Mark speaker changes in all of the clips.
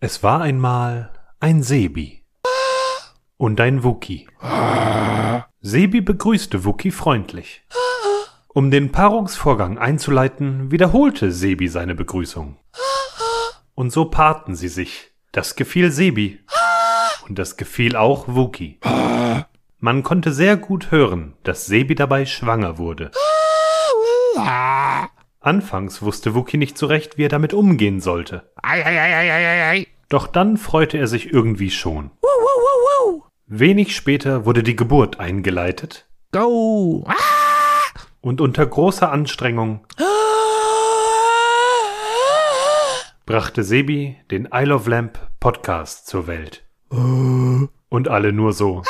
Speaker 1: Es war einmal ein Sebi und ein Wookie. Sebi begrüßte Wookie freundlich. Um den Paarungsvorgang einzuleiten, wiederholte Sebi seine Begrüßung. Und so paarten sie sich. Das gefiel Sebi. Und das gefiel auch Wookie. Man konnte sehr gut hören, dass Sebi dabei schwanger wurde. Anfangs wusste Wookie nicht zurecht, wie er damit umgehen sollte.
Speaker 2: Ei, ei, ei, ei, ei, ei.
Speaker 1: Doch dann freute er sich irgendwie schon. Wenig später wurde die Geburt eingeleitet
Speaker 2: Go. Ah.
Speaker 1: und unter großer Anstrengung brachte Sebi den Isle of Lamp Podcast zur Welt. Und alle nur so.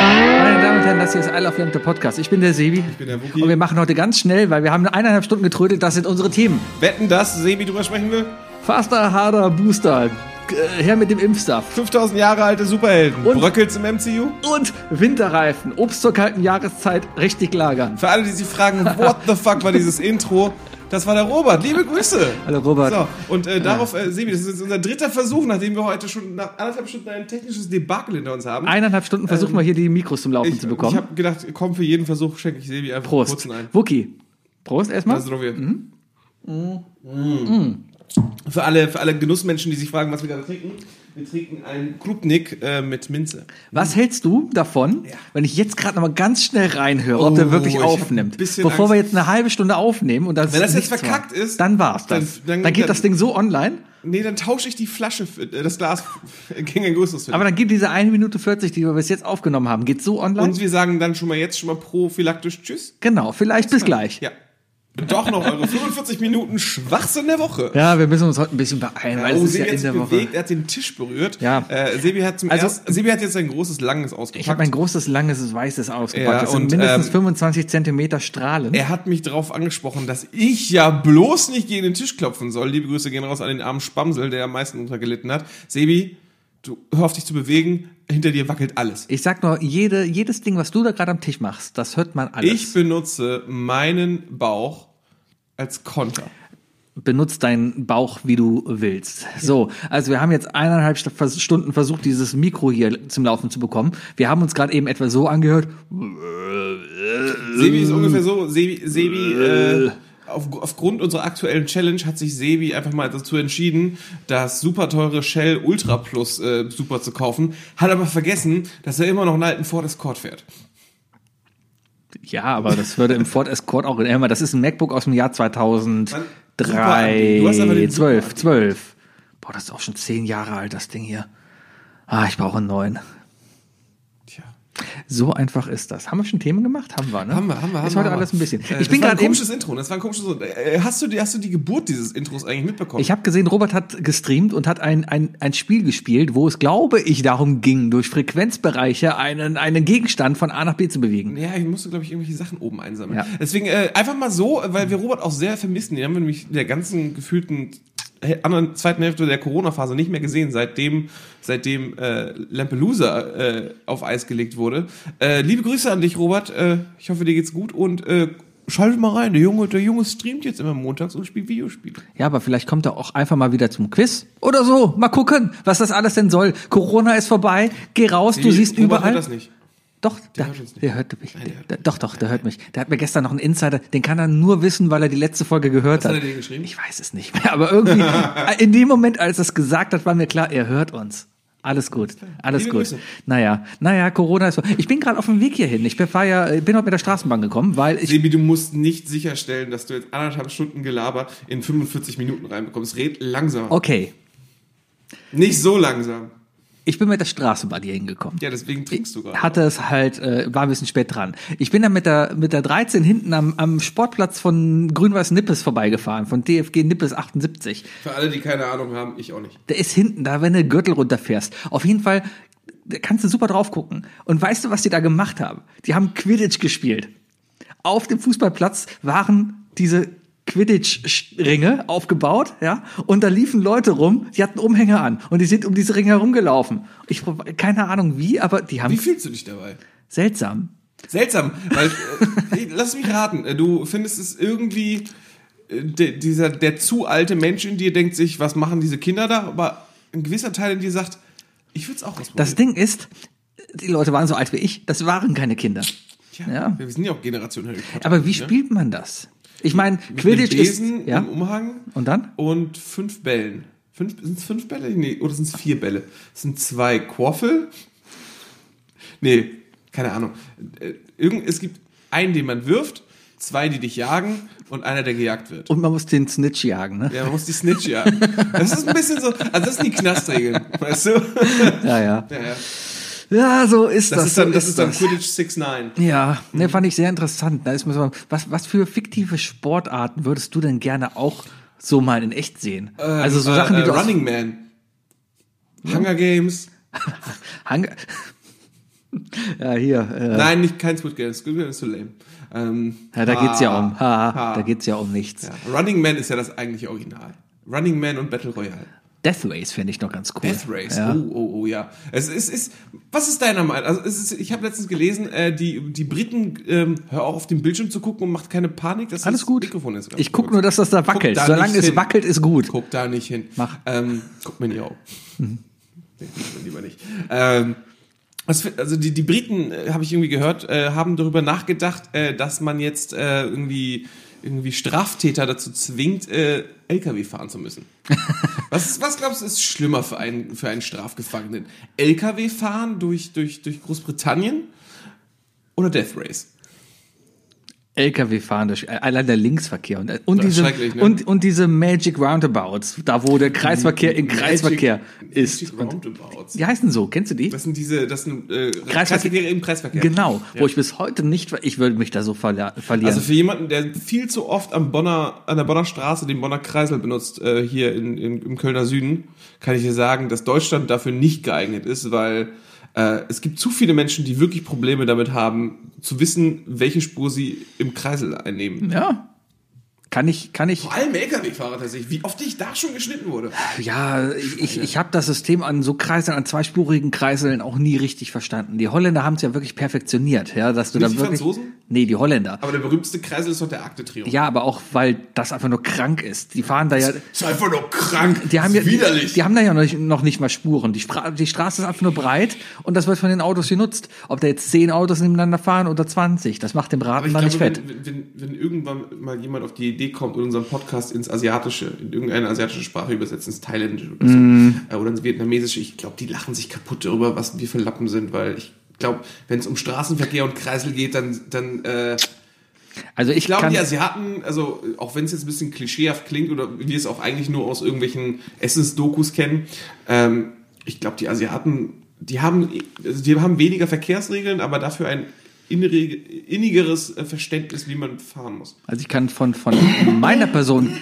Speaker 2: Meine Damen und Herren, das hier ist Isle of Lamp, der Podcast. Ich bin der Sebi. Ich
Speaker 3: bin der Wookie.
Speaker 2: Und wir machen heute ganz schnell, weil wir haben eineinhalb Stunden getrödelt. Das sind unsere Themen.
Speaker 3: Wetten, dass Sebi drüber sprechen will?
Speaker 2: Faster, harder, Booster. G- äh, Her mit dem Impfstuff.
Speaker 3: 5000 Jahre alte Superhelden.
Speaker 2: Und-
Speaker 3: Bröckels im MCU?
Speaker 2: Und Winterreifen. Obst zur kalten Jahreszeit richtig lagern.
Speaker 3: Für alle, die sich fragen, what the fuck war dieses Intro? Das war der Robert. Liebe Grüße.
Speaker 2: Hallo, Robert.
Speaker 3: So, und äh, darauf, äh, Sebi, das ist jetzt unser dritter Versuch, nachdem wir heute schon nach anderthalb Stunden ein technisches Debakel hinter uns haben.
Speaker 2: Eineinhalb Stunden versuchen wir hier die Mikros zum Laufen
Speaker 3: Ähm, ich
Speaker 2: zu
Speaker 3: ich
Speaker 2: bekommen.
Speaker 3: habe gedacht, komm, für jeden Versuch schenke ich Sebi einfach einen
Speaker 2: Prost. Hm?
Speaker 3: kurzen ein.
Speaker 2: Wookie. Prost erstmal.
Speaker 3: Also, wir.
Speaker 2: Hm.
Speaker 3: Für alle, für alle Genussmenschen, die sich fragen, was wir gerade trinken, wir trinken einen Krupnik äh, mit Minze.
Speaker 2: Was hältst du davon, wenn ich jetzt gerade nochmal ganz schnell reinhöre, ob der
Speaker 3: Oh,
Speaker 2: wirklich
Speaker 3: ich hab
Speaker 2: aufnimmt?
Speaker 3: ein bisschen
Speaker 2: Bevor wir
Speaker 3: Angst.
Speaker 2: jetzt eine halbe Stunde aufnehmen und das
Speaker 3: Wenn das jetzt
Speaker 2: nichts
Speaker 3: verkackt
Speaker 2: war,
Speaker 3: ist,
Speaker 2: dann war's
Speaker 3: dann-
Speaker 2: das. Dann,
Speaker 3: dann-
Speaker 2: geht
Speaker 3: dann-
Speaker 2: das Ding so online,
Speaker 3: Nee, dann tausche ich die Flasche, für, äh, das Glas gegen ein größeres. für
Speaker 2: aber dann geht diese 1 Minute 40, die wir bis jetzt aufgenommen haben, geht so online?
Speaker 3: Und wir sagen dann schon mal jetzt schon mal prophylaktisch Tschüss.
Speaker 2: genau, vielleicht bis gleich.
Speaker 3: Ja. Doch noch eure 45 Minuten Schwachsinn der Woche.
Speaker 2: Ja, wir müssen uns heute ein bisschen beeilen, weil es
Speaker 3: oh,
Speaker 2: ist ja
Speaker 3: Sebi hat
Speaker 2: in
Speaker 3: sich
Speaker 2: der Woche.
Speaker 3: bewegt, er hat den Tisch berührt.
Speaker 2: Ja.
Speaker 3: Äh, Sebi hat zum
Speaker 2: Also-
Speaker 3: ersten, Sebi hat jetzt ein großes, langes ausgepackt.
Speaker 2: Ich habe ein großes, langes, weißes ausgepackt.
Speaker 3: Ja,
Speaker 2: das sind
Speaker 3: und,
Speaker 2: mindestens
Speaker 3: ähm,
Speaker 2: 25 Zentimeter Strahlen.
Speaker 3: er hat mich darauf angesprochen, dass ich ja bloß nicht gegen den Tisch klopfen soll. Liebe Grüße gehen raus an den armen Spamsel, der am meisten untergelitten hat. Sebi, du hör auf dich zu bewegen, hinter dir wackelt alles.
Speaker 2: Ich sag nur, jede, jedes Ding, was du da gerade am Tisch machst, das hört man alles.
Speaker 3: Ich benutze meinen Bauch als Konter.
Speaker 2: benutzt deinen Bauch, wie du willst. So, also wir haben jetzt eineinhalb St- Vers- Stunden versucht, dieses Mikro hier zum Laufen zu bekommen. Wir haben uns gerade eben etwa so angehört.
Speaker 3: Sebi ist ungefähr so, Sebi, Sebi äh, auf, aufgrund unserer aktuellen Challenge hat sich Sebi einfach mal dazu entschieden, das super teure Shell Ultra Plus äh, Super zu kaufen, hat aber vergessen, dass er immer noch einen alten Ford Escort fährt.
Speaker 2: Ja, aber das würde im Ford Escort auch immer. Das ist ein MacBook aus dem Jahr
Speaker 3: Super Anti.
Speaker 2: 2003,
Speaker 3: Du hast einfach den
Speaker 2: 12, 12. Boah, das ist auch schon zehn Jahre alt, das Ding hier. Ah, ich brauche einen neuen.
Speaker 3: Tja.
Speaker 2: So einfach ist das. Haben wir schon Themen gemacht? Haben wir, ne?
Speaker 3: Haben wir, haben wir, haben
Speaker 2: Ist
Speaker 3: wir,
Speaker 2: heute
Speaker 3: haben wir.
Speaker 2: alles ein bisschen.
Speaker 3: Äh,
Speaker 2: ich
Speaker 3: das
Speaker 2: bin
Speaker 3: war ein
Speaker 2: gerade eben
Speaker 3: komisches Intro, das war ein komisches Intro. Äh, Hast du, die, hast du die Geburt dieses Intros eigentlich mitbekommen?
Speaker 2: Ich habe gesehen, Robert hat gestreamt und hat ein, ein, ein Spiel gespielt, wo es, glaube ich, darum ging, durch Frequenzbereiche einen, einen Gegenstand von A nach B zu bewegen.
Speaker 3: Ja, ich musste, glaube ich, irgendwelche Sachen oben einsammeln.
Speaker 2: Ja.
Speaker 3: Deswegen äh, einfach mal so, weil wir Robert auch sehr vermissen. Den haben wir nämlich in der ganzen gefühlten he- anderen zweiten Hälfte der Corona-Phase nicht mehr gesehen, seitdem, seitdem äh, Lampelusa äh, auf Eis gelegt wurde. Äh, liebe Grüße an dich, Robert. Äh, ich hoffe, dir geht's gut und äh, Schalte mal rein, der Junge, der Junge streamt jetzt immer montags und spielt Videospiele.
Speaker 2: Ja, aber vielleicht kommt er auch einfach mal wieder zum Quiz oder so. Mal gucken, was das alles denn soll. Corona ist vorbei, geh raus, du
Speaker 3: Nee,
Speaker 2: siehst
Speaker 3: Robert
Speaker 2: überall.
Speaker 3: Hört das nicht.
Speaker 2: Doch, der,
Speaker 3: hört uns nicht.
Speaker 2: der hört mich. der, doch, doch, der hört mich. Der hat mir gestern noch einen Insider, den kann er nur wissen, weil er die letzte Folge gehört
Speaker 3: hat
Speaker 2: hat.
Speaker 3: er dir geschrieben?
Speaker 2: Ich weiß es nicht mehr, aber irgendwie in dem Moment, als er es gesagt hat, war mir klar, er hört uns. Alles gut, alles
Speaker 3: Liebe
Speaker 2: gut.
Speaker 3: Grüße.
Speaker 2: Naja, naja, Corona ist. Ich bin gerade auf dem Weg hierhin. Ich bin, fahr ja, äh, bin heute mit der Straßenbahn gekommen, weil ich
Speaker 3: Sebi, du musst nicht sicherstellen, dass du jetzt anderthalb Stunden Gelaber in 45 Minuten reinbekommst. Red langsam.
Speaker 2: okay,
Speaker 3: Nicht so langsam.
Speaker 2: ich bin mit der Straßenbahn hier hingekommen.
Speaker 3: Ja, deswegen trinkst du gerade.
Speaker 2: hatte es halt, äh, war ein bisschen spät dran. Ich bin dann mit der, mit der 13 hinten am, am Sportplatz von Grün-Weiß Nippes vorbeigefahren, von DFG Nippes 78.
Speaker 3: Für alle, die keine Ahnung haben, ich auch nicht.
Speaker 2: Der ist hinten da, wenn du den Gürtel runterfährst. Auf jeden Fall da kannst du super drauf gucken. Und weißt du, was die da gemacht haben? Die haben Quidditch gespielt. Auf dem Fußballplatz waren diese Quidditch-Ringe aufgebaut, ja, und da liefen Leute rum, die hatten Umhänge an und die sind um diese Ringe herumgelaufen. Ich keine Ahnung wie, aber die haben
Speaker 3: Wie fühlst du dich dabei?
Speaker 2: seltsam.
Speaker 3: Seltsam, weil äh, lass mich raten, äh, du findest es irgendwie äh, de, dieser, der zu alte Mensch in dir denkt sich, was machen diese Kinder da? Aber ein gewisser Teil in dir sagt, ich würde es auch ausprobieren.
Speaker 2: Das Ding ist, die Leute waren so alt wie ich, das waren keine Kinder.
Speaker 3: ja.
Speaker 2: ja.
Speaker 3: Wir sind ja auch Generation Harry Potter. ne?
Speaker 2: Aber wie spielt man das? Ich meine,
Speaker 3: Mit dem
Speaker 2: Quidditch ist.
Speaker 3: Besen um-
Speaker 2: Ja.
Speaker 3: im Umhang
Speaker 2: Und dann?
Speaker 3: und fünf Bällen. Fünf, sind es fünf Bälle? Nee, oder sind es vier Bälle? Es sind zwei Quaffel. Nee, keine Ahnung. Äh, Irgend, es gibt einen, den man wirft, zwei, die dich jagen und einer, der gejagt wird.
Speaker 2: Und man muss den Snitch jagen, ne?
Speaker 3: Ja, man muss die Snitch jagen. Das ist ein bisschen so, also das sind die Knastregeln, weißt du?
Speaker 2: Ja, ja.
Speaker 3: Ja, ja.
Speaker 2: Ja, so ist
Speaker 3: Das,
Speaker 2: das.
Speaker 3: ist dann,
Speaker 2: so
Speaker 3: das ist dann Mhm.
Speaker 2: das.
Speaker 3: Quidditch 6-9.
Speaker 2: Ja, ne, fand ich sehr interessant. Da ist mir so, was, was für fiktive Sportarten würdest du denn gerne auch so mal in echt sehen? also so
Speaker 3: Äh,
Speaker 2: Sachen, die
Speaker 3: äh,
Speaker 2: du aus-
Speaker 3: Running Man. Hunger Games.
Speaker 2: Hang ja, hier. Äh,
Speaker 3: Nein, nicht kein Squid Game. Squid Game ist so lame. Ähm,
Speaker 2: ja, da geht's ja um. Ha, ha,
Speaker 3: ha.
Speaker 2: Da geht's ja um nichts.
Speaker 3: ja. Running Man ist ja das eigentliche Original. Running Man und Battle Royale.
Speaker 2: Death Race fände ich noch ganz cool.
Speaker 3: Death Race.
Speaker 2: Ja.
Speaker 3: Oh, oh, oh, ja. Es ist, es ist was ist deiner Meinung? Also es ist, ich habe letztens gelesen, äh, die, die Briten ähm, hör auf auf den Bildschirm zu gucken und macht keine Panik, dass
Speaker 2: Alles
Speaker 3: das
Speaker 2: gut.
Speaker 3: Mikrofon ist. ganz
Speaker 2: Ich guck
Speaker 3: kurz.
Speaker 2: nur, dass das da wackelt.
Speaker 3: da
Speaker 2: Solange
Speaker 3: nicht
Speaker 2: es
Speaker 3: hin.
Speaker 2: wackelt, ist gut.
Speaker 3: Guck da nicht hin.
Speaker 2: Mach.
Speaker 3: Ähm, guck mir nicht auf. Nee, lieber nicht. Ähm, was für, also die, die Briten, äh, habe ich irgendwie gehört, äh, haben darüber nachgedacht, äh, dass man jetzt äh, irgendwie, irgendwie Straftäter dazu zwingt, äh, LKW fahren zu müssen. was, was glaubst du, ist schlimmer für einen, für einen Strafgefangenen? LKW fahren durch, durch, durch Großbritannien oder Death Race?
Speaker 2: LKW fahren, durch, äh, allein der Linksverkehr und, äh, und,
Speaker 3: Das ist
Speaker 2: diese,
Speaker 3: schrecklich, ne?
Speaker 2: und, und diese Magic Roundabouts, da wo der Kreisverkehr in Kreisverkehr ist.
Speaker 3: Magic Roundabouts.
Speaker 2: Die heißen so, kennst du die?
Speaker 3: Das sind diese, das sind äh,
Speaker 2: Kreisverkehr-
Speaker 3: Kreisverkehre im Kreisverkehr.
Speaker 2: Genau, wo ich bis heute nicht, ver- ich würde mich da so verla- verlieren.
Speaker 3: Also für jemanden, der viel zu oft am Bonner, an der Bonner Straße den Bonner Kreisel benutzt, äh, hier in, in, im Kölner Süden, kann ich dir sagen, dass Deutschland dafür nicht geeignet ist, weil äh, es gibt zu viele Menschen, die wirklich Probleme damit haben, zu wissen, welche Spur sie im Kreisel einnehmen.
Speaker 2: ja. Kann ich, kann ich,
Speaker 3: Vor allem Lkw-Fahrer tatsächlich, wie oft ich da schon geschnitten wurde.
Speaker 2: ja, ich, ich, ich habe das System an so Kreiseln, an zweispurigen Kreiseln auch nie richtig verstanden. Die Holländer haben es ja wirklich perfektioniert, ja, dass du
Speaker 3: Nicht
Speaker 2: da
Speaker 3: die
Speaker 2: wirklich.
Speaker 3: Franzosen?
Speaker 2: Nee, die Holländer.
Speaker 3: Aber der berühmteste Kreisel ist doch der Akte-Trio.
Speaker 2: Ja, aber auch, weil das einfach nur krank ist. Die fahren da ja.
Speaker 3: Ist einfach nur krank.
Speaker 2: Die haben, ja,
Speaker 3: ist widerlich.
Speaker 2: die haben da ja noch nicht, noch nicht mal Spuren. Die, Spra die Straße ist einfach nur breit und das wird von den Autos genutzt. Ob da jetzt zehn Autos nebeneinander fahren oder 20, das macht dem
Speaker 3: Aber
Speaker 2: Braten
Speaker 3: ich
Speaker 2: mal
Speaker 3: glaube,
Speaker 2: nicht fett.
Speaker 3: Wenn, wenn, wenn irgendwann mal jemand auf die Idee kommt und unseren Podcast ins Asiatische, in irgendeine asiatische Sprache übersetzt, ins Thailändische oder so,
Speaker 2: Mm.
Speaker 3: äh, oder ins Vietnamesische, ich glaube, die lachen sich kaputt darüber, was wir für Lappen sind, weil ich glaube, wenn es um Straßenverkehr und Kreisel geht, dann, dann äh,
Speaker 2: Also ich
Speaker 3: ich glaube,
Speaker 2: kann,
Speaker 3: die Asiaten, also äh, auch wenn es jetzt ein bisschen klischeehaft klingt oder wir es auch eigentlich nur aus irgendwelchen Essensdokus kennen, ähm, ich glaube, die Asiaten, die haben, also die haben weniger Verkehrsregeln, aber dafür ein innere, innigeres äh, Verständnis, wie man fahren muss.
Speaker 2: also ich kann von, von meiner Person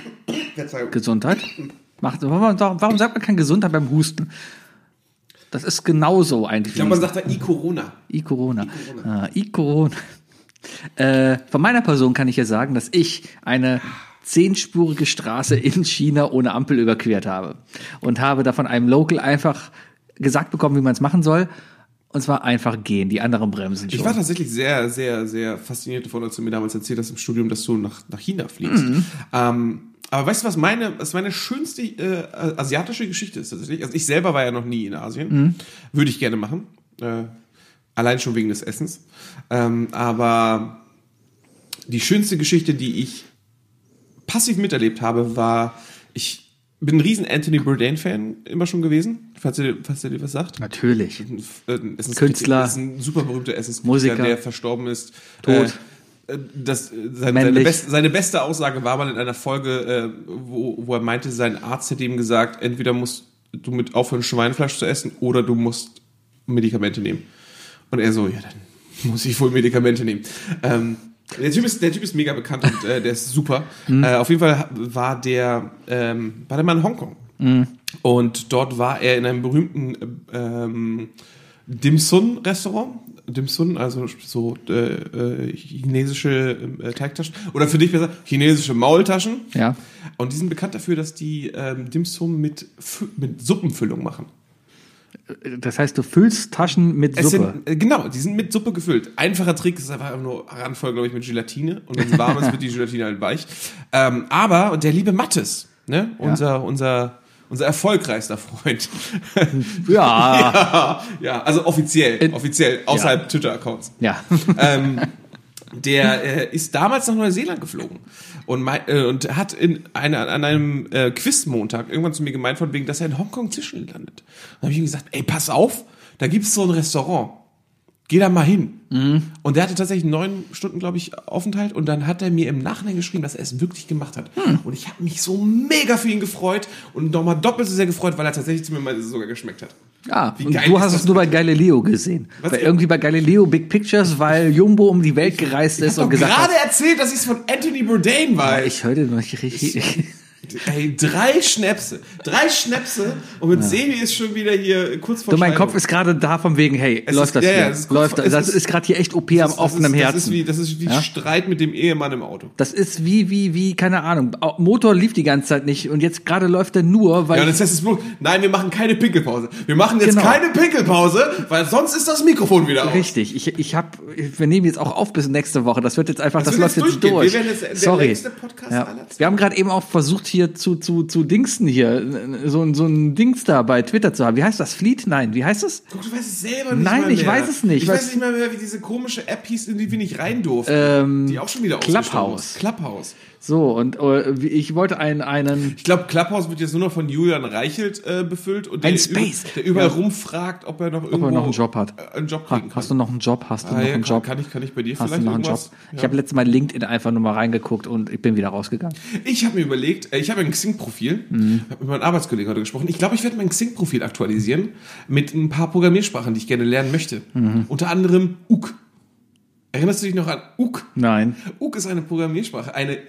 Speaker 3: Verzeihung.
Speaker 2: Gesundheit. Macht, warum, warum sagt man kein Gesundheit beim Husten? Das ist genauso eigentlich.
Speaker 3: Ich glaube, man sagt da E-Corona.
Speaker 2: I-Corona. Ah, I-Corona. Äh, von meiner Person kann ich ja sagen, dass ich eine zehnspurige Straße in China ohne Ampel überquert habe und habe da von einem Local einfach gesagt bekommen, wie man es machen soll. Und zwar einfach gehen, die anderen bremsen schon.
Speaker 3: Ich war tatsächlich sehr, sehr, sehr fasziniert davon, als du mir damals erzählt hast im Studium, dass du nach, nach China fliegst. Ähm, aber weißt du, was meine, was meine schönste äh, asiatische Geschichte ist tatsächlich? Also ich selber war ja noch nie in Asien. Würde ich gerne machen. Äh, allein schon wegen des Essens. Ähm, aber die schönste Geschichte, die ich passiv miterlebt habe, war, ich bin ein riesen Anthony Bourdain-Fan immer schon gewesen, falls er falls er dir was sagt
Speaker 2: Natürlich.
Speaker 3: ein, äh, ein Essenskritiker,
Speaker 2: Künstler.
Speaker 3: ist ein super berühmter Essenskritiker,
Speaker 2: Musiker.
Speaker 3: der verstorben ist.
Speaker 2: Tot.
Speaker 3: Äh, äh, das, äh, seine, seine,
Speaker 2: Männlich.
Speaker 3: best, seine beste Aussage war mal in einer Folge, äh, wo, wo er meinte, sein Arzt hätte ihm gesagt, entweder musst du mit aufhören, Schweinefleisch zu essen oder du musst Medikamente nehmen. Und er so, ja, dann muss ich wohl Medikamente nehmen. Ähm, der typ, ist, der typ ist mega bekannt und äh, der ist super.
Speaker 2: Hm.
Speaker 3: Äh, auf jeden Fall war der, ähm, war der mal in Hongkong.
Speaker 2: Hm.
Speaker 3: Und dort war er in einem berühmten ähm, Dim Sum Restaurant. Dim Sum, also so äh, äh, chinesische äh, Teigtaschen. Oder für dich besser, chinesische Maultaschen.
Speaker 2: Ja.
Speaker 3: Und die sind bekannt dafür, dass die ähm, Dim Sum mit, Fü- mit Suppenfüllung machen.
Speaker 2: Das heißt, du füllst Taschen mit
Speaker 3: Es
Speaker 2: Suppe.
Speaker 3: sind, äh, genau, die sind mit Suppe gefüllt. Einfacher Trick ist einfach nur ranvoll, glaube ich, mit Gelatine. Und wenn es warm ist, wird die Gelatine halt weich. Ähm, aber, und der liebe Mattes, ne? unser, unser, unser erfolgreichster Freund.
Speaker 2: Ja,
Speaker 3: ja, ja, also offiziell, offiziell, außerhalb Twitter-Accounts.
Speaker 2: ja.
Speaker 3: ähm, der äh, ist damals nach Neuseeland geflogen und, mei- äh, und hat in einer, an einem äh, Quiz-Montag irgendwann zu mir gemeint, von wegen, dass er in Hongkong Zischen landet. Dann habe ich ihm gesagt, ey, pass auf, da gibt's so ein Restaurant. Geh da mal hin.
Speaker 2: Mhm.
Speaker 3: Und der hatte tatsächlich neun Stunden, glaube ich, Aufenthalt. Und dann hat er mir im Nachhinein geschrieben, dass er es wirklich gemacht hat.
Speaker 2: Hm.
Speaker 3: Und ich habe mich so mega für ihn gefreut und nochmal doppelt so sehr gefreut, weil er tatsächlich zu mir mal sogar geschmeckt hat.
Speaker 2: Ja,
Speaker 3: Wie
Speaker 2: Ah, und
Speaker 3: geil
Speaker 2: du
Speaker 3: ist
Speaker 2: hast
Speaker 3: das
Speaker 2: es nur bei Galileo gesehen.
Speaker 3: Was?
Speaker 2: Bei, irgendwie bei Galileo Big Pictures, weil Jumbo um die Welt gereist ist
Speaker 3: Doch
Speaker 2: und gesagt
Speaker 3: gerade
Speaker 2: hat,
Speaker 3: erzählt, dass ich es von Anthony Bourdain weiß.
Speaker 2: ich hörte noch nicht richtig.
Speaker 3: Ey, drei Schnäpse. Drei Schnäpse. Und mit Sebi ist schon wieder hier kurz vor
Speaker 2: Du, mein
Speaker 3: Scheidung.
Speaker 2: Kopf ist gerade da von wegen, hey,
Speaker 3: Es
Speaker 2: läuft
Speaker 3: ist-
Speaker 2: das
Speaker 3: ja,
Speaker 2: hier?
Speaker 3: ja, es ist-
Speaker 2: läuft das?
Speaker 3: es
Speaker 2: Das
Speaker 3: ist-
Speaker 2: ist gerade hier echt OP am
Speaker 3: Das ist-
Speaker 2: offenen
Speaker 3: Das ist
Speaker 2: Herzen.
Speaker 3: wie, das ist wie
Speaker 2: Ja?
Speaker 3: Streit mit dem Ehemann im Auto.
Speaker 2: Das ist wie, wie, wie, keine Ahnung. Au- Motor lief die ganze Zeit nicht und jetzt gerade läuft er nur, weil.
Speaker 3: Ja, das heißt, es ist bloß, nein, wir machen keine Pinkelpause. Wir machen jetzt
Speaker 2: Genau.
Speaker 3: keine Pinkelpause, weil sonst ist das Mikrofon wieder aus.
Speaker 2: Richtig, ich, ich hab, wir nehmen jetzt auch auf bis nächste Woche. Das wird jetzt einfach, das,
Speaker 3: wird
Speaker 2: läuft
Speaker 3: jetzt
Speaker 2: jetzt
Speaker 3: durchgehen.
Speaker 2: durch.
Speaker 3: Wir werden jetzt der
Speaker 2: Sorry.
Speaker 3: längste Podcast
Speaker 2: ja.
Speaker 3: aller Zeiten.
Speaker 2: Wir haben gerade eben auch versucht, hier zu, zu, zu Dingsten hier, so, ein- so ein Dings da bei Twitter zu haben. Wie heißt das? Fleet? Nein, wie heißt es?
Speaker 3: Guck, du weißt es selber nicht
Speaker 2: Nein,
Speaker 3: mal
Speaker 2: ich
Speaker 3: mehr.
Speaker 2: weiß es nicht.
Speaker 3: Ich
Speaker 2: Was-
Speaker 3: weiß nicht mal mehr, wie diese komische App hieß, in die wir nicht rein durften.
Speaker 2: Ähm,
Speaker 3: die auch schon wieder ausgestorben ist. Clubhouse.
Speaker 2: So, und äh, wie- ich wollte einen, einen,
Speaker 3: Ich glaube, Clubhouse wird jetzt nur noch von Julian Reichelt äh, befüllt und
Speaker 2: Ein
Speaker 3: der,
Speaker 2: Space.
Speaker 3: Über, der überall
Speaker 2: Ja.
Speaker 3: rumfragt, ob er noch irgendwo
Speaker 2: noch einen Job hat.
Speaker 3: äh, Einen Job
Speaker 2: ha,
Speaker 3: kriegen kann.
Speaker 2: hast du noch einen Job? Hast du
Speaker 3: Ah,
Speaker 2: noch
Speaker 3: ja,
Speaker 2: einen
Speaker 3: kann-
Speaker 2: Job?
Speaker 3: Kann ich, kann ich bei dir
Speaker 2: Hast du
Speaker 3: vielleicht
Speaker 2: noch einen Job?
Speaker 3: irgendwas?
Speaker 2: Ich habe letztes Mal LinkedIn einfach nur mal reingeguckt und ich bin wieder rausgegangen.
Speaker 3: Ich habe mir überlegt, äh, ich habe ein Xing-Profil,
Speaker 2: Mhm.
Speaker 3: habe mit meinem Arbeitskollegen heute gesprochen. Ich glaube, ich werde mein Xing-Profil aktualisieren mit ein paar Programmiersprachen, die ich gerne lernen möchte.
Speaker 2: Mhm.
Speaker 3: Unter anderem UG. Erinnerst du dich noch an UG?
Speaker 2: Nein.
Speaker 3: UG ist eine Programmiersprache, eine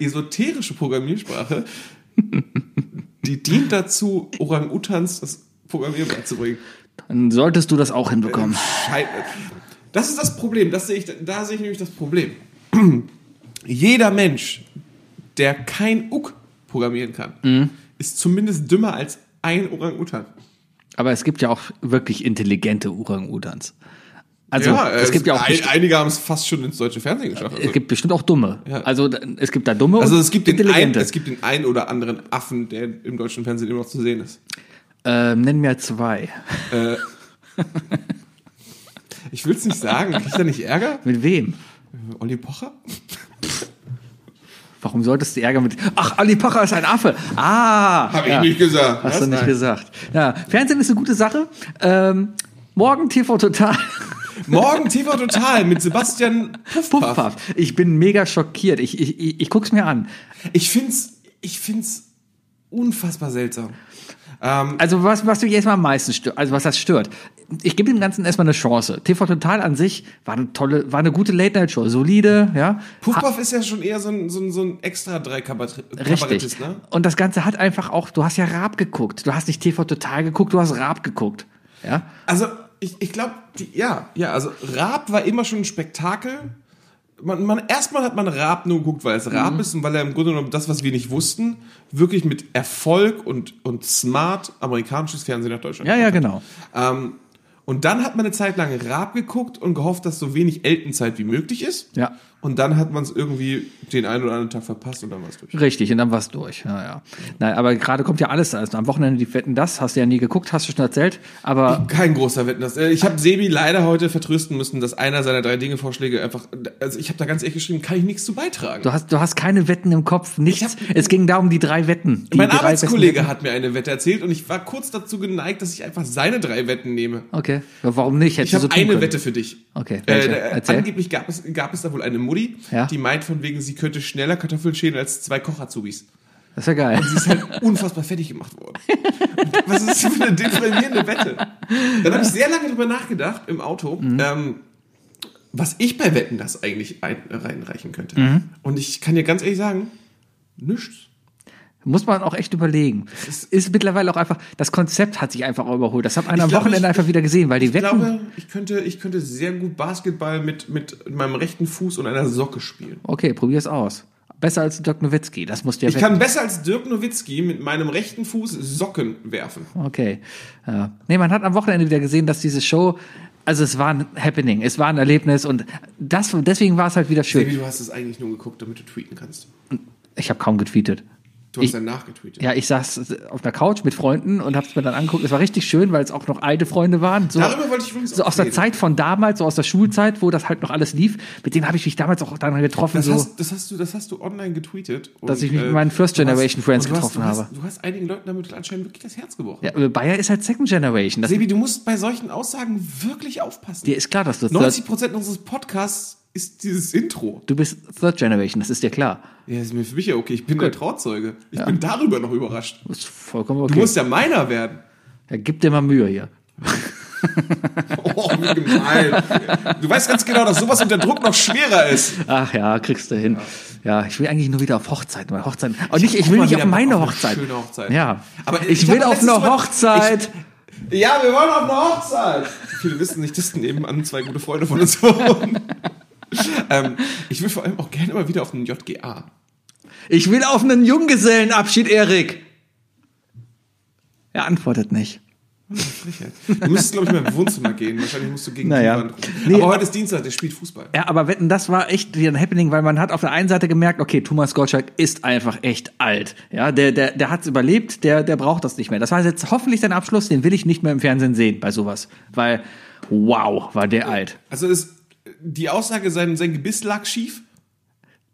Speaker 3: esoterische Programmiersprache, die dient dazu, Orang-Utans das Programmieren beizubringen.
Speaker 2: Dann solltest du das auch hinbekommen.
Speaker 3: Schei- Das ist das Problem. Das sehe ich, da sehe ich nämlich das Problem. Jeder Mensch, der kein Uck programmieren kann,
Speaker 2: Mhm.
Speaker 3: ist zumindest dümmer als ein Orang-Utan.
Speaker 2: Aber es gibt ja auch wirklich intelligente Orang-Utans. Also es
Speaker 3: äh,
Speaker 2: gibt ja auch
Speaker 3: ein,
Speaker 2: besti-
Speaker 3: einige haben es fast schon ins deutsche Fernsehen geschafft.
Speaker 2: es
Speaker 3: Also,
Speaker 2: gibt bestimmt auch dumme.
Speaker 3: Ja.
Speaker 2: Also da- es gibt da dumme
Speaker 3: also
Speaker 2: und
Speaker 3: es, gibt den einen,
Speaker 2: intelligente.
Speaker 3: es gibt den einen oder anderen Affen, der im deutschen Fernsehen immer noch zu sehen ist.
Speaker 2: ähm, nenn mir zwei.
Speaker 3: Ich will es nicht sagen. Kriegt da nicht Ärger?
Speaker 2: Mit wem?
Speaker 3: Olli Pocher?
Speaker 2: Warum solltest du Ärger mit? Ach, Ali Pacher ist ein Affe. Ah,
Speaker 3: Hab ich nicht gesagt.
Speaker 2: Hast
Speaker 3: Was?
Speaker 2: du nicht
Speaker 3: Nein.
Speaker 2: gesagt? Ja, Fernsehen ist eine gute Sache. Ähm, morgen TV Total.
Speaker 3: Morgen TV Total mit Sebastian Puffpaff.
Speaker 2: Puffpaff. Ich bin mega schockiert. Ich, ich, ich, ich guck's mir an.
Speaker 3: Ich find's, ich find's unfassbar seltsam. Ähm,
Speaker 2: Also was, was mich erstmal am meisten stört, also was das stört. Ich gebe dem Ganzen erstmal eine Chance. TV Total an sich war eine tolle, war eine gute Late-Night-Show, solide, ja.
Speaker 3: Puffpuff ist ja schon eher so ein, so ein, so ein extra drei Kabarettist,
Speaker 2: Richtig.
Speaker 3: ne?
Speaker 2: Und das Ganze hat einfach auch, du hast ja Raab geguckt. Du hast nicht TV Total geguckt, du hast Raab geguckt. Ja.
Speaker 3: Also, ich, ich glaube, ja, ja, also Raab war immer schon ein Spektakel. Man, man, erstmal hat man Raab nur geguckt, weil es
Speaker 2: Mhm.
Speaker 3: Raab ist und weil er im Grunde genommen das, was wir nicht wussten, wirklich mit Erfolg und, und smart amerikanisches Fernsehen nach Deutschland
Speaker 2: Ja, ja, genau.
Speaker 3: Ähm, und dann hat man eine Zeit lang Raab geguckt und gehofft, dass so wenig Elternzeit wie möglich ist.
Speaker 2: Ja.
Speaker 3: Und dann hat man es irgendwie den einen oder anderen Tag verpasst und dann war es durch.
Speaker 2: Richtig, und dann war's durch. Ja, ja. Nein, aber gerade kommt ja alles. Also am Wochenende die Wetten das, hast du ja nie geguckt, hast du schon erzählt. Aber
Speaker 3: Kein großer Wettness. Äh, Ich habe Sebi leider heute vertrösten müssen, dass einer seiner drei Dinge-Vorschläge einfach. Also ich habe da ganz ehrlich geschrieben, kann ich nichts zu beitragen.
Speaker 2: du hast, du hast keine Wetten im Kopf, nichts.
Speaker 3: Ich hab-
Speaker 2: es ging da um die drei Wetten. Die
Speaker 3: mein
Speaker 2: drei besten
Speaker 3: Arbeitskollege hat mir eine Wette erzählt und ich war kurz dazu geneigt, dass ich einfach seine drei Wetten nehme.
Speaker 2: Okay. Ja, warum nicht? Hättest
Speaker 3: Ich habe
Speaker 2: du so tun
Speaker 3: eine
Speaker 2: können.
Speaker 3: Wette für dich.
Speaker 2: Okay,
Speaker 3: Äh,
Speaker 2: welche?
Speaker 3: da,
Speaker 2: Erzähl.
Speaker 3: angeblich gab es, gab es da wohl eine Mutti,
Speaker 2: Ja.
Speaker 3: die meint von wegen, sie könnte schneller Kartoffeln schälen als zwei Kochazubis.
Speaker 2: Das ist ja geil.
Speaker 3: Sie ist halt unfassbar fertig gemacht worden. Was ist das für eine deprimierende Wette? Dann habe ich sehr lange drüber nachgedacht im Auto,
Speaker 2: Mhm.
Speaker 3: ähm, was ich bei Wetten das eigentlich ein, äh, reinreichen könnte.
Speaker 2: Mhm.
Speaker 3: Und ich kann dir ganz ehrlich sagen, nichts.
Speaker 2: Muss man auch echt überlegen. Ist, mittlerweile auch einfach, das Konzept hat sich einfach überholt. Das hat man
Speaker 3: Ich
Speaker 2: am
Speaker 3: glaube,
Speaker 2: Wochenende
Speaker 3: ich-
Speaker 2: einfach wieder gesehen, weil die
Speaker 3: Ich
Speaker 2: Wetten.
Speaker 3: glaube, ich könnte, ich könnte sehr gut Basketball mit, mit meinem rechten Fuß und einer Socke spielen.
Speaker 2: okay, probier's aus. Besser als Dirk Nowitzki, das muss der
Speaker 3: Ich kann besser als Dirk Nowitzki mit meinem rechten Fuß Socken werfen.
Speaker 2: Okay. Ja. Nee, man hat am Wochenende wieder gesehen, dass diese Show, also es war ein Happening, es war ein Erlebnis und das, deswegen war es halt wieder
Speaker 3: Baby,
Speaker 2: schön.
Speaker 3: du hast es eigentlich nur geguckt, damit du tweeten kannst.
Speaker 2: Ich habe kaum getweetet.
Speaker 3: Du hast
Speaker 2: Ich-
Speaker 3: dann nachgetweetet.
Speaker 2: Ja, ich saß auf einer Couch mit Freunden und hab's mir dann angeguckt. Es war richtig schön, weil es auch noch alte Freunde waren. So,
Speaker 3: Darüber wollte ich übrigens
Speaker 2: so
Speaker 3: auch
Speaker 2: aus der
Speaker 3: reden.
Speaker 2: Zeit von damals, so aus der Schulzeit, wo das halt noch alles lief. Mit denen habe ich mich damals auch dann getroffen.
Speaker 3: Das,
Speaker 2: so.
Speaker 3: hast, das, hast du, das hast du online getweetet. und,
Speaker 2: Dass ich mich mit
Speaker 3: äh,
Speaker 2: meinen First
Speaker 3: du hast-
Speaker 2: Generation Friends
Speaker 3: und du hast-
Speaker 2: getroffen
Speaker 3: du hast,
Speaker 2: habe.
Speaker 3: Du hast einigen Leuten damit anscheinend wirklich das Herz gebrochen.
Speaker 2: ja, aber Bayer ist halt Second Generation. Das,
Speaker 3: Sebi, du musst bei solchen Aussagen wirklich aufpassen.
Speaker 2: dir ist klar, dass du Third,
Speaker 3: 90% unseres Podcasts ist dieses Intro.
Speaker 2: du bist Third Generation, das ist dir klar.
Speaker 3: Ja, ist mir für mich ja okay. Ich bin der Trauzeuge. Ich bin darüber noch überrascht.
Speaker 2: Das ist vollkommen
Speaker 3: Du
Speaker 2: okay.
Speaker 3: musst ja meiner werden.
Speaker 2: ja, gib dir mal Mühe hier.
Speaker 3: Oh, wie gemein. Du weißt ganz genau, dass sowas unter Druck noch schwerer ist.
Speaker 2: Ach ja, kriegst du hin. Ja, ich will eigentlich nur wieder auf Hochzeiten, weil Hochzeiten. Und nicht, ich
Speaker 3: auch
Speaker 2: will
Speaker 3: mal
Speaker 2: nicht
Speaker 3: wieder
Speaker 2: auf meine
Speaker 3: Bock auf eine
Speaker 2: Hochzeit.
Speaker 3: schöne Hochzeit.
Speaker 2: Ja.
Speaker 3: Aber
Speaker 2: ich,
Speaker 3: ich
Speaker 2: will
Speaker 3: hab
Speaker 2: auf eine
Speaker 3: letztes Mal-
Speaker 2: Hochzeit.
Speaker 3: Ja, wir wollen auf eine Hochzeit. Viele wissen nicht, dass nebenan zwei gute Freunde von uns wohnen. ähm, ich will vor allem auch gerne mal wieder auf einen JGA.
Speaker 2: Ich will auf einen Junggesellenabschied, Erik. Er antwortet nicht.
Speaker 3: Frechheit. Du müsstest, glaube ich, mal im Wohnzimmer gehen. Wahrscheinlich musst du gegen
Speaker 2: Naja.
Speaker 3: die Wand rufen.
Speaker 2: Nee, äh
Speaker 3: aber
Speaker 2: aber-
Speaker 3: heute ist Dienstag, der spielt Fußball.
Speaker 2: Ja, aber wetten, das war echt wieder ein Happening, weil man hat auf der einen Seite gemerkt, okay, Thomas Gottschalk ist einfach echt alt. Ja, der, der, der hat's überlebt, der, der braucht das nicht mehr. Das war jetzt hoffentlich sein Abschluss, den will ich nicht mehr im Fernsehen sehen bei sowas. Weil, wow, war der alt.
Speaker 3: Also ist die Aussage, sein, sein Gebiss lag schief.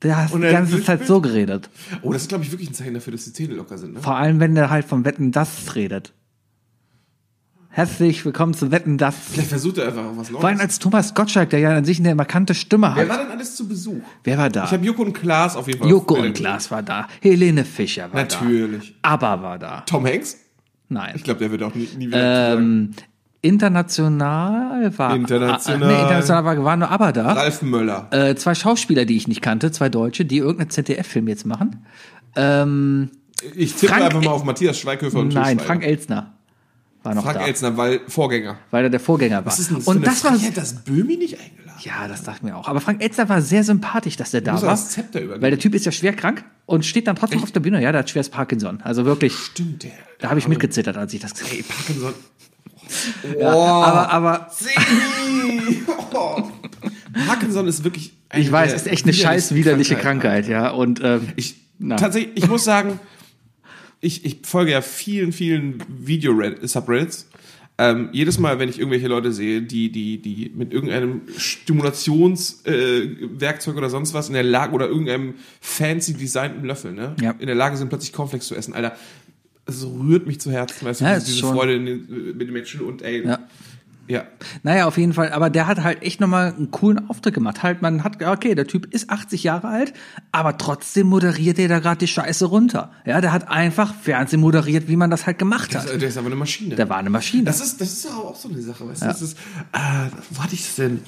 Speaker 2: Der hat die
Speaker 3: Und er-
Speaker 2: ganze Zeit so geredet.
Speaker 3: Oh, das ist, glaube ich, wirklich ein Zeichen dafür, dass die Zähne locker sind. Ne?
Speaker 2: Vor allem, wenn er halt vom Wetten das redet. Herzlich willkommen zu Wetten das.
Speaker 3: Vielleicht versucht er einfach auch was Neues.
Speaker 2: Vor allem als Thomas Gottschalk, der ja an sich eine markante Stimme hat.
Speaker 3: Wer war denn alles zu Besuch?
Speaker 2: Wer war da?
Speaker 3: Ich habe Joko und Klaas auf jeden Fall.
Speaker 2: Ah. Joko
Speaker 3: Äh,
Speaker 2: und Glas war da. Helene Fischer war
Speaker 3: Natürlich.
Speaker 2: da. Aber war da.
Speaker 3: Tom Hanks?
Speaker 2: Nein.
Speaker 3: Ich glaube, der wird auch nie, nie wieder ähm,
Speaker 2: ähm, international war.
Speaker 3: International.
Speaker 2: Ah, nee, international war, war nur Aber da.
Speaker 3: Ralf Möller.
Speaker 2: Äh, zwei Schauspieler, die ich nicht kannte, zwei Deutsche, die irgendeinen ZDF-Film jetzt machen. Ähm,
Speaker 3: Ich tippe
Speaker 2: Frank-
Speaker 3: einfach mal auf Matthias Schweighöfer und Til
Speaker 2: nein,
Speaker 3: Schweiger.
Speaker 2: Frank Elzner war noch
Speaker 3: Frank
Speaker 2: da,
Speaker 3: Elzner, weil Vorgänger.
Speaker 2: weil er der Vorgänger war. und das war
Speaker 3: Frechheit, dass Böhmi nicht eingeladen.
Speaker 2: Ja, das dachte ich mir auch. Aber Frank Elster war sehr sympathisch, dass der da
Speaker 3: Muss er
Speaker 2: war.
Speaker 3: das Zepter übergeben?
Speaker 2: Weil der Typ ist ja schwer krank und steht dann trotzdem auf der Bühne. Ja, der hat schweres Parkinson. Also wirklich,
Speaker 3: Stimmt, der.
Speaker 2: da habe ich mitgezittert, als ich das gesehen
Speaker 3: Ey, Parkinson. Oh.
Speaker 2: habe. Aber, aber
Speaker 3: Sebi! Oh. Parkinson ist wirklich. eine
Speaker 2: ich weiß,
Speaker 3: der
Speaker 2: ist echt eine scheiß widerliche Äh, Krankheit, ja. Und ähm,
Speaker 3: Ich,
Speaker 2: Na.
Speaker 3: tatsächlich, ich muss sagen, ich, ich folge ja vielen, vielen Video-Subreddits. Ähm, jedes Mal, wenn ich irgendwelche Leute sehe, die, die, die mit irgendeinem Stimulationswerkzeug äh, Werkzeug oder sonst was in der Lage oder irgendeinem fancy designten Löffel, ne?
Speaker 2: Ja.
Speaker 3: In der Lage sind, plötzlich Cornflakes zu essen. Alter, es rührt mich zu Herzen, weißt du,
Speaker 2: Ja,
Speaker 3: diese-
Speaker 2: ist
Speaker 3: diese
Speaker 2: schon-
Speaker 3: Freude in den, äh, mit den Menschen und ey.
Speaker 2: Ja.
Speaker 3: ja.
Speaker 2: naja, auf jeden Fall. Aber der hat halt echt nochmal einen coolen Auftritt gemacht. Halt, man hat, okay, der Typ ist 80 Jahre alt, aber trotzdem moderiert er da gerade die Scheiße runter. Ja, der hat einfach Fernsehen moderiert, wie man das halt gemacht
Speaker 3: Das,
Speaker 2: hat.
Speaker 3: Also, der ist aber eine Maschine.
Speaker 2: Der war eine Maschine.
Speaker 3: Das ist, das ist doch auch so eine Sache, weißt du? Das ist, äh, wo hatte ich das denn?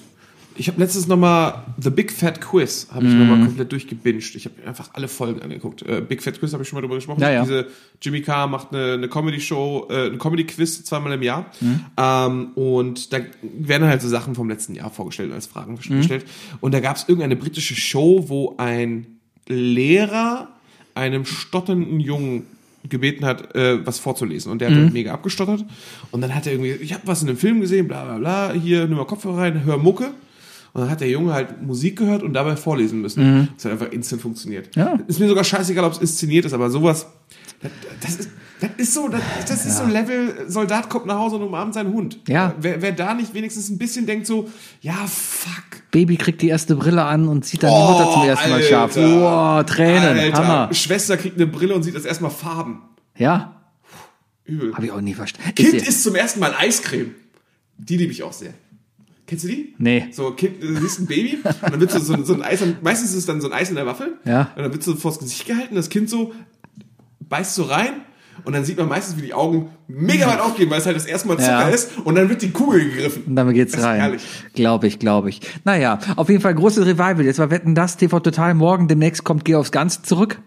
Speaker 3: Ich habe letztens nochmal The Big Fat Quiz, habe ich
Speaker 2: Mhm.
Speaker 3: nochmal komplett durchgebinged. Ich habe mir einfach alle Folgen angeguckt. Äh, Big Fat Quiz habe ich schon mal drüber gesprochen.
Speaker 2: Ja, ja.
Speaker 3: Diese Jimmy Carr macht eine, eine Comedy-Show, äh, ein Comedy-Quiz zweimal im Jahr. Ähm, und da werden halt so Sachen vom letzten Jahr vorgestellt und als Fragen gestellt. Und da gab es irgendeine britische Show, wo ein Lehrer einem stotternden Jungen gebeten hat, äh, was vorzulesen. Und der hat halt mega abgestottert. Und dann hat er irgendwie, ich habe was in einem Film gesehen, bla bla bla, hier, nimm mal Kopfhörer rein, hör Mucke. Und dann hat der Junge halt Musik gehört und dabei vorlesen müssen. Das hat einfach instant funktioniert.
Speaker 2: Ja.
Speaker 3: Ist mir sogar scheißegal, ob es inszeniert ist, aber sowas, das, das, ist, das ist so, das, das ist so ein Level, Soldat kommt nach Hause und umarmt seinen Hund. Äh,
Speaker 2: Ja.
Speaker 3: Wer, wer da nicht wenigstens ein bisschen denkt so, ja, fuck.
Speaker 2: Baby kriegt die erste Brille an und sieht dann die
Speaker 3: Oh,
Speaker 2: Mutter zum ersten Mal scharf.
Speaker 3: Alter.
Speaker 2: Wow, Tränen,
Speaker 3: Alter,
Speaker 2: Hammer.
Speaker 3: Schwester kriegt eine Brille und sieht das erstmal Farben.
Speaker 2: Ja,
Speaker 3: Übel.
Speaker 2: Habe ich auch nie verstanden.
Speaker 3: Kind
Speaker 2: Ist-
Speaker 3: isst zum ersten Mal Eiscreme. Die liebe ich auch sehr. Kennst du die?
Speaker 2: Nee.
Speaker 3: So, Kind, du siehst ein Baby und dann wird so, so, ein- so ein Eis, am- meistens ist es dann so ein Eis in der Waffel.
Speaker 2: Ja.
Speaker 3: Und dann wird so vors Gesicht gehalten, das Kind so beißt so rein und dann sieht man meistens, wie die Augen mega weit aufgehen, weil es halt das erste Mal Zucker
Speaker 2: Ja.
Speaker 3: ist und dann wird die Kugel gegriffen.
Speaker 2: und damit geht's
Speaker 3: ist
Speaker 2: rein.
Speaker 3: herrlich.
Speaker 2: Glaube ich, glaube ich. Naja, auf jeden Fall großes Revival. Jetzt war Wetten das, TV Total morgen, demnächst kommt Geh aufs Ganze zurück.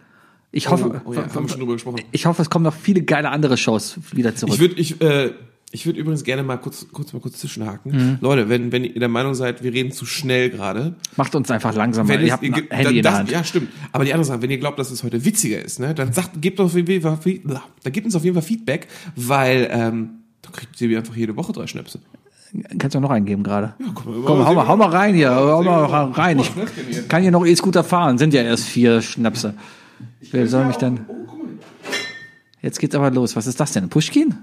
Speaker 2: Ich hoffe, oh
Speaker 3: oh ja, Oh haben wir schon drüber gesprochen.
Speaker 2: ich hoffe, es kommen noch viele geile andere Shows wieder zurück.
Speaker 3: Ich würde, ich, äh, Ich würde übrigens gerne mal kurz, kurz mal kurz zwischenhaken.
Speaker 2: Mhm.
Speaker 3: Leute, wenn, wenn ihr der Meinung seid, wir reden zu schnell gerade,
Speaker 2: Macht uns einfach langsamer.
Speaker 3: wenn
Speaker 2: ihr
Speaker 3: es-
Speaker 2: habt
Speaker 3: ihr
Speaker 2: ein
Speaker 3: ge-
Speaker 2: Handy in
Speaker 3: das,
Speaker 2: der Hand.
Speaker 3: Ja, stimmt. Aber die andere Sache, wenn ihr glaubt, dass es heute witziger ist, ne, dann sagt, gebt uns auf jeden Fall, da gebt uns auf jeden Fall Feedback, weil ähm, da kriegt Sebi einfach jede Woche drei Schnäpse.
Speaker 2: Kannst du noch einen geben gerade?
Speaker 3: komm, mal,
Speaker 2: Komm, hau
Speaker 3: Sebi,
Speaker 2: mal, hau mal rein hier. Hau mal
Speaker 3: mal.
Speaker 2: rein. Ich
Speaker 3: Was ist das denn hier?
Speaker 2: kann hier noch E-Scooter fahren. Sind ja erst vier Schnäpse. Wer soll mich denn?
Speaker 3: Oh, guck mal.
Speaker 2: Jetzt geht's aber los. Was ist das denn? Pushkin?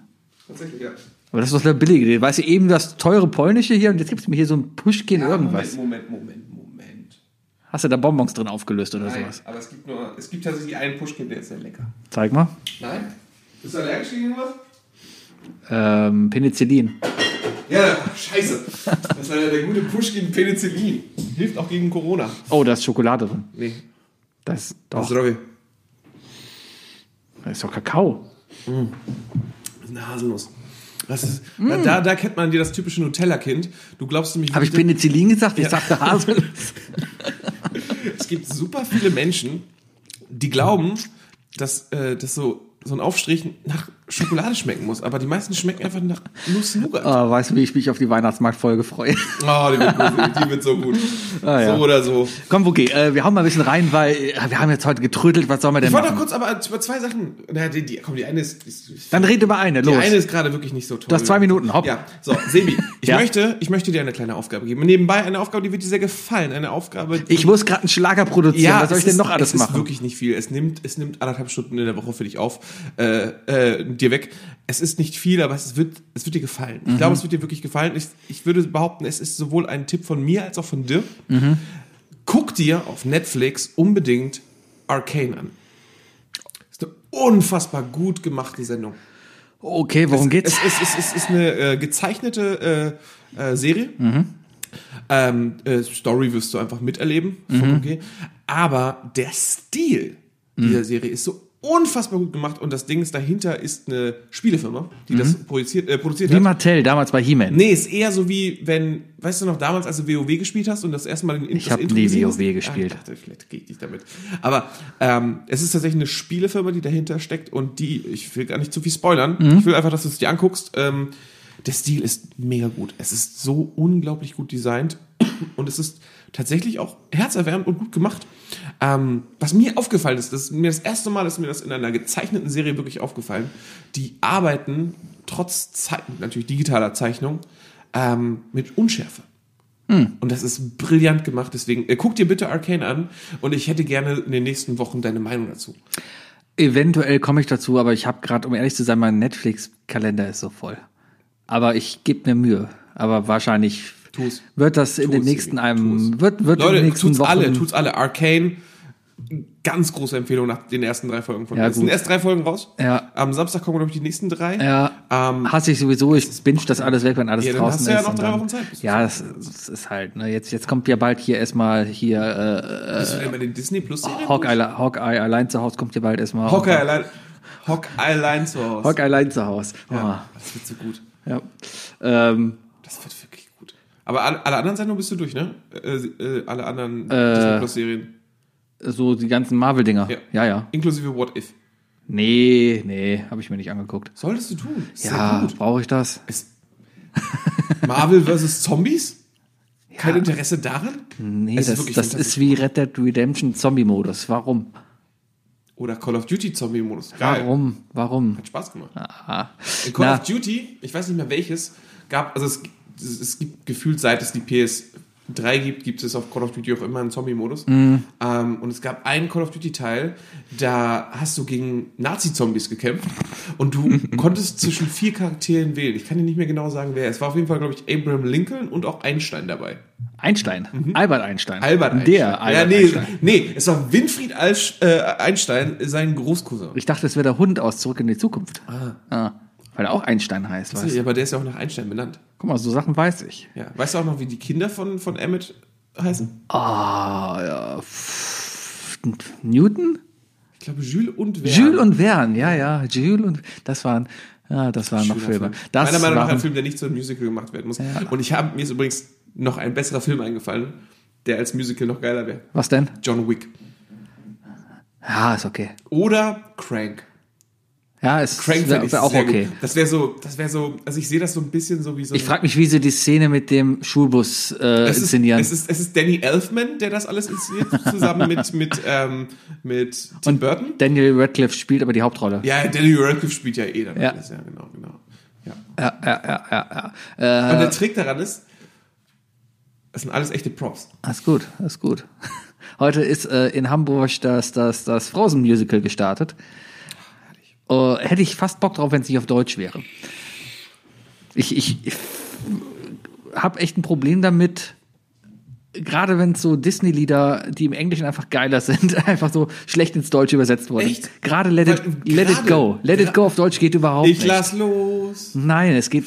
Speaker 3: Tatsächlich, ja.
Speaker 2: Aber das ist doch der billige. Weißt du, eben das teure polnische hier und jetzt gibt's mir hier so ein Pushkin irgendwas.
Speaker 3: Moment, Moment, Moment.
Speaker 2: Hast du da Bonbons drin aufgelöst oder
Speaker 3: Nein,
Speaker 2: sowas?
Speaker 3: aber es gibt nur, es gibt tatsächlich einen Pushkin, der ist sehr lecker.
Speaker 2: Zeig mal.
Speaker 3: Nein? Bist du allergisch gegen irgendwas?
Speaker 2: Ähm, Penicillin.
Speaker 3: Ja, scheiße. Das war der gute Pushkin Penicillin. Hilft auch gegen Corona.
Speaker 2: Oh, da ist Schokolade drin.
Speaker 3: Nee, Also-
Speaker 2: Das,
Speaker 3: das
Speaker 2: doch,
Speaker 3: ist Robby.
Speaker 2: das ist doch Kakao.
Speaker 3: Das ist eine Haselnuss. Das ist,
Speaker 2: Mm.
Speaker 3: da- da, da kennt man dir das typische Nutella-Kind. Du glaubst nämlich,
Speaker 2: Habe ich
Speaker 3: wirklich,
Speaker 2: Penicillin gesagt? Ich sagte Haselnuss.
Speaker 3: es gibt super viele Menschen, die glauben, dass, äh, dass so, so ein Aufstrich nach Schokolade schmecken muss. Aber die meisten schmecken einfach nach Nuss-Nougat.
Speaker 2: Ah, weißt du, wie ich mich auf die Weihnachtsmarktfolge freue?
Speaker 3: Oh, die wird, gut, die wird so gut.
Speaker 2: Ah, ja.
Speaker 3: So oder so.
Speaker 2: Komm, Wookie, äh, wir hauen mal ein bisschen rein, weil äh, wir haben jetzt heute getrödelt. Was sollen wir denn
Speaker 3: Ich wollte noch
Speaker 2: machen?
Speaker 3: kurz aber über zwei Sachen. Na, die, die, komm, die eine ist. Die, ist-
Speaker 2: Dann red über eine,
Speaker 3: die
Speaker 2: los.
Speaker 3: eine ist gerade wirklich nicht so toll.
Speaker 2: Du hast zwei Minuten, hopp.
Speaker 3: Ja, so, Sebi, ich,
Speaker 2: Ja.
Speaker 3: möchte, ich möchte dir eine kleine Aufgabe geben. Nebenbei eine Aufgabe, die wird dir sehr gefallen. Eine Aufgabe, die.
Speaker 2: Ich muss gerade einen Schlager produzieren. was soll
Speaker 3: es
Speaker 2: ich denn
Speaker 3: ist-
Speaker 2: noch alles
Speaker 3: es ist
Speaker 2: machen?
Speaker 3: wirklich nicht viel. Es nimmt, es nimmt anderthalb Stunden in der Woche für dich auf, äh, äh, dir weg. Es ist nicht viel, aber es wird, es wird dir gefallen. Ich
Speaker 2: Mhm.
Speaker 3: glaube, es wird dir wirklich gefallen. Ich, ich würde behaupten, es ist sowohl ein Tipp von mir als auch von dir.
Speaker 2: Mhm.
Speaker 3: Guck dir auf Netflix unbedingt Arcane an. Ist eine unfassbar gut gemachte Sendung.
Speaker 2: Okay, worum geht's?
Speaker 3: Es ist, es ist, es ist eine äh, gezeichnete äh, äh, Serie. Ähm, äh, Story wirst du einfach miterleben. Voll Okay. Aber der Stil dieser Serie ist so unfassbar gut gemacht und das Ding ist dahinter ist eine Spielefirma, die das produziert, äh, produziert
Speaker 2: Wie
Speaker 3: hat.
Speaker 2: Mattel damals bei He-Man.
Speaker 3: Nee, ist eher so wie, wenn, weißt du noch, damals, als du WoW gespielt hast und das erste Mal den
Speaker 2: Ich
Speaker 3: das
Speaker 2: hab
Speaker 3: Intro
Speaker 2: nie
Speaker 3: gesehen
Speaker 2: WoW gespielt.
Speaker 3: Ah, ich dachte, vielleicht krieg ich dich damit. Aber ähm, es ist tatsächlich eine Spielefirma, die dahinter steckt und die, ich will gar nicht zu viel spoilern,
Speaker 2: Mhm.
Speaker 3: ich will einfach, dass du es dir anguckst. Ähm, der Stil ist mega gut. Es ist so unglaublich gut designt und es ist tatsächlich auch herzerwärmend und gut gemacht. Ähm, was mir aufgefallen ist, das ist mir das erste Mal, ist mir das in einer gezeichneten Serie wirklich aufgefallen. Die arbeiten trotz Zei natürlich digitaler Zeichnung ähm, mit Unschärfe. Und das ist brillant gemacht. Deswegen äh, guck dir bitte Arcane an und ich hätte gerne in den nächsten Wochen deine Meinung dazu.
Speaker 2: Eventuell komme ich dazu, aber ich habe gerade, um ehrlich zu sein, mein Netflix-Kalender ist so voll. Aber ich gebe mir Mühe. Aber wahrscheinlich
Speaker 3: Tu's.
Speaker 2: wird das in den
Speaker 3: Tu's,
Speaker 2: nächsten
Speaker 3: Sebi,
Speaker 2: einem wird wird in den
Speaker 3: Leute,
Speaker 2: nächsten
Speaker 3: tut's
Speaker 2: Wochen
Speaker 3: alle, tut's alle. Arcane, ganz große Empfehlung nach den ersten drei Folgen von
Speaker 2: Ja,
Speaker 3: mir. Es sind
Speaker 2: gut.
Speaker 3: erst drei Folgen raus.
Speaker 2: Ja.
Speaker 3: Am Samstag kommen, glaube ich, die nächsten drei.
Speaker 2: ja
Speaker 3: Ähm,
Speaker 2: hasse ich sowieso. Ich binge das alles weg, wenn alles
Speaker 3: Ja, dann
Speaker 2: draußen
Speaker 3: hast du ja
Speaker 2: ist.
Speaker 3: noch
Speaker 2: und
Speaker 3: drei
Speaker 2: dann-
Speaker 3: Wochen Zeit bis
Speaker 2: Ja, das, das ist halt. Ne, jetzt jetzt kommt ja bald hier erstmal hier äh,
Speaker 3: bist du denn bei den Disney Plus Serien?
Speaker 2: Hawkeye, Hawkeye allein zu Hause kommt ja bald erstmal.
Speaker 3: Hawkeye allein. Hawkeye allein zu Hause.
Speaker 2: Hawkeye allein zu Hause.
Speaker 3: Ja, das wird so gut.
Speaker 2: Oh, ja. Ähm,
Speaker 3: Das wird wirklich gut. Aber alle, alle anderen Sendungen bist du durch, ne? Äh, äh, alle anderen Disney Plus Serien.
Speaker 2: so die ganzen Marvel-Dinger.
Speaker 3: Ja.
Speaker 2: ja, ja.
Speaker 3: Inklusive What If.
Speaker 2: Nee, nee, habe ich mir nicht angeguckt.
Speaker 3: Solltest du tun. Ist
Speaker 2: Ja,
Speaker 3: Sehr gut.
Speaker 2: brauche ich das?
Speaker 3: Es Marvel vs. Zombies? Kein Interesse daran?
Speaker 2: Nee,
Speaker 3: Es ist
Speaker 2: das,
Speaker 3: wirklich
Speaker 2: das
Speaker 3: fantastisch.
Speaker 2: ist wie Red Dead Redemption Zombie-Modus. Warum?
Speaker 3: Oder Call of Duty Zombie-Modus? Geil.
Speaker 2: Warum? Warum?
Speaker 3: Hat Spaß gemacht.
Speaker 2: Ah.
Speaker 3: In Call
Speaker 2: Na,
Speaker 3: of Duty, ich weiß nicht mehr welches, gab, also es, es es gibt gefühlt, seit es die PS3 gibt, gibt es auf Call of Duty auch immer einen Zombie-Modus. Ähm, und es gab einen Call of Duty-Teil, da hast du gegen Nazi-Zombies gekämpft und du konntest zwischen vier Charakteren wählen. Ich kann dir nicht mehr genau sagen, wer. Es war auf jeden Fall, glaube ich, Abraham Lincoln und auch Einstein dabei.
Speaker 2: Einstein. Albert Einstein.
Speaker 3: Mhm. Albert Einstein.
Speaker 2: Der Albert
Speaker 3: ja, nee,
Speaker 2: Einstein.
Speaker 3: nee, es war Winfried Alsch, äh, Einstein, sein Großcousin.
Speaker 2: Ich dachte, es wäre der Hund aus Zurück in die Zukunft. Ah. Weil er auch Einstein heißt. Weißt.
Speaker 3: Ja, aber der ist ja auch nach Einstein benannt.
Speaker 2: du? Guck mal, so Sachen weiß ich.
Speaker 3: Ja. Weißt du auch noch, wie die Kinder von, von Emmett heißen?
Speaker 2: Ah, ja. Pff, Newton?
Speaker 3: Ich glaube, Jules und Verne.
Speaker 2: Jules und Verne, ja, ja. Jules und das waren, ja, das waren noch
Speaker 3: Schöner
Speaker 2: Filme.
Speaker 3: Film.
Speaker 2: Das
Speaker 3: Meiner Meinung nach
Speaker 2: waren,
Speaker 3: ein Film, der nicht zu einem Musical gemacht werden muss.
Speaker 2: Ja.
Speaker 3: Und ich habe mir ist übrigens noch ein besserer Film eingefallen, der als Musical noch geiler wäre.
Speaker 2: Was denn?
Speaker 3: John Wick.
Speaker 2: Ja, ist okay.
Speaker 3: Oder Crank.
Speaker 2: Ja, es
Speaker 3: Crank
Speaker 2: wäre
Speaker 3: fände ich
Speaker 2: wär auch
Speaker 3: sehr gut.
Speaker 2: okay.
Speaker 3: Das wäre so, das wäre so, also ich sehe das so ein bisschen so wie so.
Speaker 2: Ich
Speaker 3: ein-
Speaker 2: frage mich, wie sie die Szene mit dem Schulbus äh,
Speaker 3: es ist,
Speaker 2: inszenieren.
Speaker 3: es, ist, es ist Danny Elfman, der das alles inszeniert, zusammen mit, mit, ähm, mit Tim Burton.
Speaker 2: Daniel Radcliffe spielt aber die Hauptrolle.
Speaker 3: Ja, Danny Radcliffe spielt ja eh dann
Speaker 2: Ja.
Speaker 3: alles, ja, genau, genau. Ja.
Speaker 2: Ja, ja, ja, ja. ja.
Speaker 3: Und der Trick daran ist, es sind alles echte Props.
Speaker 2: Das ist gut, das ist gut. Heute ist äh, in Hamburg das, das, das Frozen Musical gestartet. Äh, hätte ich fast Bock drauf, wenn es nicht auf Deutsch wäre. Ich, ich, ich habe echt ein Problem damit, gerade wenn so Disney-Lieder, die im Englischen einfach geiler sind, einfach so schlecht ins Deutsche übersetzt wurden.
Speaker 3: Echt?
Speaker 2: Gerade Let, it,
Speaker 3: Weil-
Speaker 2: let it
Speaker 3: gerade-
Speaker 2: Go. Let It
Speaker 3: gra-
Speaker 2: Go auf Deutsch geht überhaupt
Speaker 3: Ich
Speaker 2: nicht.
Speaker 3: lass los,
Speaker 2: Nein, es geht.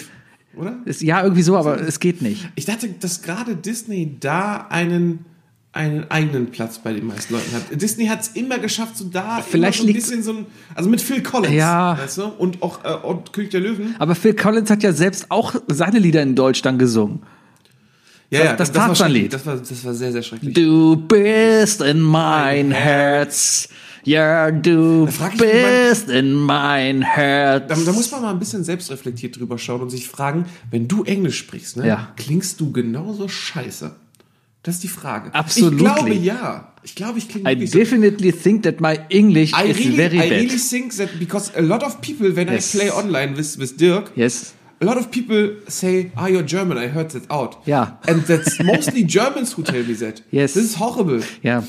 Speaker 3: oder?
Speaker 2: Es, ja, irgendwie so, aber es geht nicht.
Speaker 3: Ich dachte, dass gerade Disney da einen, einen eigenen Platz bei den meisten Leuten hat. Disney hat es immer geschafft, so da
Speaker 2: Vielleicht
Speaker 3: immer so ein
Speaker 2: liegt's-
Speaker 3: bisschen so ein, also mit Phil Collins,
Speaker 2: Ja.
Speaker 3: weißt du? Und auch äh, und König der Löwen.
Speaker 2: Aber Phil Collins hat ja selbst auch seine Lieder in Deutsch dann gesungen.
Speaker 3: Ja, ja,
Speaker 2: das
Speaker 3: war schrecklich.
Speaker 2: Tarzan-Lied.
Speaker 3: Das war, das war sehr, sehr schrecklich.
Speaker 2: Du bist in mein Herz. Ja, du
Speaker 3: frag ich mich,
Speaker 2: bist in mein
Speaker 3: Da,
Speaker 2: Herz.
Speaker 3: da muss man mal ein bisschen selbstreflektiert drüber schauen und sich fragen, wenn du Englisch sprichst, ne,
Speaker 2: Ja.
Speaker 3: klingst du genauso scheiße? Das ist die Frage.
Speaker 2: Absolutely.
Speaker 3: Ich glaube ja. Ich glaube, ich klinge
Speaker 2: I
Speaker 3: wirklich so.
Speaker 2: definitely think that my English
Speaker 3: I
Speaker 2: is
Speaker 3: really,
Speaker 2: very
Speaker 3: I
Speaker 2: bad.
Speaker 3: really think that because a lot of people, when
Speaker 2: Yes.
Speaker 3: I play online with, with Dirk,
Speaker 2: yes.
Speaker 3: a lot of people say, "Ah, you're German." I heard that out.
Speaker 2: Yeah.
Speaker 3: and that's mostly Germans who tell me that.
Speaker 2: Yes.
Speaker 3: this is horrible.
Speaker 2: Yeah.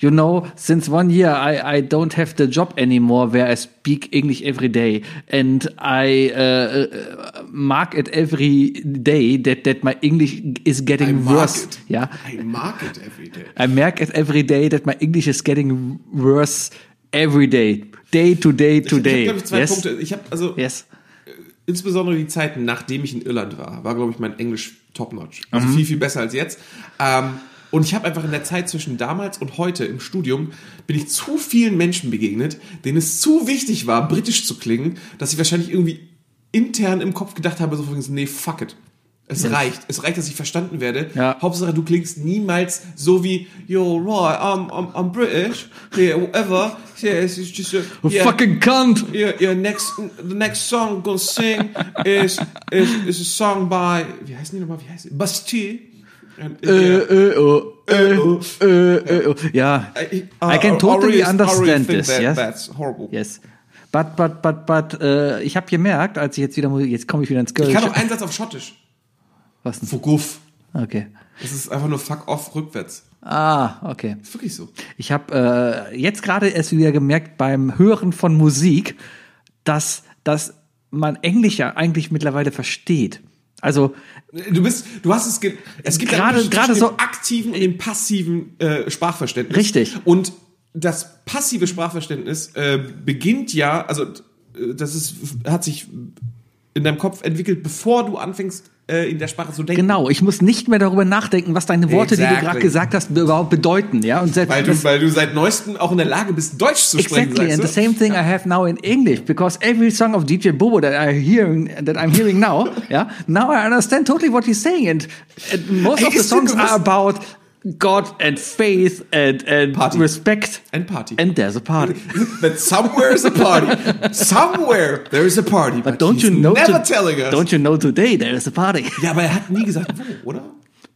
Speaker 2: You know, since one year I, I don't have the job anymore where I speak English every day. And I uh, uh, mark it every day that, that my English is
Speaker 3: I
Speaker 2: getting
Speaker 3: mark
Speaker 2: worse.
Speaker 3: it.
Speaker 2: Yeah.
Speaker 3: I mark it every day.
Speaker 2: I merke it every day that my English is getting worse every day. Day to day to
Speaker 3: Ich habe,
Speaker 2: day.
Speaker 3: glaube ich, zwei
Speaker 2: yes?
Speaker 3: Punkte. Ich habe also
Speaker 2: Yes.
Speaker 3: insbesondere die Zeiten, nachdem ich in Irland war, war glaube ich mein Englisch top notch, also viel viel besser als jetzt. Ähm, und ich habe einfach in der Zeit zwischen damals und heute im Studium bin ich zu vielen Menschen begegnet, denen es zu wichtig war, britisch zu klingen, dass ich wahrscheinlich irgendwie intern im Kopf gedacht habe, so von wegen, nee, fuck it. Es reicht. Es reicht, dass ich verstanden werde.
Speaker 2: Ja.
Speaker 3: Hauptsache, du klingst niemals so wie, yo, right, I'm, I'm, I'm British, yeah, whatever, yeah, it's just a, yeah,
Speaker 2: Fucking cunt!
Speaker 3: Your, your next, the next song gonna sing is, is, is a song by, wie heißen die nochmal, wie heißt die? Bastille. And,
Speaker 2: Äh,
Speaker 3: yeah.
Speaker 2: äh, oh, äh,
Speaker 3: oh.
Speaker 2: äh, äh, oh. Ja.
Speaker 3: I, uh,
Speaker 2: I can totally understand
Speaker 3: think
Speaker 2: this,
Speaker 3: that-
Speaker 2: yes?
Speaker 3: That's horrible.
Speaker 2: Yes. But, but, but, but, äh, ich habe gemerkt, als ich jetzt wieder, Musik- jetzt komme ich wieder ins Kölsch.
Speaker 3: Ich kann auch einen Satz auf Schottisch.
Speaker 2: Was denn?
Speaker 3: Fuguff.
Speaker 2: Okay.
Speaker 3: Das ist einfach nur fuck off rückwärts.
Speaker 2: Ah, okay.
Speaker 3: Ist wirklich so.
Speaker 2: Ich habe äh, jetzt gerade erst wieder gemerkt beim Hören von Musik, dass, dass man Englisch ja eigentlich mittlerweile versteht. Also,
Speaker 3: Du bist, du hast es, ge es gibt
Speaker 2: Gerade-
Speaker 3: einen Unterschied
Speaker 2: gerade
Speaker 3: zwischen
Speaker 2: so-
Speaker 3: dem aktiven und dem passiven äh, Sprachverständnis.
Speaker 2: Richtig.
Speaker 3: Und das passive Sprachverständnis äh, beginnt ja, also äh, das ist, hat sich in deinem Kopf entwickelt, bevor du anfängst, äh, in der Sprache zu denken.
Speaker 2: Genau, ich muss nicht mehr darüber nachdenken, was deine Worte, die du
Speaker 3: Exactly.
Speaker 2: gerade gesagt hast, überhaupt bedeuten, ja? Und selbst
Speaker 3: Weil du, weil du seit neuestem auch in der Lage bist, Deutsch zu sprechen.
Speaker 2: exactly,
Speaker 3: sagst
Speaker 2: and the
Speaker 3: du?
Speaker 2: same thing I have now in English, because every song of DJ Bobo that I hearing that I'm hearing now, yeah, now I understand totally what he's saying, and, and most
Speaker 3: Ey,
Speaker 2: of the
Speaker 3: ist dir
Speaker 2: songs
Speaker 3: bewusst-
Speaker 2: are about God and faith and and
Speaker 3: Party.
Speaker 2: respect
Speaker 3: And party.
Speaker 2: and there's a party.
Speaker 3: But somewhere is a party. Somewhere there is a party. But,
Speaker 2: Don't
Speaker 3: he's
Speaker 2: you know? to-
Speaker 3: Never telling us.
Speaker 2: Don't you know today there is a party?
Speaker 3: ja, aber er hat nie gesagt, wo, oder?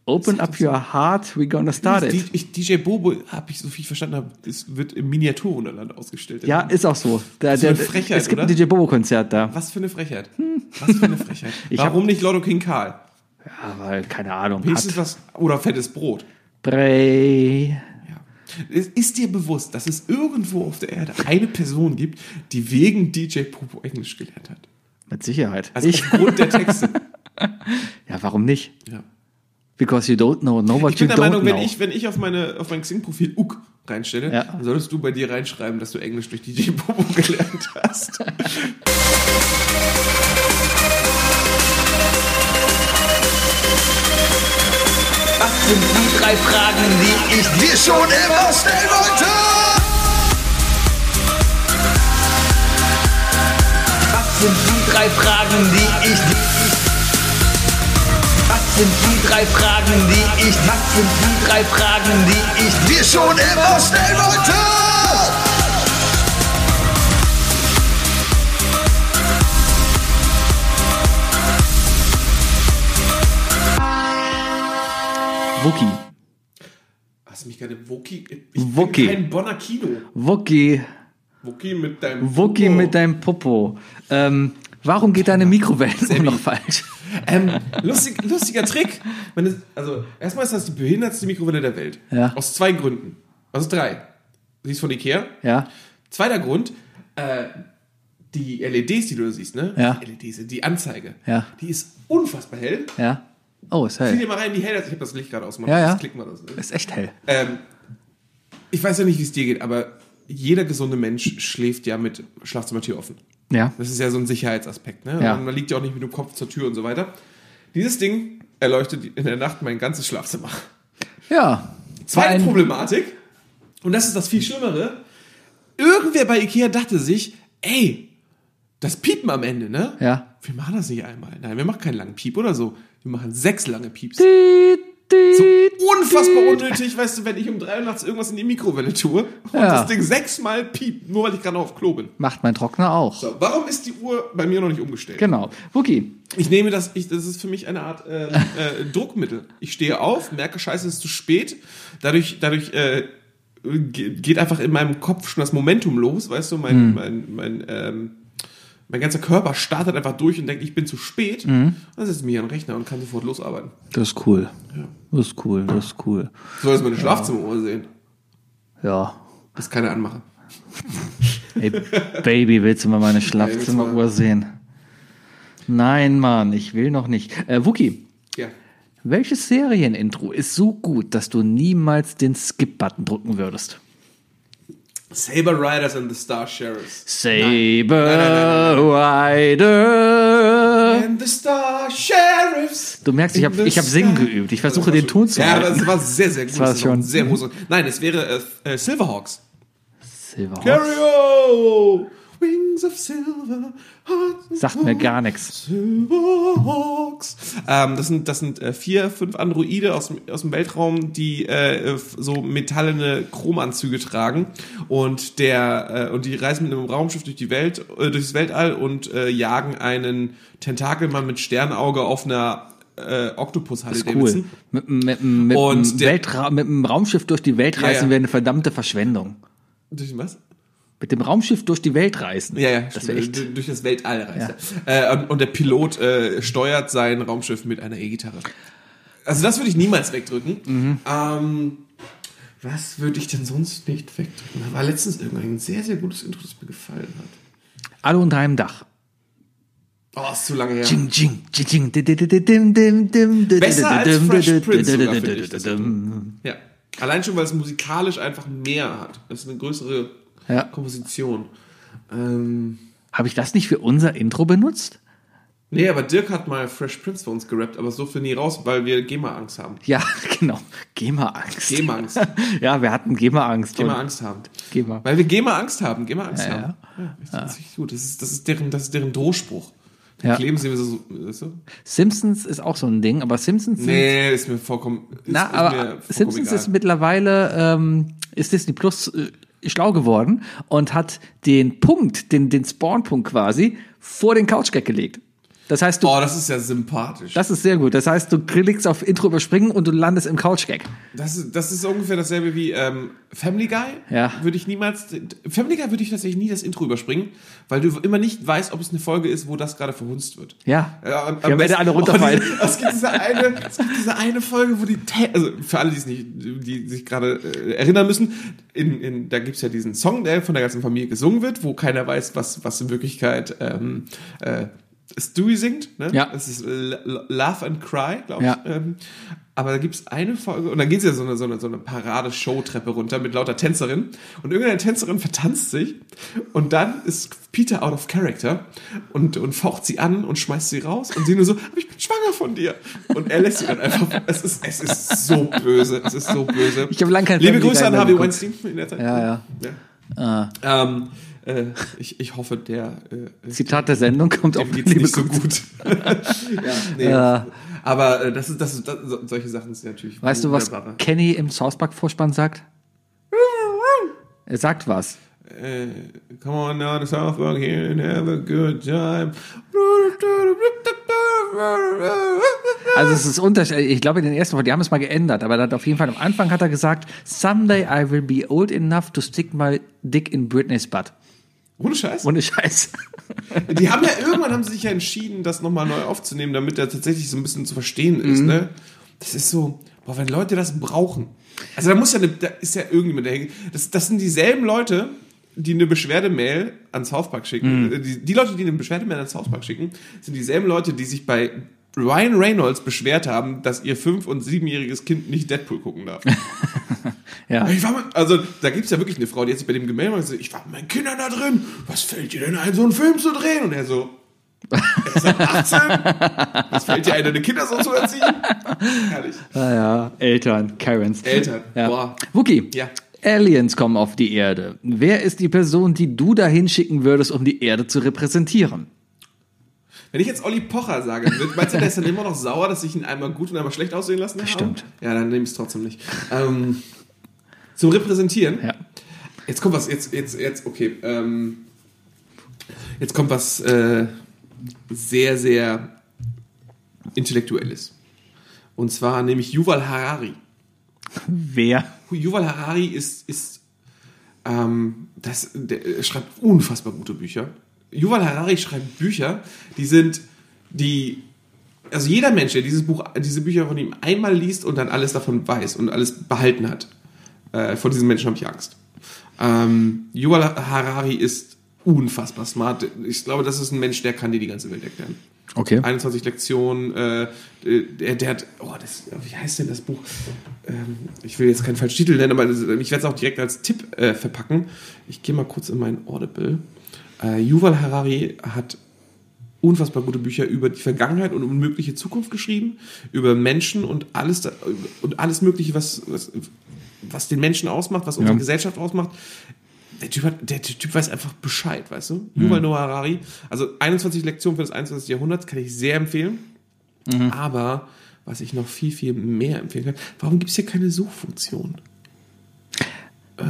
Speaker 2: Open up your heart, we're gonna start it.
Speaker 3: Die- Ich, DJ Bobo, habe ich so viel verstanden, hab, es wird im Miniaturenunterland ausgestellt.
Speaker 2: Ja, ist auch so. Der,
Speaker 3: So
Speaker 2: der,
Speaker 3: eine Frechheit,
Speaker 2: es gibt
Speaker 3: oder?
Speaker 2: ein DJ Bobo Konzert da.
Speaker 3: Was für eine Frechheit. Was für eine Frechheit.
Speaker 2: Hm. Ich hab-
Speaker 3: Warum nicht Lotto King Karl?
Speaker 2: Ja, weil keine Ahnung.
Speaker 3: Wenigstens was oder fettes Brot.
Speaker 2: Brei.
Speaker 3: Ja. Es Ist dir bewusst, dass es irgendwo auf der Erde eine Person gibt, die wegen DJ Bobo Englisch gelernt hat?
Speaker 2: Mit Sicherheit.
Speaker 3: Also
Speaker 2: ich,
Speaker 3: aufgrund der Texte.
Speaker 2: ja, warum nicht?
Speaker 3: Ja.
Speaker 2: Because you don't know, know what
Speaker 3: Ich bin
Speaker 2: you
Speaker 3: der
Speaker 2: don't
Speaker 3: Meinung,
Speaker 2: know.
Speaker 3: wenn ich, wenn ich auf, meine, auf mein Xing-Profil UK reinstelle,
Speaker 2: Ja.
Speaker 3: dann solltest du bei dir reinschreiben, dass du Englisch durch DJ Bobo gelernt hast.
Speaker 4: Was sind die drei Fragen, die ich dir schon immer stellen wollte? Was sind die drei Fragen, die ich Was sind die drei Fragen, die ich Was sind die drei Fragen, die ich dir schon immer stellen wollte?
Speaker 2: Wookie.
Speaker 3: Hast du mich gerade Woki? Ich
Speaker 2: Woki.
Speaker 3: bin kein Bonner Kino.
Speaker 2: Wookie.
Speaker 3: Woki mit deinem...
Speaker 2: Wookie
Speaker 3: Oh.
Speaker 2: mit deinem Popo. Ähm, warum geht deine Mikrowelle immer noch falsch?
Speaker 3: Ähm, lustig, lustiger Trick. Wenn es, also, erstmal ist das die behindertste Mikrowelle der Welt.
Speaker 2: Ja.
Speaker 3: Aus zwei Gründen. Aus drei. Sie ist von Ikea.
Speaker 2: Ja.
Speaker 3: Zweiter Grund, äh, die LEDs, die du da siehst, ne?
Speaker 2: Ja.
Speaker 3: Die LEDs, die Anzeige.
Speaker 2: Ja.
Speaker 3: Die ist unfassbar hell.
Speaker 2: Ja. Oh, ist
Speaker 3: Zieh
Speaker 2: hell.
Speaker 3: dir mal rein, wie hell das ist. Ich habe das Licht gerade ausgemacht.
Speaker 2: Ja, ja.
Speaker 3: Das klicken wir das. ne?
Speaker 2: Ist echt hell.
Speaker 3: Ähm, ich weiß ja nicht, wie es dir geht, aber jeder gesunde Mensch schläft ja mit Schlafzimmertür offen.
Speaker 2: Ja.
Speaker 3: Das ist ja so ein Sicherheitsaspekt, ne?
Speaker 2: Ja.
Speaker 3: Und man liegt ja auch nicht mit dem Kopf zur Tür und so weiter. Dieses Ding erleuchtet in der Nacht mein ganzes Schlafzimmer.
Speaker 2: Ja.
Speaker 3: Zweite
Speaker 2: Ein-
Speaker 3: Problematik, und das ist das viel Schlimmere, irgendwer bei Ikea dachte sich, ey, das Piepen am Ende, ne?
Speaker 2: Ja.
Speaker 3: Wir machen das nicht einmal. Nein, wir machen keinen langen Piep oder so. Wir machen sechs lange Pieps. So unfassbar unnötig, weißt du, wenn ich um drei Uhr nachts irgendwas in die Mikrowelle tue und
Speaker 2: Ja.
Speaker 3: das Ding sechsmal piept, nur weil ich gerade noch auf Klo bin.
Speaker 2: Macht mein Trockner auch.
Speaker 3: So, warum ist die Uhr bei mir noch nicht umgestellt?
Speaker 2: Genau. Wookie.
Speaker 3: Ich nehme das, ich, das ist für mich eine Art ähm, äh, Druckmittel. Ich stehe auf, merke, scheiße, es ist zu spät. Dadurch, dadurch äh, ge- geht einfach in meinem Kopf schon das Momentum los, weißt du, mein,
Speaker 2: Mhm.
Speaker 3: mein, mein, ähm, mein ganzer Körper startet einfach durch und denkt, ich bin zu spät. Dann setze ich mich an den Rechner und kann sofort losarbeiten.
Speaker 2: Mhm. Das ist cool. Das ist cool, das ist cool.
Speaker 3: So jetzt meine Schlafzimmeruhr sehen.
Speaker 2: Ja.
Speaker 3: Das ist keine Anmache.
Speaker 2: Ey, Baby, willst du mal meine Schlafzimmeruhr sehen? Nein, Mann, ich will noch nicht. Äh, Wookie,
Speaker 3: Ja.
Speaker 2: welches Serienintro ist so gut, dass du niemals den Skip-Button drücken würdest?
Speaker 3: Saber Riders and the Star Sheriffs.
Speaker 2: Saber Rider.
Speaker 3: And the Star Sheriffs.
Speaker 2: Du merkst, ich habe ich hab Singen geübt. Ich versuche den Ton zu
Speaker 3: Ja, aber
Speaker 2: halten.
Speaker 3: es war sehr, sehr gut.
Speaker 2: war
Speaker 3: Es ist auch
Speaker 2: schon-
Speaker 3: Sehr groß. Nein, es wäre äh, äh, Silverhawks.
Speaker 2: Silver.
Speaker 3: Carry-o! Wings of Silver, Hearts of
Speaker 2: Sagt mir gar nichts.
Speaker 3: Silverhawks. Ähm, das sind, das sind äh, vier, fünf Androide aus dem, aus dem Weltraum, die äh, f- so metallene Chromanzüge tragen und der äh, und die reisen mit einem Raumschiff durch die Welt, äh, durchs Weltall und äh, jagen einen Tentakelmann mit Sternauge auf einer äh, Oktopushalle.
Speaker 2: Das ist cool. Mit, mit, mit,
Speaker 3: Und
Speaker 2: mit,
Speaker 3: der-
Speaker 2: Weltra mit dem Raumschiff durch die Welt
Speaker 3: Ja,
Speaker 2: reisen
Speaker 3: ja.
Speaker 2: wäre eine verdammte Verschwendung.
Speaker 3: Durch was?
Speaker 2: Mit dem Raumschiff durch die Welt reisen.
Speaker 3: Ja, ja,
Speaker 2: Das
Speaker 3: stimmt.
Speaker 2: wäre echt.
Speaker 3: Du- durch das Weltall reist. er. Äh, und, und der Pilot äh, steuert sein Raumschiff mit einer E-Gitarre. Also das würde ich niemals wegdrücken. Ähm, was würde ich denn sonst nicht wegdrücken? Da war letztens irgendein sehr, sehr gutes Intro, das mir gefallen hat.
Speaker 2: Alle unter einem Dach.
Speaker 3: Oh, ist zu lange her.
Speaker 2: Jing, jing, jing, jing, di- di- di- di- dim, dim, dim, di- di-
Speaker 3: Besser
Speaker 2: di-
Speaker 3: als
Speaker 2: dim,
Speaker 3: Fresh
Speaker 2: di- di-
Speaker 3: Prince
Speaker 2: di- di-
Speaker 3: sogar,
Speaker 2: di-
Speaker 3: finde
Speaker 2: di- di-
Speaker 3: ich, das
Speaker 2: dim.
Speaker 3: Ja. Allein schon, weil es musikalisch einfach mehr hat. Das ist eine größere
Speaker 2: Ja.
Speaker 3: Komposition. Ähm,
Speaker 2: Habe ich das nicht für unser Intro benutzt?
Speaker 3: nee, aber Dirk hat mal Fresh Prince für uns gerappt, aber es durfte nie raus, weil wir GEMA-Angst haben.
Speaker 2: Ja, genau. GEMA-Angst.
Speaker 3: GEMA-Angst.
Speaker 2: Ja, wir hatten GEMA-Angst.
Speaker 3: GEMA
Speaker 2: und-
Speaker 3: Angst haben.
Speaker 2: GEMA.
Speaker 3: Weil wir GEMA Angst haben. GEMA Angst haben. Ja, das ist richtig gut. Das ist, das ist, deren, das ist deren Drohspruch. Den
Speaker 2: Ja.
Speaker 3: Kleben sie mir so. Weißt du?
Speaker 2: Simpsons ist auch so ein Ding, aber Simpsons sind
Speaker 3: Nee, ist mir vollkommen. Ist,
Speaker 2: Na,
Speaker 3: ist mir
Speaker 2: aber
Speaker 3: vollkommen
Speaker 2: Simpsons
Speaker 3: egal.
Speaker 2: ist mittlerweile, ähm, ist Disney Plus äh, schlau geworden und hat den Punkt, den, den Spawn-Punkt quasi, vor den Couch-Gag gelegt. Das heißt, du,
Speaker 3: Oh, das ist ja sympathisch.
Speaker 2: das ist sehr gut. Das heißt, du klickst auf Intro überspringen und du landest im Couch-Gag.
Speaker 3: Das ist, das ist ungefähr dasselbe wie ähm, Family Guy.
Speaker 2: Ja.
Speaker 3: Würde ich niemals. Family Guy würde ich tatsächlich nie das Intro überspringen, weil du immer nicht weißt, ob es eine Folge ist, wo das gerade verhunzt wird.
Speaker 2: Ja.
Speaker 3: Ja, am-
Speaker 2: Wir
Speaker 3: am
Speaker 2: am
Speaker 3: besten-
Speaker 2: Ende alle
Speaker 3: Oh,
Speaker 2: runterfallen.
Speaker 3: diese- es, gibt diese eine, es gibt diese eine Folge, wo die, Tä- also für alle, die es nicht, die sich gerade äh, erinnern müssen, in, in, da gibt's ja diesen Song, der von der ganzen Familie gesungen wird, wo keiner weiß, was, was in Wirklichkeit ähm, äh, Stewie singt. Ne?
Speaker 2: Ja.
Speaker 3: Das ist L- L- Laugh and Cry, glaube
Speaker 2: Ja.
Speaker 3: ich. Ähm, aber da gibt's eine Folge, und dann geht's ja so eine, so eine, so eine Parade-Show-Treppe runter mit lauter Tänzerinnen. Und irgendeine Tänzerin vertanzt sich. Und dann ist Peter out of character und, und faucht sie an und schmeißt sie raus. Und sie nur so, aber ich bin schwanger von dir. Und er lässt sie dann einfach. Es ist, es ist so böse. Es ist so böse.
Speaker 2: Ich habe lange kein
Speaker 3: Liebe
Speaker 2: Family
Speaker 3: Grüße
Speaker 2: Guy
Speaker 3: an
Speaker 2: mehr
Speaker 3: Harvey
Speaker 2: geguckt.
Speaker 3: Weinstein in der Zeit.
Speaker 2: Ja, Ah. ja.
Speaker 3: Ähm, äh, ich, ich hoffe, der. Äh,
Speaker 2: Zitat der Sendung kommt auf
Speaker 3: dem geht's
Speaker 2: Liebe
Speaker 3: nicht so
Speaker 2: Grüße.
Speaker 3: gut. ja, nee.
Speaker 2: Ja.
Speaker 3: Aber äh, das ist, das ist, das, so- solche Sachen sind natürlich.
Speaker 2: Weißt du, was
Speaker 3: wunderbare.
Speaker 2: Kenny im South Park Vorspann sagt? Er sagt was.
Speaker 3: Äh, come on down to South Park here and have a good time.
Speaker 2: Also es ist unterschiedlich. Ich glaube, in den ersten Folgen, die haben es mal geändert, aber er hat auf jeden Fall am Anfang hat er gesagt, someday I will be old enough to stick my dick in Britney's butt.
Speaker 3: Ohne Scheiß.
Speaker 2: Ohne Scheiß.
Speaker 3: Die haben ja irgendwann haben sie sich ja entschieden, das nochmal neu aufzunehmen, damit er tatsächlich so ein bisschen zu verstehen ist. Ne? Das ist so, boah, wenn Leute das brauchen. Also da muss ja, eine, da ist ja irgendjemand der hängt. Das, das sind dieselben Leute, die eine Beschwerdemail an South Park schicken. äh, Die, die Leute, die eine Beschwerdemail an South Park schicken, sind dieselben Leute, die sich bei Ryan Reynolds beschwert haben, dass ihr fünf- und siebenjähriges Kind nicht Deadpool gucken darf.
Speaker 2: Ja.
Speaker 3: Ich war mal, also da gibt's ja wirklich eine Frau, die hat sich bei dem gemeldet und gesagt, ich war mit meinen Kindern da drin, was fällt dir denn ein, so einen Film zu drehen? Und er so, er ist ab 18, was fällt dir ein, deine Kinder so zu erziehen? Herrlich.
Speaker 2: Naja, Eltern, Karens.
Speaker 3: Eltern,
Speaker 2: Ja.
Speaker 3: boah.
Speaker 2: Wookie.
Speaker 3: Ja.
Speaker 2: Aliens kommen auf die Erde. Wer ist die Person, die du dahin schicken würdest, um die Erde zu repräsentieren?
Speaker 3: Wenn ich jetzt Olli Pocher sage, wird- meinst du, der ist dann immer noch sauer, dass ich ihn einmal gut und einmal schlecht aussehen lassen habe?
Speaker 2: Bestimmt.
Speaker 3: Ja, dann nehme ich es trotzdem nicht. Ähm, zum Repräsentieren.
Speaker 2: Ja.
Speaker 3: Jetzt kommt was, jetzt, jetzt, jetzt, okay. Ähm, jetzt kommt was äh, sehr, sehr Intellektuelles. Und zwar nämlich Yuval Harari.
Speaker 2: Wer?
Speaker 3: Yuval Harari ist, ist ähm, das, der äh, schreibt unfassbar gute Bücher. Yuval Harari schreibt Bücher, die sind, die, also jeder Mensch, der dieses Buch, diese Bücher von ihm einmal liest und dann alles davon weiß und alles behalten hat, äh, vor diesen Menschen habe ich Angst. Ähm, Yuval Harari ist unfassbar smart. Ich glaube, das ist ein Mensch, der kann dir die ganze Welt erklären.
Speaker 2: Okay.
Speaker 3: 21 Lektionen. Äh, äh, der, der hat, oh, das, wie heißt denn das Buch? Ähm, ich will jetzt keinen falschen Titel nennen, aber das, ich werde es auch direkt als Tipp äh, verpacken. Ich gehe mal kurz in meinen Audible. Äh, Yuval Harari hat unfassbar gute Bücher über die Vergangenheit und unmögliche Zukunft geschrieben, über Menschen und alles da- und alles Mögliche, was, was, was den Menschen ausmacht, was unsere Gesellschaft ausmacht. Der typ, hat, der typ weiß einfach Bescheid, weißt du? Yuval Noah Harari. Also 21 Lektionen für das 21. Jahrhundert kann ich sehr empfehlen. Aber was ich noch viel, viel mehr empfehlen kann, warum gibt es hier keine Suchfunktion? Äh,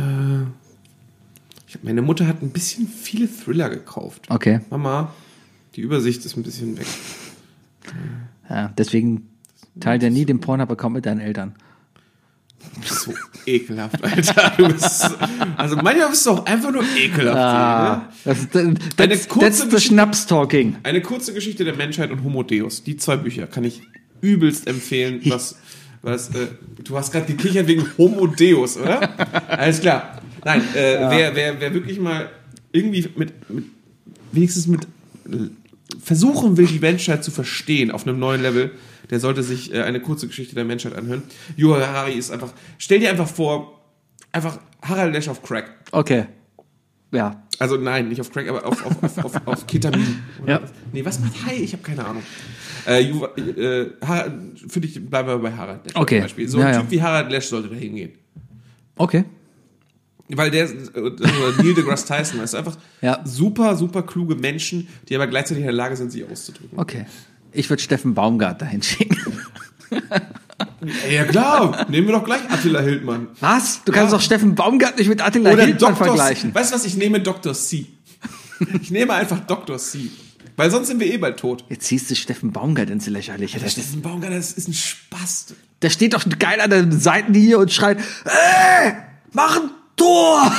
Speaker 3: ich- meine Mutter hat ein bisschen viele Thriller gekauft.
Speaker 2: Okay.
Speaker 3: Mama, die Übersicht ist ein bisschen weg.
Speaker 2: Ja, deswegen teilt er nie den Pornhub-Account mit deinen Eltern.
Speaker 3: So ekelhaft, Alter. Du bist, also manchmal bist du auch einfach nur ekelhaft. ne? Seele.
Speaker 2: Das, das,
Speaker 3: Eine
Speaker 2: das,
Speaker 3: kurze
Speaker 2: das ist das
Speaker 3: Geschichte-
Speaker 2: Schnaps-Talking.
Speaker 3: Eine kurze Geschichte der Menschheit und Homo Deus. Die zwei Bücher kann ich übelst empfehlen. Was, was, äh, du hast gerade gekichert wegen Homo Deus, oder? Alles klar. Nein, äh, wer, wer, wer wirklich mal irgendwie mit, mit wenigstens mit äh, versuchen will, die Menschheit zu verstehen auf einem neuen Level, der sollte sich äh, eine kurze Geschichte der Menschheit anhören. Yuval Harari ist einfach, stell dir einfach vor, einfach Harald Lesch auf Crack.
Speaker 2: Okay. Ja.
Speaker 3: Also nein, nicht auf Crack, aber auf, auf, auf, auf, auf Ketamin. Oder
Speaker 2: Ja.
Speaker 3: was? Nee, was macht Hai? Ich habe keine Ahnung. Äh, Ju, äh, Har- für dich bleiben wir bei Harald Lesch
Speaker 2: Okay.
Speaker 3: zum Beispiel. So
Speaker 2: Ja,
Speaker 3: ein
Speaker 2: ja.
Speaker 3: Typ wie Harald Lesch sollte da hingehen.
Speaker 2: Okay.
Speaker 3: Weil der, äh, oder Neil deGrasse Tyson, das ist einfach
Speaker 2: Ja.
Speaker 3: super, super kluge Menschen, die aber gleichzeitig in der Lage sind, sie auszudrücken.
Speaker 2: Okay. Ich würde Steffen Baumgart dahin schicken.
Speaker 3: Ey, Ja klar, nehmen wir doch gleich Attila Hildmann.
Speaker 2: Was? Du kannst doch Steffen Baumgart nicht mit Attila
Speaker 3: Oder
Speaker 2: Hildmann
Speaker 3: Dr.
Speaker 2: vergleichen.
Speaker 3: C. Weißt du was, ich nehme Dr. C. Ich nehme einfach Dr. C. Weil sonst sind wir eh bald tot.
Speaker 2: Jetzt siehst du Steffen Baumgart ins Lächerliche. Das,
Speaker 3: Steffen Baumgart, das ist ein Spast.
Speaker 2: der steht doch geil an der Seitenlinie und schreit, ey, mach ein Tor!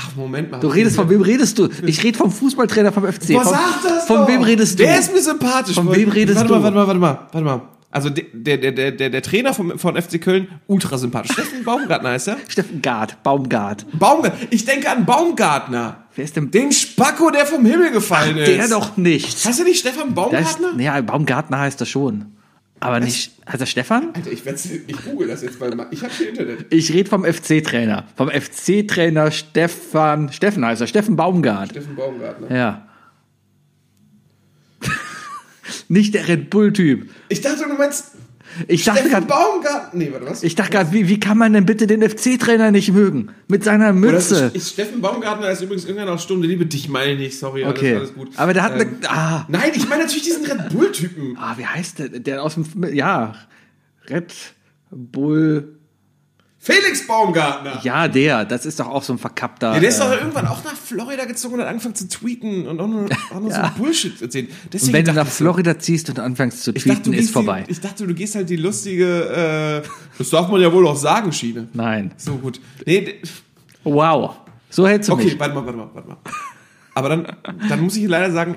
Speaker 3: Ach, Moment mal.
Speaker 2: Du redest, von wem redest du? Ich rede vom Fußballtrainer vom FC.
Speaker 3: Boah,
Speaker 2: von,
Speaker 3: sag das
Speaker 2: Von
Speaker 3: doch.
Speaker 2: wem redest du?
Speaker 3: Der ist mir sympathisch.
Speaker 2: Von wem redest
Speaker 3: warte
Speaker 2: du?
Speaker 3: Mal, warte mal, warte mal, warte mal. Also der, der, der- der, der, der Trainer vom, von FC Köln, ultra sympathisch. Steffen Baumgartner heißt er.
Speaker 2: Steffen Gart, Baumgart.
Speaker 3: Baumgartner. Ich denke an Baumgartner.
Speaker 2: Wer ist denn-
Speaker 3: Den Spacko, der vom Himmel gefallen ist.
Speaker 2: Der doch nicht.
Speaker 3: Heißt er nicht Stefan
Speaker 2: Da ist,
Speaker 3: Baumgartner?
Speaker 2: ja, Baumgartner heißt er schon. Aber nicht. Heißt er Stefan?
Speaker 3: Alter, ich, werd's- ich google das jetzt mal. Ich habe hier Internet.
Speaker 2: Ich rede vom FC-Trainer. Vom FC-Trainer Stefan. Steffen heißt er, Steffen Baumgart.
Speaker 3: Steffen Baumgartner.
Speaker 2: Ja. nicht der Red Bull-Typ.
Speaker 3: Ich dachte, du meinst
Speaker 2: Ich dachte gerade.
Speaker 3: Steffen Baumgartner. Nee, warte, was?
Speaker 2: Ich dachte gerade, wie, wie kann man denn bitte den FC-Trainer nicht mögen? Mit seiner
Speaker 3: Das
Speaker 2: Mütze.
Speaker 3: ist, ist Steffen Baumgartner ist übrigens irgendwann auch stumm. Der liebe dich meine ich nicht. Sorry,
Speaker 2: Okay.
Speaker 3: alles, alles gut.
Speaker 2: Aber der hat
Speaker 3: Ähm,
Speaker 2: eine. Ah.
Speaker 3: Nein, ich meine natürlich diesen Red Bull-Typen.
Speaker 2: Ah, wie heißt der? Der aus dem. Ja. Red Bull.
Speaker 3: Felix Baumgartner.
Speaker 2: Ja, der, das ist doch auch so ein verkappter.
Speaker 3: Ja, der ist
Speaker 2: äh,
Speaker 3: doch irgendwann auch nach Florida gezogen und hat angefangen zu tweeten und auch nur, auch nur so Bullshit erzählen. Deswegen
Speaker 2: und wenn du
Speaker 3: dachte
Speaker 2: nach
Speaker 3: ich so,
Speaker 2: Florida ziehst und anfängst zu
Speaker 3: ich dachte, du
Speaker 2: tweeten,
Speaker 3: gehst
Speaker 2: ist vorbei.
Speaker 3: Die, ich dachte, du gehst halt die lustige, äh, das darf man ja wohl auch sagen, Schiene.
Speaker 2: Nein.
Speaker 3: So gut. Nee, d-
Speaker 2: Wow. So hältst du
Speaker 3: okay,
Speaker 2: mich.
Speaker 3: warte mal, warte mal, warte mal. Aber dann, dann muss ich leider sagen,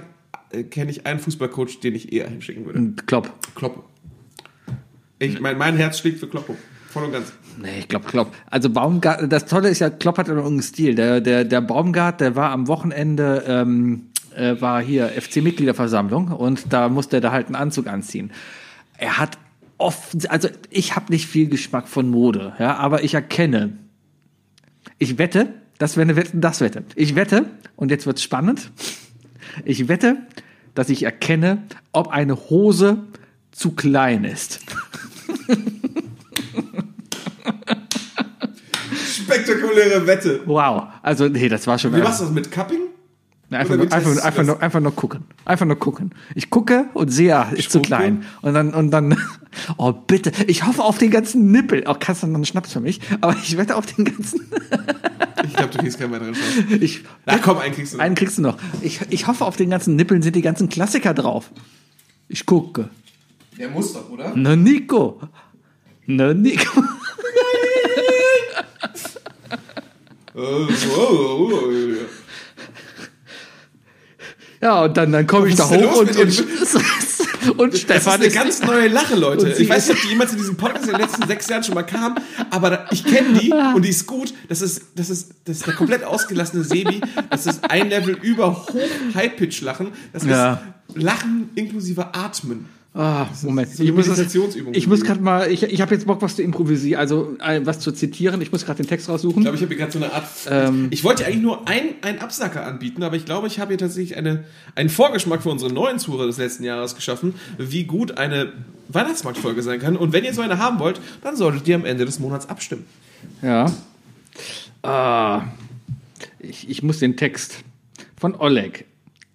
Speaker 3: äh, kenne ich einen Fußballcoach, den ich eher hinschicken würde.
Speaker 2: Klopp.
Speaker 3: Kloppo. Ich, mein, mein Herz schlägt für Kloppo. Voll und ganz.
Speaker 2: Nee, ich glaube Klopp. Also Baumgart, das Tolle ist ja, Klopp hat ja noch irgendeinen Stil. Der, der, der Baumgart, der war am Wochenende, ähm, äh, war hier FC-Mitgliederversammlung und da musste er da halt einen Anzug anziehen. Er hat oft, also ich habe nicht viel Geschmack von Mode, ja, aber ich erkenne. Ich wette, das wäre eine Wette, das wette. Ich wette, und jetzt wird's spannend, ich wette, dass ich erkenne, ob eine Hose zu klein ist.
Speaker 3: Spektakuläre Wette.
Speaker 2: Wow. Also, nee, das war schon
Speaker 3: Wie machst du das mit Cupping?
Speaker 2: Na, Einfach
Speaker 3: Oder
Speaker 2: nur,
Speaker 3: wie
Speaker 2: einfach, nur,
Speaker 3: testest du
Speaker 2: einfach,
Speaker 3: das?
Speaker 2: nur, einfach nur gucken. Einfach nur gucken. Ich gucke und sehe, ah, ist zu
Speaker 3: gucke.
Speaker 2: klein. Und dann, und dann, oh bitte, ich hoffe auf den ganzen Nippel. Auch kannst du dann einen Schnaps für mich, aber ich wette auf den ganzen,
Speaker 3: Ich glaube, du kriegst keinen weiteren Chance.
Speaker 2: ich,
Speaker 3: Na komm, einen kriegst du noch.
Speaker 2: einen kriegst du noch. Ich, ich hoffe auf den ganzen Nippeln sind die ganzen Klassiker drauf. Ich gucke.
Speaker 3: Der muss doch, oder?
Speaker 2: Ne Nico. Ne Nico.
Speaker 3: Äh, oh, oh, oh, oh.
Speaker 2: Ja, und dann, dann komme ich da
Speaker 3: Was ist denn
Speaker 2: hoch
Speaker 3: los
Speaker 2: und,
Speaker 3: mit
Speaker 2: und, und
Speaker 3: Das ist
Speaker 2: Stefan
Speaker 3: eine ganz neue Lache, Leute.
Speaker 2: Und sie
Speaker 3: Ich weiß nicht, ob die jemand zu diesem Podcast in den letzten sechs Jahren schon mal kam, aber da, ich kenne die und die ist gut. Das ist, das ist, das ist der komplett ausgelassene Sebi. Das ist ein Level über hoch High-Pitch-Lachen. Das ist
Speaker 2: Ja.
Speaker 3: Lachen inklusive Atmen.
Speaker 2: Ah, Moment.
Speaker 3: so eine
Speaker 2: ich muss, das-
Speaker 3: Meditationsübung.
Speaker 2: ich muss gerade mal, ich, ich habe jetzt Bock, was zu improvisieren, also äh, was zu zitieren. Ich muss gerade den Text raussuchen.
Speaker 3: Ich glaube, ich habe hier gerade so eine Art.
Speaker 2: Ähm.
Speaker 3: ich wollte eigentlich nur ein- einen Absacker anbieten, aber ich glaube, ich habe hier tatsächlich eine, einen Vorgeschmack für unsere neuen Zuhörer des letzten Jahres geschaffen, wie gut eine Weihnachtsmarktfolge sein kann. Und wenn ihr so eine haben wollt, dann solltet ihr am Ende des Monats abstimmen.
Speaker 2: ja. Ah, ich, ich muss den Text von Oleg.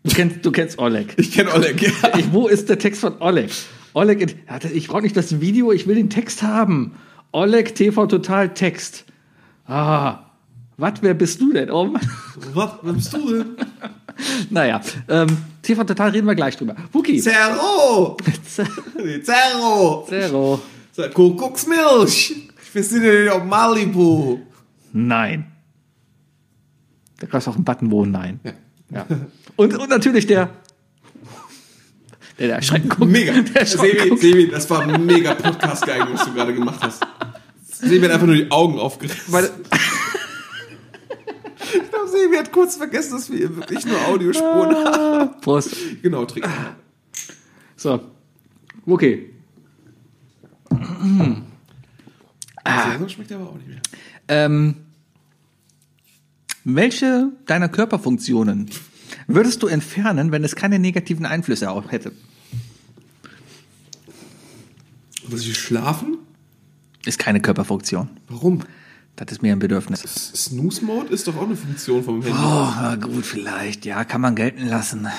Speaker 2: Du kennst, du kennst Oleg.
Speaker 3: Ich kenne Oleg. Ja.
Speaker 2: Ich, wo ist der Text von Oleg? Oleg, in- ja, das- ich brauche nicht das Video, ich will den Text haben. Oleg TV Total Text. Ah, was, wer bist du denn? Oh Mann.
Speaker 3: Was, was bist du denn?
Speaker 2: Naja, ähm, TV Total reden wir gleich drüber. Wookie.
Speaker 3: Zero! Zero!
Speaker 2: Zero.
Speaker 3: Sag, Kuckucksmilch! Wir sind ja auf Malibu.
Speaker 2: Nein. Da gab es auch einen Button, wo nein. Ja. Und, und natürlich der. Der, der Schrecken guckt.
Speaker 3: Mega.
Speaker 2: Der Schrecken
Speaker 3: Sebi,
Speaker 2: guckt.
Speaker 3: Sebi, das war mega Podcast-Geil, was du gerade gemacht hast. Sebi hat einfach nur die Augen aufgerissen.
Speaker 2: Weil-
Speaker 3: ich glaube, Sebi hat kurz vergessen, dass wir hier wirklich nur Audiospuren
Speaker 2: Ah.
Speaker 3: haben.
Speaker 2: Prost.
Speaker 3: Genau, trinken.
Speaker 2: Ah. So. Okay.
Speaker 3: Ah. So schmeckt der aber auch nicht mehr.
Speaker 2: Ähm, welche deiner Körperfunktionen würdest du entfernen, wenn es keine negativen Einflüsse auch hätte?
Speaker 3: Muss ich schlafen?
Speaker 2: Ist keine Körperfunktion.
Speaker 3: Warum?
Speaker 2: Das ist mir ein Bedürfnis.
Speaker 3: Snooze-Mode ist doch auch eine Funktion vom Handy.
Speaker 2: Oh, gut, vielleicht. Ja, kann man gelten lassen. ne?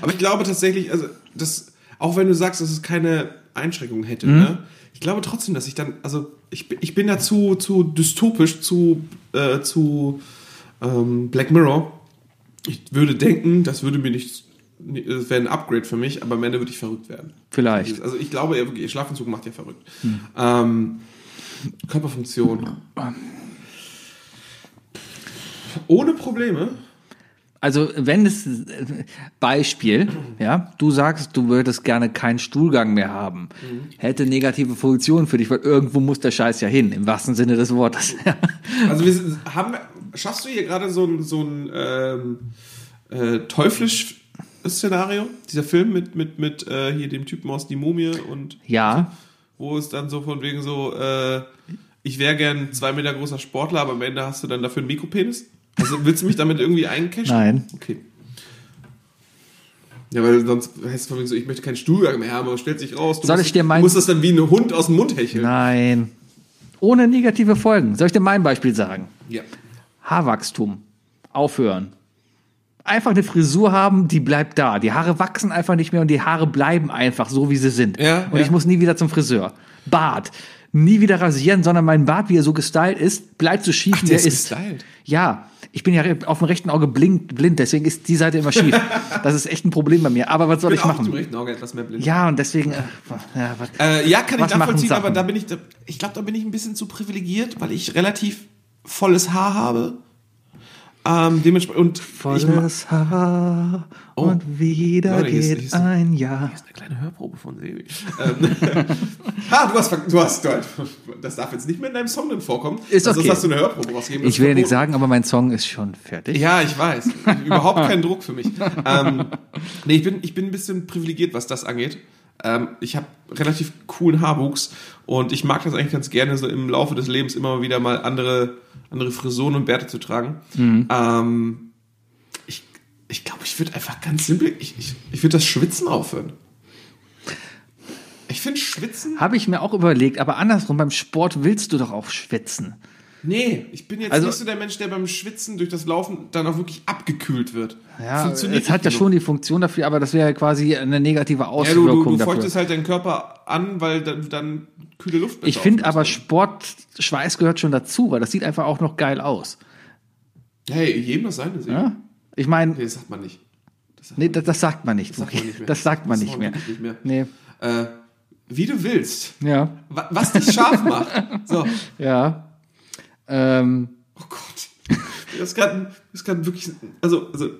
Speaker 3: Aber ich glaube tatsächlich, also das, auch wenn du sagst, dass es keine Einschränkungen hätte, ne? ich glaube trotzdem, dass ich dann, also ich, bin- ich bin da zu, zu dystopisch, zu, äh, zu ähm, Black Mirror. Ich würde denken, das würde mir nicht, das wäre ein Upgrade für mich, aber am Ende würde ich verrückt werden.
Speaker 2: Vielleicht.
Speaker 3: Also ich glaube, ja wirklich, Schlafanzug macht ja verrückt. Ähm, Körperfunktion. Ohne Probleme.
Speaker 2: Also wenn es Beispiel, ja, du sagst, du würdest gerne keinen Stuhlgang mehr haben, hätte negative Funktionen für dich, weil irgendwo muss der Scheiß ja hin, im wahrsten Sinne des Wortes.
Speaker 3: Also wir sind, haben, schaffst du hier gerade so ein, so ein ähm, äh, teuflisch Szenario? Dieser Film mit, mit, mit äh, hier dem Typen aus Die Mumie und
Speaker 2: ja,
Speaker 3: wo es dann so von wegen so, äh, ich wäre gern ein zwei Meter großer Sportler, aber am Ende hast du dann dafür einen Mikropenis? Also willst du mich damit irgendwie eincashen?
Speaker 2: Nein.
Speaker 3: Okay. Ja, weil sonst heißt es von wegen so, ich möchte keinen Stuhlgang mehr haben, aber stellt sich raus. Du
Speaker 2: Soll
Speaker 3: musst,
Speaker 2: ich dir
Speaker 3: du
Speaker 2: mein-
Speaker 3: musst das dann wie ein Hund aus dem Mund hecheln.
Speaker 2: nein. Ohne negative Folgen. Soll ich dir mein Beispiel sagen?
Speaker 3: Ja.
Speaker 2: Haarwachstum. Aufhören. Einfach eine Frisur haben, die bleibt da. Die Haare wachsen einfach nicht mehr und die Haare bleiben einfach so, wie sie sind.
Speaker 3: Ja,
Speaker 2: und
Speaker 3: ja.
Speaker 2: ich muss nie wieder zum Friseur. Bart. nie wieder rasieren, sondern mein Bart, wie er so gestylt ist, bleibt so schief, wie
Speaker 3: der
Speaker 2: er
Speaker 3: ist
Speaker 2: ist.
Speaker 3: gestylt?
Speaker 2: Ja, ich bin ja re- auf dem rechten Auge blind, blind, deswegen ist die Seite immer schief. das ist echt ein Problem bei mir. Aber was soll ich
Speaker 3: Auch zum
Speaker 2: machen?
Speaker 3: rechten Auge etwas mehr blind.
Speaker 2: Ja, und deswegen. Äh, ja, was,
Speaker 3: Äh, ja, kann ich
Speaker 2: Was machen
Speaker 3: nachvollziehen,
Speaker 2: Sachen?
Speaker 3: aber da bin ich, da- ich glaube, da bin ich ein bisschen zu privilegiert, weil ich relativ volles Haar habe. Ähm, dementsprechend, und ich ma-
Speaker 2: volles Haar
Speaker 3: Oh.
Speaker 2: und wieder
Speaker 3: Leute, hier ist- hier
Speaker 2: geht
Speaker 3: ist-
Speaker 2: ein Jahr.
Speaker 3: eine kleine Hörprobe von Sebi. Ähm, ha, du hast, ver- du hast, du- das darf jetzt nicht mehr in deinem Song drin vorkommen.
Speaker 2: Ist
Speaker 3: Sonst
Speaker 2: okay.
Speaker 3: hast du eine Hörprobe rausgegeben. Das
Speaker 2: Ich will ja
Speaker 3: ist
Speaker 2: nichts
Speaker 3: verboten.
Speaker 2: sagen, aber mein Song ist schon fertig.
Speaker 3: Ja, ich weiß. Überhaupt kein Druck für mich. Ähm, nee, ich bin, ich bin ein bisschen privilegiert, was das angeht. Ähm, ich habe relativ coolen Haarwuchs und ich mag das eigentlich ganz gerne, so im Laufe des Lebens immer wieder mal andere, andere Frisuren und Bärte zu tragen.
Speaker 2: Mhm.
Speaker 3: Ähm, ich ich glaube, ich würde einfach ganz simpel, ich, ich, ich würde das Schwitzen aufhören. Ich finde Schwitzen.
Speaker 2: Habe ich mir auch überlegt, aber andersrum, beim Sport willst du doch auch schwitzen.
Speaker 3: Nee, ich bin jetzt
Speaker 2: Also-
Speaker 3: nicht so der Mensch, der beim Schwitzen durch das Laufen dann auch wirklich abgekühlt wird.
Speaker 2: Ja, es
Speaker 3: nicht
Speaker 2: hat ja
Speaker 3: genug.
Speaker 2: schon die Funktion dafür, aber das wäre ja quasi eine negative
Speaker 3: Ja, du, du,
Speaker 2: Auswirkung
Speaker 3: du
Speaker 2: dafür.
Speaker 3: feuchtest halt deinen Körper an, weil dann, dann kühle Luft besser
Speaker 2: Ich finde aber,
Speaker 3: aufnimmt.
Speaker 2: Sport, Schweiß gehört schon dazu, weil das sieht einfach auch noch geil aus.
Speaker 3: Hey, jedem das seine Seele.
Speaker 2: Ja? Ich meine,
Speaker 3: Nee, das sagt man nicht.
Speaker 2: nee, das, das sagt man nicht.
Speaker 3: Das sagt man nicht mehr.
Speaker 2: Das sagt man
Speaker 3: Das
Speaker 2: nicht mehr.
Speaker 3: wirklich nicht mehr.
Speaker 2: Nee,
Speaker 3: Äh, wie du willst.
Speaker 2: ja,
Speaker 3: Wa- Was dich scharf macht. So. Oh
Speaker 2: ja. Ähm,
Speaker 3: Gott. Das kann, das kann wirklich. Also, also.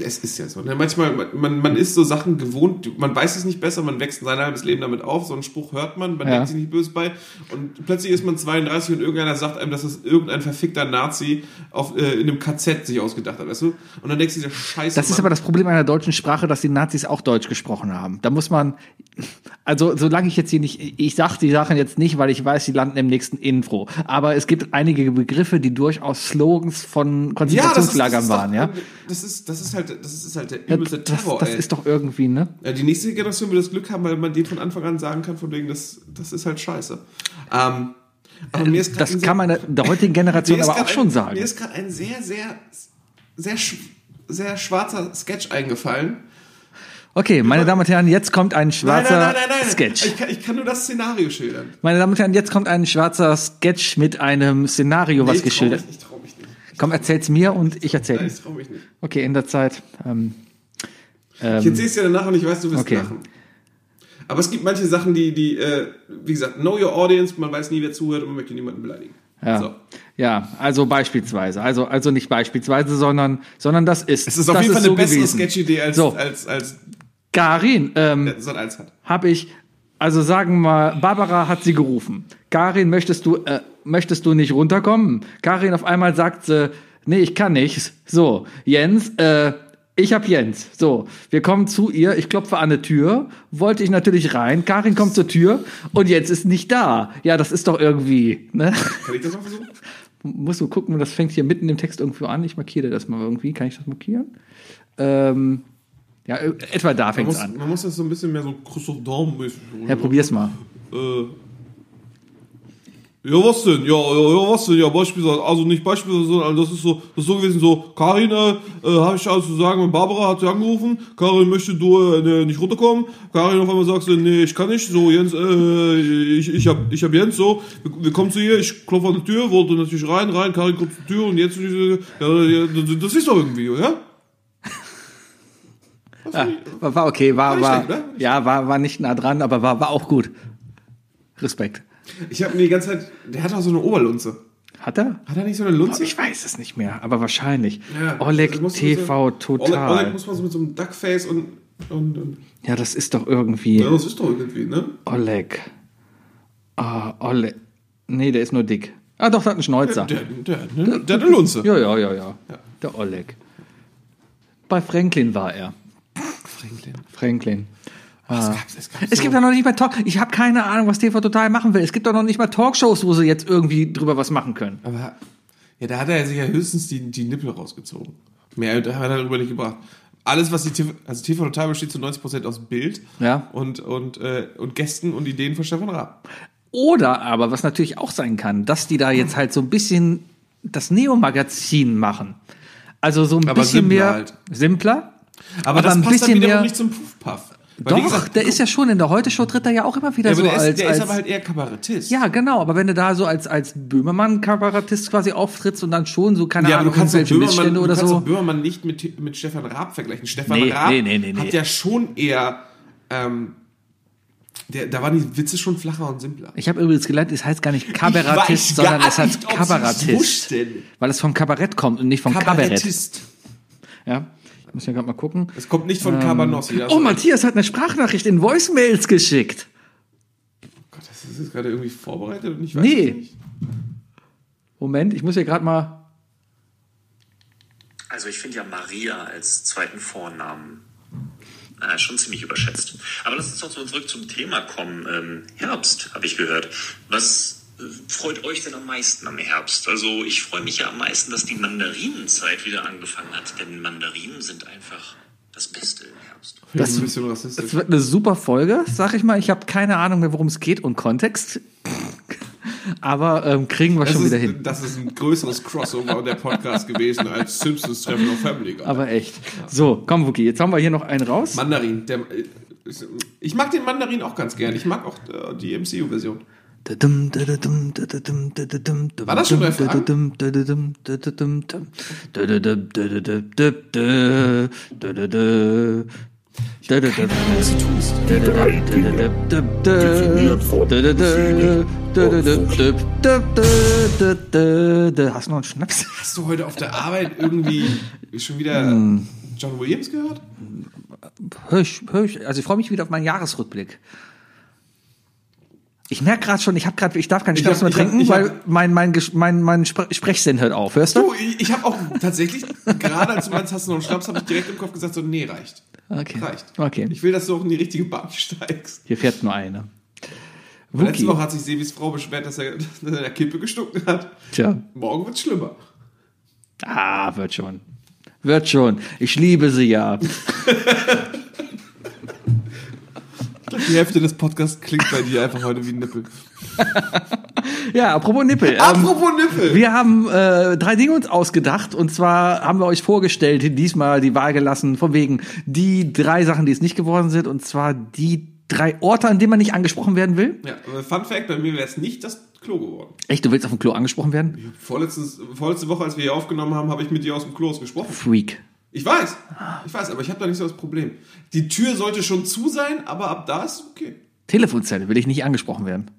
Speaker 3: Es ist ja so. Ne? Manchmal, man, man ist so Sachen gewohnt, man weiß es nicht besser, man wächst sein halbes Leben damit auf, so einen Spruch hört man, man
Speaker 2: Ja.
Speaker 3: denkt sich nicht böse bei und plötzlich ist man 32 und irgendeiner sagt einem, dass es irgendein verfickter Nazi auf, äh, in einem KZ sich ausgedacht hat, weißt du? Und dann denkst du dir, scheiße,
Speaker 2: das ist
Speaker 3: Mann.
Speaker 2: aber das Problem einer deutschen Sprache, dass die Nazis auch Deutsch gesprochen haben. Da muss man, also solange ich jetzt hier nicht, ich sage die Sachen jetzt nicht, weil ich weiß, die landen im nächsten Info. Aber es gibt einige Begriffe, die durchaus Slogans von Konzentrationslagern waren,
Speaker 3: doch,
Speaker 2: ja.
Speaker 3: Das ist, das ist halt, das ist halt der
Speaker 2: Ja,
Speaker 3: übelste
Speaker 2: das,
Speaker 3: Terror,
Speaker 2: das
Speaker 3: ey.
Speaker 2: ist doch irgendwie, ne?
Speaker 3: Ja, die nächste Generation wird das Glück haben, weil man dem von Anfang an sagen kann, von wegen, das, das ist halt scheiße. Ähm, aber mir ist
Speaker 2: Äh,
Speaker 3: grad ein
Speaker 2: Das
Speaker 3: sehr-
Speaker 2: kann man der- der heutigen
Speaker 3: mir
Speaker 2: Generation
Speaker 3: ist
Speaker 2: aber
Speaker 3: grad
Speaker 2: auch schon
Speaker 3: ein,
Speaker 2: sagen.
Speaker 3: Mir ist gerade ein sehr, sehr, sehr, sch sehr schwarzer Sketch eingefallen.
Speaker 2: Okay, meine Damen und Herren, jetzt kommt ein schwarzer Sketch.
Speaker 3: Ich kann, ich kann nur das Szenario schildern.
Speaker 2: Meine Damen und Herren, jetzt kommt ein schwarzer Sketch mit einem Szenario, was
Speaker 3: ich trau
Speaker 2: geschildert.
Speaker 3: mich, ich trau mich nicht.
Speaker 2: Komm, erzähl's mir und ich erzähl.
Speaker 3: Nein, ich trau mich nicht.
Speaker 2: Okay, in der Zeit. Ähm,
Speaker 3: Ich erzähl's dir danach und ich weiß, du wirst
Speaker 2: Hm. okay.
Speaker 3: lachen. Aber es gibt manche Sachen, die, die, äh, wie gesagt, know your audience, man weiß nie, wer zuhört und man möchte niemanden beleidigen.
Speaker 2: ja.
Speaker 3: So.
Speaker 2: ja, also beispielsweise. Also, also nicht beispielsweise, sondern, sondern das ist.
Speaker 3: Es ist auf
Speaker 2: das
Speaker 3: jeden Fall eine
Speaker 2: so
Speaker 3: bessere
Speaker 2: gewesen.
Speaker 3: Sketch-Idee als,
Speaker 2: So.
Speaker 3: als, als, äh,
Speaker 2: Karin, ähm,
Speaker 3: so ein Eins hat.
Speaker 2: habe ich, also sagen wir mal, Barbara hat sie gerufen. Karin, möchtest du, äh, möchtest du nicht runterkommen? Karin auf einmal sagt sie, nee, ich kann nicht. So, Jens, äh, ich hab Jens. So, wir kommen zu ihr. Ich klopfe an eine Tür. Wollte ich natürlich rein. Karin kommt zur Tür und Jens ist nicht da. Ja, das ist doch irgendwie, ne?
Speaker 3: Kann ich das mal versuchen?
Speaker 2: Muss so gucken, das fängt hier mitten im Text irgendwo an. Ich markiere das mal irgendwie. Kann ich das markieren? Ähm, ja, äh, etwa da
Speaker 3: Man
Speaker 2: fängt's
Speaker 3: muss,
Speaker 2: an.
Speaker 3: man muss das so ein bisschen mehr so Christoph-Daum-mäßig.
Speaker 2: Ja, probier's mal.
Speaker 3: Äh, ja, was denn? Ja, ja, ja, was denn? Ja, beispielsweise, also nicht beispielsweise, sondern das ist so, das ist so gewesen, so, Karin, äh, äh, habe ich alles zu sagen, Barbara hat sie angerufen, Karin möchte du äh, ne, nicht runterkommen, Karin auf einmal sagt sie, nee, ich kann nicht, so, Jens, äh, ich, ich hab, ich hab Jens, so, wir, wir kommen zu ihr, ich klopfe an die Tür, wollte natürlich rein, rein, Karin kommt zur Tür und jetzt, äh, ja, ja, das- das ist doch irgendwie, oder?
Speaker 2: Ja, war, war okay, war,
Speaker 3: nicht
Speaker 2: war,
Speaker 3: schlecht, ne? War nicht
Speaker 2: ja, war, war nicht nah dran, aber war, war auch gut. Respekt.
Speaker 3: Ich habe mir die ganze Zeit, der hat auch so eine Oberlunze.
Speaker 2: Hat er?
Speaker 3: Hat er nicht so eine Lunze?
Speaker 2: Ich weiß es nicht mehr, aber wahrscheinlich.
Speaker 3: Ja,
Speaker 2: Oleg
Speaker 3: also muss man
Speaker 2: TV
Speaker 3: so, Oleg,
Speaker 2: total.
Speaker 3: Oleg muss man so mit so einem Duckface und, und, und
Speaker 2: ja, das ist doch irgendwie
Speaker 3: ja, das ist doch irgendwie, ne?
Speaker 2: Oleg. Ah, Oleg. Nee, der ist nur dick. Ah, doch, der hat einen Schnäuzer.
Speaker 3: Der, der, der, der hat eine Lunze.
Speaker 2: Ja, ja, ja, ja. Der Oleg. Bei Franklin war er.
Speaker 3: Franklin.
Speaker 2: Franklin.
Speaker 3: Es gab, es gab
Speaker 2: Es gibt ja noch nicht mal Talk. Ich habe keine Ahnung, was TV Total machen will. Es gibt doch noch nicht mal Talkshows, wo sie jetzt irgendwie drüber was machen können.
Speaker 3: aber, ja, da hat er sich ja höchstens die, die Nippel rausgezogen. Mehr hat er darüber nicht gebracht. Alles, was die TV, also TV Total besteht zu 90% aus Bild
Speaker 2: Ja.
Speaker 3: und, und, äh, und Gästen und Ideen von Stefan Raab.
Speaker 2: Oder aber, was natürlich auch sein kann, dass die da jetzt halt so ein bisschen das Neo-Magazin machen. Also so ein
Speaker 3: Aber
Speaker 2: bisschen
Speaker 3: simpler
Speaker 2: mehr
Speaker 3: halt.
Speaker 2: simpler.
Speaker 3: Aber, das
Speaker 2: ein
Speaker 3: passt dann
Speaker 2: bisschen
Speaker 3: wiederum
Speaker 2: mehr.
Speaker 3: nicht zum Puff-Puff. wie
Speaker 2: Doch,
Speaker 3: gesagt,
Speaker 2: der ist ja schon in der Heute-Show tritt er ja auch immer wieder
Speaker 3: Ja, aber
Speaker 2: so
Speaker 3: der, ist,
Speaker 2: als.
Speaker 3: der
Speaker 2: als
Speaker 3: ist aber halt eher Kabarettist.
Speaker 2: ja, genau, aber wenn du da so als, als Böhmermann-Kabarettist quasi auftrittst und dann schon so, keine
Speaker 3: Ja, aber du
Speaker 2: Ahnung,
Speaker 3: kannst doch
Speaker 2: irgendwelche
Speaker 3: Böhmermann,
Speaker 2: Missstände
Speaker 3: du
Speaker 2: oder
Speaker 3: kannst
Speaker 2: so.
Speaker 3: doch Böhmermann nicht mit, mit Stefan Raab vergleichen. Stefan
Speaker 2: Nee,
Speaker 3: Raab
Speaker 2: nee, nee, nee, nee.
Speaker 3: hat ja schon eher, ähm, der, da waren die Witze schon flacher und simpler.
Speaker 2: Ich habe übrigens gelernt, es heißt gar nicht
Speaker 3: Ich
Speaker 2: Kabarettist,
Speaker 3: weiß
Speaker 2: sondern
Speaker 3: gar
Speaker 2: es heißt
Speaker 3: nicht, ob sie's
Speaker 2: Kabarettist.
Speaker 3: wussten.
Speaker 2: Weil es vom Kabarett kommt und nicht vom Kabarett. Ja. Ich muss ja gerade mal gucken.
Speaker 3: Es kommt nicht von Also, Cabanossi. das-
Speaker 2: Oh, Matthias hat eine Sprachnachricht in Voicemails geschickt.
Speaker 3: Gott, das ist jetzt gerade irgendwie vorbereitet und ich weiß
Speaker 2: Nee.
Speaker 3: es nicht.
Speaker 2: Moment, ich muss hier gerade mal.
Speaker 5: Also ich finde ja Maria als zweiten Vornamen äh, schon ziemlich überschätzt. Aber lass uns doch so zurück zum Thema kommen. Ähm, Herbst, habe ich gehört. Was äh, freut euch denn am meisten am Herbst? Also ich freue mich ja am meisten, dass die Mandarinenzeit wieder angefangen hat. Denn Mandarinen sind einfach das Beste im Herbst.
Speaker 3: Das ist ein bisschen rassistisch.
Speaker 2: Es wird eine super Folge, sag ich mal. Ich habe keine Ahnung mehr, worum es geht und Kontext. Aber ähm, kriegen wir
Speaker 3: Das
Speaker 2: schon
Speaker 3: ist,
Speaker 2: wieder hin.
Speaker 3: das ist ein größeres Crossover der Podcast gewesen als Simpsons Treffen auf Family Guy.
Speaker 2: Aber echt. So, komm, Wookie, jetzt haben wir hier noch einen raus.
Speaker 3: Mandarin. Der, äh, ich mag den Mandarin auch ganz gern. Ich mag auch äh, die MCU-Version.
Speaker 2: War
Speaker 3: das schon drei
Speaker 2: Hast du noch einen Schnaps?
Speaker 3: Hast du heute auf der Arbeit irgendwie schon wieder John Williams gehört?
Speaker 2: Hör ich, hör ich. Also ich freue mich wieder auf meinen Jahresrückblick. Ich merke gerade schon, ich habe gerade, ich darf keinen
Speaker 3: Ich
Speaker 2: Schnaps mehr
Speaker 3: hab- ich hab-
Speaker 2: trinken,
Speaker 3: ich hab-
Speaker 2: weil mein mein Gesch- mein mein Spre- Sprechsinn hört auf. Hörst du?
Speaker 3: Du, Oh, ich, ich habe auch tatsächlich, gerade als du meinst, hast du noch einen Schnaps, habe ich direkt im Kopf gesagt, so, nee, reicht.
Speaker 2: Okay.
Speaker 3: Reicht.
Speaker 2: Okay.
Speaker 3: Ich will, dass du auch in die richtige Bahn steigst.
Speaker 2: Hier fährt nur eine.
Speaker 3: Weil Letzte
Speaker 2: Wookie.
Speaker 3: Woche hat sich Sebis Frau beschwert, dass er, dass er in der Kippe gestunken hat.
Speaker 2: Tja.
Speaker 3: Morgen wird's schlimmer.
Speaker 2: Ah, wird schon. Wird schon. Ich liebe sie ja.
Speaker 3: Die Hälfte des Podcasts klingt bei dir einfach heute wie ein Nippel.
Speaker 2: Ja, apropos Nippel.
Speaker 3: Ah!
Speaker 2: Ähm,
Speaker 3: Apropos Nippel!
Speaker 2: wir haben äh, drei Dinge uns ausgedacht und zwar haben wir euch vorgestellt, diesmal die Wahl gelassen, von wegen die drei Sachen, die es nicht geworden sind und zwar die drei Orte, an denen man nicht angesprochen werden will.
Speaker 3: Ja, aber Fun Fact, bei mir wäre es nicht das Klo geworden.
Speaker 2: Echt, du willst auf dem Klo angesprochen werden?
Speaker 3: Vorletztes, vorletzte Woche, als wir hier aufgenommen haben, habe ich mit dir aus dem Klo gesprochen.
Speaker 2: Freak.
Speaker 3: Ich weiß, ich weiß, aber ich habe da nicht so das Problem. Die Tür sollte schon zu sein, aber ab da ist okay.
Speaker 2: Telefonzelle will ich nicht angesprochen werden.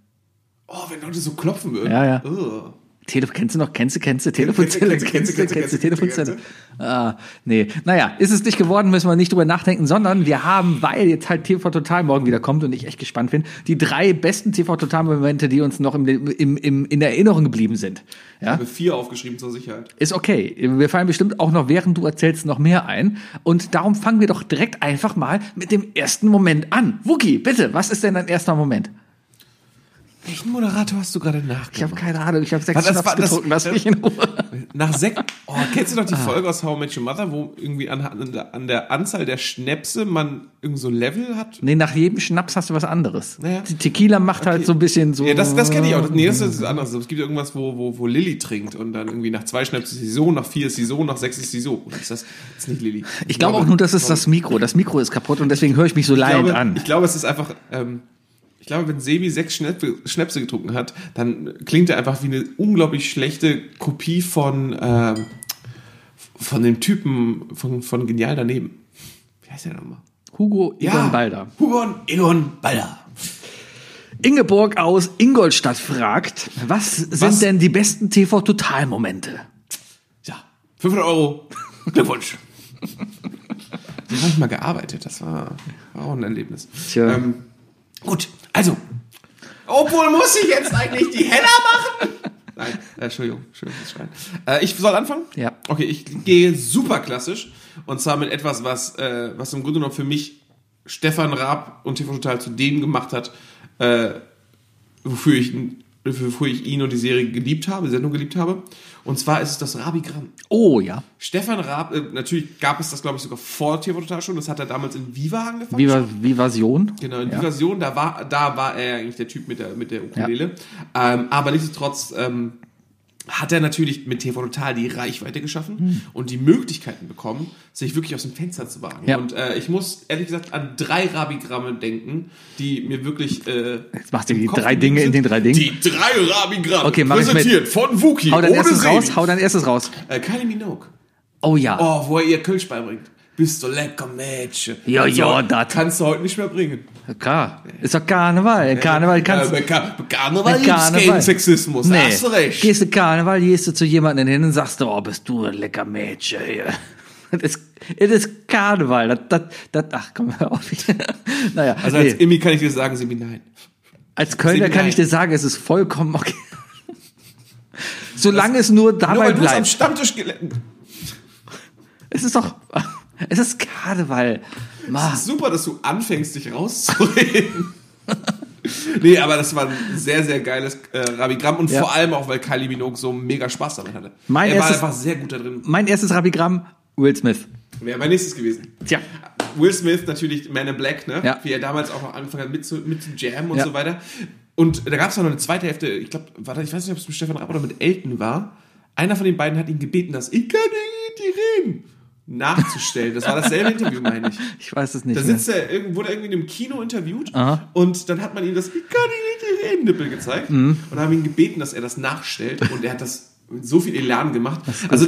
Speaker 3: Oh, wenn Leute so klopfen würden.
Speaker 2: Ja, ja.
Speaker 3: Ugh.
Speaker 2: Tele kennst du noch? Kennst du, kennst du? Telefonzelle,
Speaker 3: kennst du,
Speaker 2: kennst du, kennst du,
Speaker 3: kennst du,
Speaker 2: Telefonzelle. Ah, nee. Naja, ist es nicht geworden, müssen wir nicht drüber nachdenken, sondern wir haben, weil jetzt halt TV Total morgen wieder kommt und ich echt gespannt bin, die drei besten TV Total Momente, die uns noch im, im, im, in der Erinnerung geblieben sind. Ja?
Speaker 3: Ich habe vier aufgeschrieben zur Sicherheit.
Speaker 2: Ist okay. Wir fallen bestimmt auch noch, während du erzählst, noch mehr ein. Und darum fangen wir doch direkt einfach mal mit dem ersten Moment an. Wookie, bitte, was ist denn dein erster Moment?
Speaker 3: Welchen Moderator hast du gerade nachgemacht?
Speaker 2: Ich habe keine Ahnung, ich habe sechs
Speaker 3: Was, das
Speaker 2: Schnaps
Speaker 3: war- das- äh,
Speaker 2: getrunken, lass mich in Ruhe.
Speaker 3: Nach sechs. Oh, kennst du noch die Folge aus How I Met Your Mother, wo irgendwie an, an der Anzahl der Schnäpse man irgend so ein Level hat?
Speaker 2: Nee, nach jedem Schnaps hast du was anderes.
Speaker 3: Naja.
Speaker 2: Die Tequila macht halt so ein bisschen so.
Speaker 3: Ja, das, das kenne ich auch. Nee, das ist
Speaker 2: Mhm.
Speaker 3: was anderes. Es gibt irgendwas, wo, wo, wo Lilly trinkt und dann irgendwie nach zwei Schnaps ist sie so, nach vier ist sie so, nach sechs ist sie so. Oder ist das, ist nicht Lilly?
Speaker 2: Ich glaube auch nur, das ist das Mikro. Das Mikro ist kaputt und deswegen höre ich mich so
Speaker 3: ich
Speaker 2: leid
Speaker 3: glaube,
Speaker 2: an.
Speaker 3: Ich glaube, es ist einfach, ähm, ich glaube, wenn Sebi sechs Schnäpfe, Schnäpse getrunken hat, dann klingt er einfach wie eine unglaublich schlechte Kopie von, ähm, von dem Typen von, von Genial daneben. Wie heißt der nochmal?
Speaker 2: Hugo Egon Balder.
Speaker 3: Hugon Egon Balder.
Speaker 2: Ingeborg aus Ingolstadt fragt, was sind
Speaker 3: Was?
Speaker 2: denn die besten TV-Total-Momente?
Speaker 3: Ja, 500 Euro. Glückwunsch. so habe ich mal gearbeitet. Das war, war auch ein Erlebnis.
Speaker 2: Tja.
Speaker 3: Ähm, gut, also. Obwohl muss ich jetzt eigentlich die Heller machen? Nein, äh, Entschuldigung, Entschuldigung, das Schreien. Äh, ich soll anfangen?
Speaker 2: Ja.
Speaker 3: Okay, ich gehe super klassisch. Und zwar mit etwas, was, äh, was im Grunde genommen für mich Stefan Raab und TV Total zu dem gemacht hat, äh, wofür, ich, wofür ich ihn und die Serie geliebt habe, die Sendung geliebt habe. Und zwar ist es das Rabigramm.
Speaker 2: Oh ja.
Speaker 3: Stefan Raab, äh, natürlich gab es das, glaube ich, sogar vor TV Total schon. Das hat er damals in Viva angefangen.
Speaker 2: Viva, Vivasion.
Speaker 3: Genau, in
Speaker 2: ja.
Speaker 3: Viva Sion, da war, da war er eigentlich der Typ mit der, mit der Ukulele. Ähm, aber nichtsdestotrotz ähm, hat er natürlich mit TV Total die Reichweite geschaffen
Speaker 2: Hm.
Speaker 3: und die Möglichkeiten bekommen, sich wirklich aus dem Fenster zu wagen.
Speaker 2: Ja.
Speaker 3: Und äh, ich muss ehrlich gesagt an drei Rabigramme denken, die mir wirklich. Äh,
Speaker 2: Jetzt machst du
Speaker 3: im
Speaker 2: die
Speaker 3: Kopf
Speaker 2: drei Dinge in den drei Dingen.
Speaker 3: Die drei Rabigramme.
Speaker 2: Okay, mach ich mit.
Speaker 3: Präsentiert von Wookie.
Speaker 2: Hau dein
Speaker 3: ohne
Speaker 2: erstes
Speaker 3: Sebi.
Speaker 2: raus, hau dein erstes raus.
Speaker 3: Äh, Kylie Minogue.
Speaker 2: Oh ja.
Speaker 3: Oh, wo er ihr Kölsch beibringt. Bist du lecker Mädchen.
Speaker 2: Ja,
Speaker 3: Kannst
Speaker 2: ja,
Speaker 3: du-
Speaker 2: dat.
Speaker 3: Kannst du heute nicht mehr bringen.
Speaker 2: Klar. Ist doch Karneval. Karneval kannst
Speaker 3: äh,
Speaker 2: du.
Speaker 3: bei Ka- bei Karneval gibt's keinen Sexismus.
Speaker 2: Nee.
Speaker 3: Hast du recht.
Speaker 2: Gehst du Karneval, gehst du zu jemandem hin und sagst, oh, bist du ein lecker Mädchen. hier. Das ist, das ist Karneval. Das, das, das, ach, komm, hör auf. naja,
Speaker 3: also
Speaker 2: nee.
Speaker 3: als Immi kann ich dir sagen, Simi, nein.
Speaker 2: Als Kölner
Speaker 3: Seminar.
Speaker 2: kann ich dir sagen, es ist vollkommen okay. Solange es nur
Speaker 3: Nur
Speaker 2: dabei
Speaker 3: weil du es am
Speaker 2: bleibt.
Speaker 3: Stammtisch gelernt
Speaker 2: Es ist doch. Es ist Karneval. Ma,
Speaker 3: Super, dass du anfängst, dich rauszureden. nee, aber das war ein sehr, sehr geiles äh, Rabigramm und
Speaker 2: Ja.
Speaker 3: vor allem auch, weil Kylie Minogue so mega Spaß damit hatte.
Speaker 2: Mein
Speaker 3: er war
Speaker 2: erstes-
Speaker 3: einfach sehr gut da drin.
Speaker 2: mein erstes Rabigramm, Will Smith.
Speaker 3: Wäre mein nächstes gewesen.
Speaker 2: Tja.
Speaker 3: Will Smith natürlich Man in Black, ne?
Speaker 2: Ja.
Speaker 3: wie er damals auch noch angefangen hat mit zu, mit zu jammen und
Speaker 2: Ja.
Speaker 3: so weiter. Und da gab es noch eine zweite Hälfte, ich glaube, warte, ich weiß nicht, ob es mit Stefan Raab oder mit Elton war. Einer von den beiden hat ihn gebeten, dass ich kann nicht reden, nachzustellen. Das war dasselbe Interview, meine ich.
Speaker 2: Ich weiß es nicht.
Speaker 3: Da
Speaker 2: mehr.
Speaker 3: sitzt er, irgend- wurde irgendwie in einem Kino interviewt
Speaker 2: Aha.
Speaker 3: und dann hat man ihm das Ich kann nicht die Redennippel gezeigt und haben ihn gebeten, dass er das nachstellt und er hat das mit so viel Elan gemacht. Also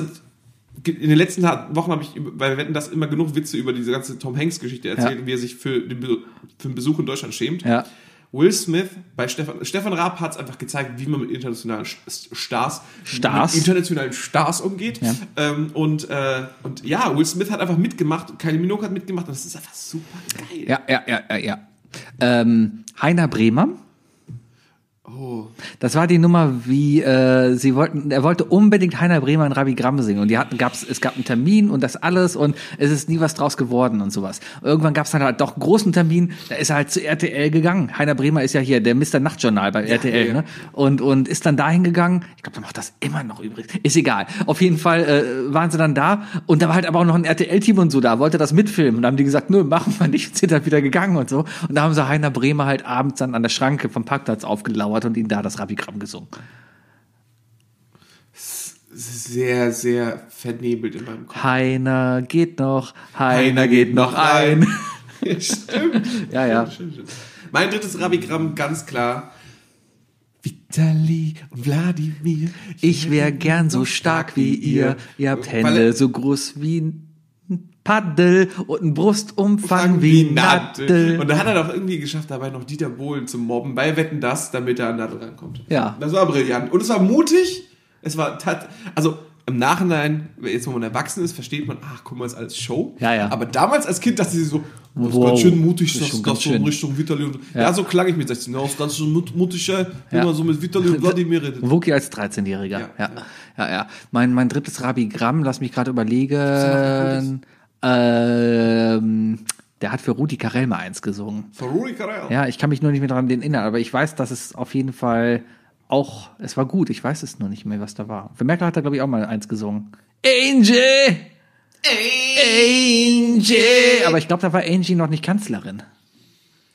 Speaker 3: ge- in den letzten Ta- Wochen habe ich über- bei Wetten das immer genug Witze über diese ganze Tom Hanks Geschichte erzählt,
Speaker 2: Ja.
Speaker 3: wie er sich für den, Be- für den Besuch in Deutschland schämt.
Speaker 2: Ja.
Speaker 3: Will Smith bei Stefan, Stefan Raab hat es einfach gezeigt, wie man mit internationalen Sch- Stars,
Speaker 2: Stars?
Speaker 3: mit internationalen Stars umgeht.
Speaker 2: Ja.
Speaker 3: Ähm, und, äh, und ja, Will Smith hat einfach mitgemacht, Kylie Minogue hat mitgemacht und das ist einfach super geil.
Speaker 2: Ja, ja, ja, ja, ja. Ähm, Heiner Bremer.
Speaker 3: Oh,
Speaker 2: Das war die Nummer, wie äh, sie wollten, er wollte unbedingt Heiner Bremer in Rabi Gramm singen und die hatten, gab's, es gab einen Termin und das alles und es ist nie was draus geworden und sowas. Irgendwann gab es dann halt doch einen großen Termin, da ist er halt zu RTL gegangen. Heiner Bremer ist ja hier der Mr. Nachtjournal bei RTL,
Speaker 3: ja.
Speaker 2: ne? Und, und ist dann dahin gegangen. Ich glaube, der macht das immer noch übrigens. Ist egal. Auf jeden Fall äh, waren sie dann da und da war halt aber auch noch ein RTL-Team und so da, wollte das mitfilmen. Und da haben die gesagt, nö, machen wir nicht, und sind dann wieder gegangen und so. Und da haben sie Heiner Bremer halt abends dann an der Schranke vom Parkplatz aufgelauert und ihnen da das Rabigramm gesungen.
Speaker 3: Sehr, sehr vernebelt in meinem Kopf.
Speaker 2: Heiner geht noch, Heiner geht noch ein.
Speaker 3: Stimmt.
Speaker 2: Ja, ja.
Speaker 3: Stimmt, stimmt. Mein drittes Rabigramm, ganz klar. Vitali und Wladimir.
Speaker 2: Ich wär gern so stark wie ihr. Ihr habt
Speaker 3: Weil-
Speaker 2: Hände so groß wie ein Paddel und einen Brustumfang wie ein Nadel.
Speaker 3: Und da hat er doch irgendwie geschafft, dabei noch Dieter Bohlen zu mobben bei Wetten das, damit er an Nadel rankommt.
Speaker 2: Ja.
Speaker 3: Das war brillant. Und es war mutig. Es war tat, also im Nachhinein, jetzt wo man erwachsen ist, versteht man, ach, guck mal, ist alles Show.
Speaker 2: Ja, ja.
Speaker 3: Aber damals als Kind dachte ich so, oh, das ist
Speaker 2: Wow.
Speaker 3: ganz schön mutig,
Speaker 2: Das ist
Speaker 3: das,
Speaker 2: schon
Speaker 3: das,
Speaker 2: ganz
Speaker 3: so in
Speaker 2: schön.
Speaker 3: Richtung Vitali und ja. so klang ich mit 16 Jahren, das ist ganz schön mut- mutig, ey, wenn
Speaker 2: Ja.
Speaker 3: man so mit Vitali und Wladimir redet.
Speaker 2: Wookie als 13-Jähriger. Ja.
Speaker 3: Ja,
Speaker 2: Ja. ja, Mein, mein drittes Rabigramm, lass mich gerade überlegen. Ähm, der hat für Rudi Carell mal eins gesungen.
Speaker 3: Von Rudi Carell.
Speaker 2: Ja, ich kann mich nur nicht mehr daran erinnern, aber ich weiß, dass es auf jeden Fall auch, es war gut, ich weiß es nur nicht mehr, was da war. Für Merkel hat er, glaube ich, auch mal eins gesungen. Angie! Angie! Aber ich glaube, da war Angie noch nicht Kanzlerin.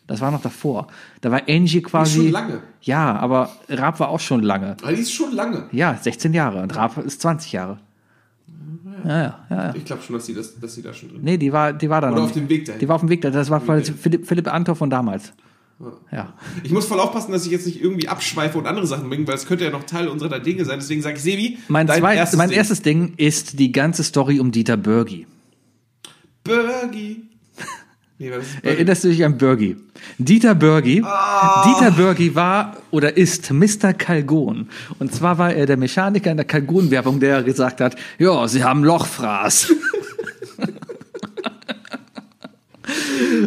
Speaker 2: Das war noch davor. Da war Angie quasi.
Speaker 3: schon lange.
Speaker 2: Ja, aber Raab war auch schon lange.
Speaker 3: Aber die ist schon lange.
Speaker 2: Ja, 16 Jahre. Und Raab ist 20 Jahre. Ja, ja, ja. ja.
Speaker 3: Ich glaube schon, dass sie, das, dass sie da schon drin
Speaker 2: Nee, die war, die war da
Speaker 3: Oder
Speaker 2: noch
Speaker 3: auf
Speaker 2: nicht.
Speaker 3: dem Weg dahin.
Speaker 2: Die war auf dem Weg dahin. Das war quasi
Speaker 3: dahin.
Speaker 2: Philipp, Philipp Antor von damals. ja.
Speaker 3: Ich muss voll aufpassen, dass ich jetzt nicht irgendwie abschweife und andere Sachen bringe, weil es könnte ja noch Teil unserer Dinge sein. Deswegen sage ich, Sebi,
Speaker 2: Mein,
Speaker 3: dein
Speaker 2: zweites, mein
Speaker 3: Ding.
Speaker 2: erstes Ding ist die ganze Story um Dieter Bürgi.
Speaker 3: Burgi. Nee, was ist Burgi?
Speaker 2: Erinnerst du dich an Bürgi? Dieter Bürgi.
Speaker 3: Ah.
Speaker 2: Dieter Bürgi war oder ist Mr. Kalgon. Und zwar war er der Mechaniker in der Kalgon-Werbung, der gesagt hat, ja, Sie haben Lochfraß.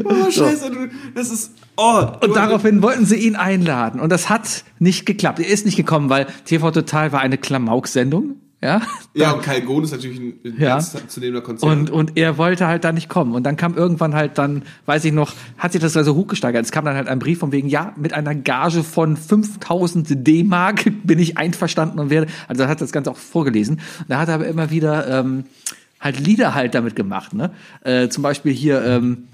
Speaker 3: Oh, scheiße, du, das ist... Oh,
Speaker 2: Und daraufhin wollten sie ihn einladen. Und das hat nicht geklappt. Er ist nicht gekommen, weil TV Total war eine Klamauk-Sendung. Ja.
Speaker 3: Ja, und Kalgon ist natürlich ein ein
Speaker 2: Ja.
Speaker 3: ernstzunehmender Konzern.
Speaker 2: Und, und er wollte halt da nicht kommen. Und dann kam irgendwann halt dann, weiß ich noch, hat sich das also hochgesteigert. Es kam dann halt ein Brief von wegen, ja, mit einer Gage von 5000 D-Mark bin ich einverstanden und werde, also hat das Ganze auch vorgelesen. Und da hat er aber immer wieder, ähm, halt Lieder halt damit gemacht, ne? Äh, zum Beispiel hier, ähm,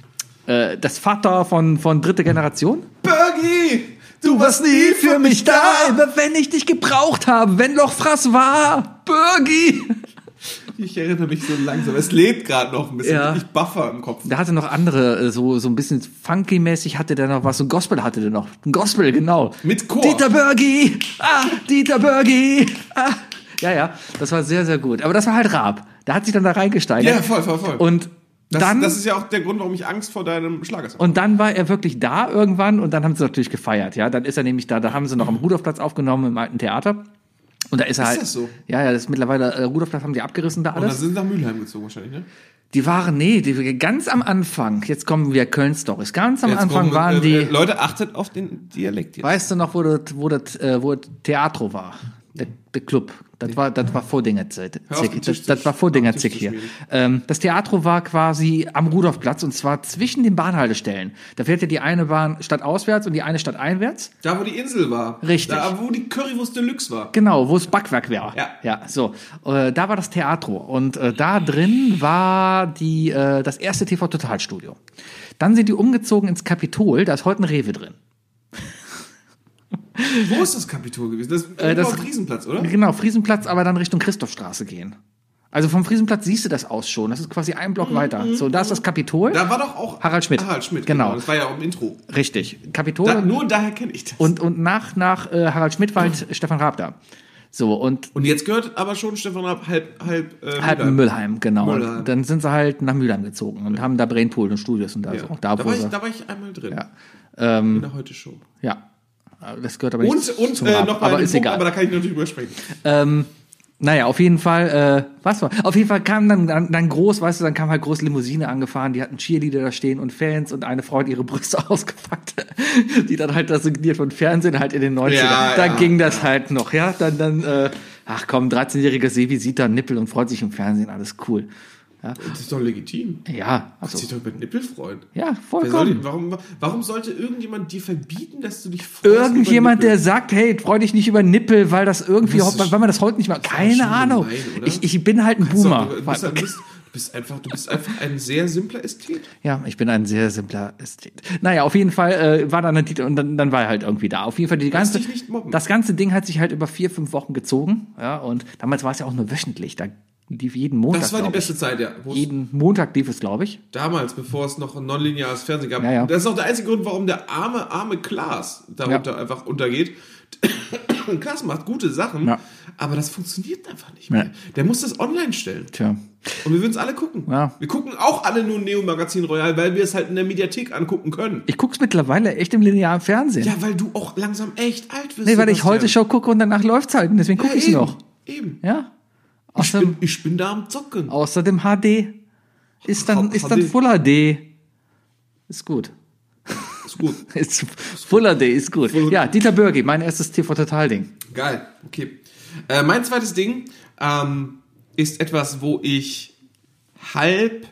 Speaker 2: äh, das Vater von, von dritte Generation.
Speaker 3: Burgi!
Speaker 2: Du warst nie für mich da, aber wenn ich dich gebraucht habe, wenn Lochfraß war, Birgi.
Speaker 3: Ich erinnere mich so langsam. Es lebt gerade noch ein bisschen.
Speaker 2: Ja.
Speaker 3: Ich buffer im Kopf.
Speaker 2: Da hatte noch andere, äh, so, so ein bisschen funky-mäßig hatte der noch was. So ein Gospel hatte der noch. Ein Gospel, genau.
Speaker 3: Mit Chor.
Speaker 2: Dieter Birgi! Ah, Dieter Birgi! Ah. Ja, ja, das war sehr, sehr gut. Aber das war halt Raab. Da hat sich dann da reingesteigert.
Speaker 3: Ja, voll, voll, voll.
Speaker 2: Und
Speaker 3: das,
Speaker 2: dann,
Speaker 3: das ist ja auch der Grund, warum ich Angst vor deinem Schlager habe.
Speaker 2: und dann war er wirklich da irgendwann und dann haben sie natürlich gefeiert. Ja, dann ist er nämlich da. Da haben sie noch am Rudolfplatz aufgenommen im alten Theater. Und da ist er halt.
Speaker 3: das so?
Speaker 2: Ja, ja, das ist mittlerweile äh, Rudolfplatz haben die abgerissen da
Speaker 3: Und dann
Speaker 2: alles.
Speaker 3: sind sie nach Mülheim gezogen wahrscheinlich, ne?
Speaker 2: Die waren, nee, die, ganz am Anfang, jetzt kommen wir Köln-Stories, ganz am
Speaker 3: Jetzt
Speaker 2: Anfang
Speaker 3: kommen,
Speaker 2: waren
Speaker 3: äh,
Speaker 2: die,
Speaker 3: äh, Leute, achtet auf den Dialekt jetzt.
Speaker 2: weißt du noch, wo das, wo das, äh, wo das Theatro war? Der, der Club. Das war, das war Vordingerzeit.
Speaker 3: auf, den
Speaker 2: Das,
Speaker 3: Tisch zu
Speaker 2: das war
Speaker 3: sch-
Speaker 2: Vordingerzick
Speaker 3: auf den
Speaker 2: hier.
Speaker 3: Tisch zu
Speaker 2: Ähm, das Theatro war quasi am Rudolfplatz und zwar zwischen den Bahnhaltestellen. Da fährt ja die eine Bahn stadtauswärts und die eine stadteinwärts.
Speaker 3: Da, wo die Insel war.
Speaker 2: Richtig.
Speaker 3: Da, wo die Currywurst Deluxe war.
Speaker 2: Genau, wo es Backwerk wäre.
Speaker 3: Ja.
Speaker 2: ja, so. Äh, da war das Theatro und äh, da drin war die, äh, das erste TV Totalstudio. Dann sind die umgezogen ins Kapitol, da ist heute ein Rewe drin.
Speaker 3: Wo ist das Kapitol gewesen? Das,
Speaker 2: Äh,
Speaker 3: äh,
Speaker 2: das-
Speaker 3: das Riesenplatz, oder?
Speaker 2: Genau, Friesenplatz, aber dann Richtung Christophstraße gehen. Also vom Friesenplatz siehst du das aus schon. Das ist quasi ein Block weiter. So, da ist das Kapitol.
Speaker 3: Da war doch auch
Speaker 2: Harald Schmidt.
Speaker 3: Harald Schmidt,
Speaker 2: Genau.
Speaker 3: Das war ja auch im Intro.
Speaker 2: Richtig.
Speaker 3: Da,
Speaker 2: Kapitol.
Speaker 3: nur daher kenne ich das.
Speaker 2: Und, und nach, nach äh, Harald Schmidt war halt Stefan Raab da. So, und
Speaker 3: Und jetzt gehört aber schon Stefan Raab halb, halb, äh,
Speaker 2: halb
Speaker 3: Mülheim.
Speaker 2: Müllheim, genau.
Speaker 3: Mülheim.
Speaker 2: Und dann sind sie halt nach Mülheim gezogen und haben da Brainpool und Studios und da
Speaker 3: Ja.
Speaker 2: so.
Speaker 3: Da,
Speaker 2: Da, wo
Speaker 3: war ich,
Speaker 2: sie,
Speaker 3: da war ich einmal drin.
Speaker 2: Ja.
Speaker 3: in der heute Show.
Speaker 2: ja. Aber Das gehört aber nicht
Speaker 3: Und, und
Speaker 2: zum
Speaker 3: äh,
Speaker 2: Raab.
Speaker 3: noch mal
Speaker 2: aber
Speaker 3: einen
Speaker 2: ist
Speaker 3: Punkt,
Speaker 2: egal.
Speaker 3: aber da kann ich natürlich drüber sprechen.
Speaker 2: Ähm, naja, auf jeden Fall, äh, was war? Auf jeden Fall kam dann, dann, dann groß, weißt du, dann kam halt groß Limousine angefahren, die hatten Cheerleader da stehen und Fans und eine Frau hat ihre Brüste ausgepackt, die dann halt das signiert von Fernsehen halt in den 90ern.
Speaker 3: Ja,
Speaker 2: da
Speaker 3: ja,
Speaker 2: ging das halt noch, ja. Dann, dann, äh, ach komm, 13-jähriger Sebi sieht da einen Nippel und freut sich im Fernsehen, alles cool.
Speaker 3: Das ist doch legitim.
Speaker 2: Ja, also,
Speaker 3: Sich doch über den Nippel freuen.
Speaker 2: ja,
Speaker 3: Wer soll die,
Speaker 2: vollkommen.
Speaker 3: warum, warum sollte irgendjemand dir verbieten, dass du dich freust? über
Speaker 2: Irgendjemand,
Speaker 3: Nippel?
Speaker 2: der sagt, hey, freu dich nicht über Nippel, weil das irgendwie,
Speaker 3: Das ist-
Speaker 2: weil man das heute nicht mal,
Speaker 3: schon
Speaker 2: keine Ahnung.
Speaker 3: gemein, oder?
Speaker 2: ich, ich bin halt ein Boomer.
Speaker 3: So, du, bist, du, bist, du, bist einfach, du bist einfach ein sehr simpler Ästhet.
Speaker 2: Ja, ich bin ein sehr simpler Ästhet. Naja, auf jeden Fall äh, war dann ein Titel und dann, dann war er halt irgendwie da. Auf jeden Fall die ganze,
Speaker 3: dich nicht mobben.
Speaker 2: das ganze Ding hat sich halt über vier, fünf Wochen gezogen. Ja, und damals war es ja auch nur wöchentlich. Da lief jeden Montag.
Speaker 3: Das war die
Speaker 2: glaub
Speaker 3: beste Zeit, ja. Wo
Speaker 2: Ich.
Speaker 3: es-
Speaker 2: Jeden Montag lief es, glaube ich.
Speaker 3: damals, bevor es noch ein nonlineares Fernsehen gab.
Speaker 2: Ja, ja.
Speaker 3: Das ist auch der einzige Grund, warum der arme, arme Klaas darunter
Speaker 2: Ja.
Speaker 3: einfach untergeht. Und Klaas macht gute Sachen,
Speaker 2: Ja.
Speaker 3: aber das funktioniert einfach nicht mehr.
Speaker 2: Nee.
Speaker 3: Der muss das online stellen.
Speaker 2: Tja.
Speaker 3: Und wir würden es alle gucken.
Speaker 2: Ja.
Speaker 3: Wir gucken auch alle nur Neo Magazin Royal, weil wir es halt in der Mediathek angucken können.
Speaker 2: Ich guck's mittlerweile echt im linearen Fernsehen.
Speaker 3: Ja, weil du auch langsam echt alt wirst.
Speaker 2: nee, weil ich heute
Speaker 3: Sebastian.
Speaker 2: Show gucke und danach läuft's halt. Und deswegen gucke
Speaker 3: Ja,
Speaker 2: ich's
Speaker 3: eben,
Speaker 2: noch.
Speaker 3: Eben.
Speaker 2: Ja.
Speaker 3: Ich bin,
Speaker 2: Außerdem,
Speaker 3: ich bin da am Zocken.
Speaker 2: außerdem HD. Ist dann,
Speaker 3: H-
Speaker 2: ist dann
Speaker 3: HD.
Speaker 2: Full HD. Ist gut.
Speaker 3: Ist gut.
Speaker 2: Ist, Full HD ist gut. Ja, Dieter Bürgi, mein erstes TV-Total-Ding.
Speaker 3: Geil, okay. Äh, mein zweites Ding ähm, ist etwas, wo ich halb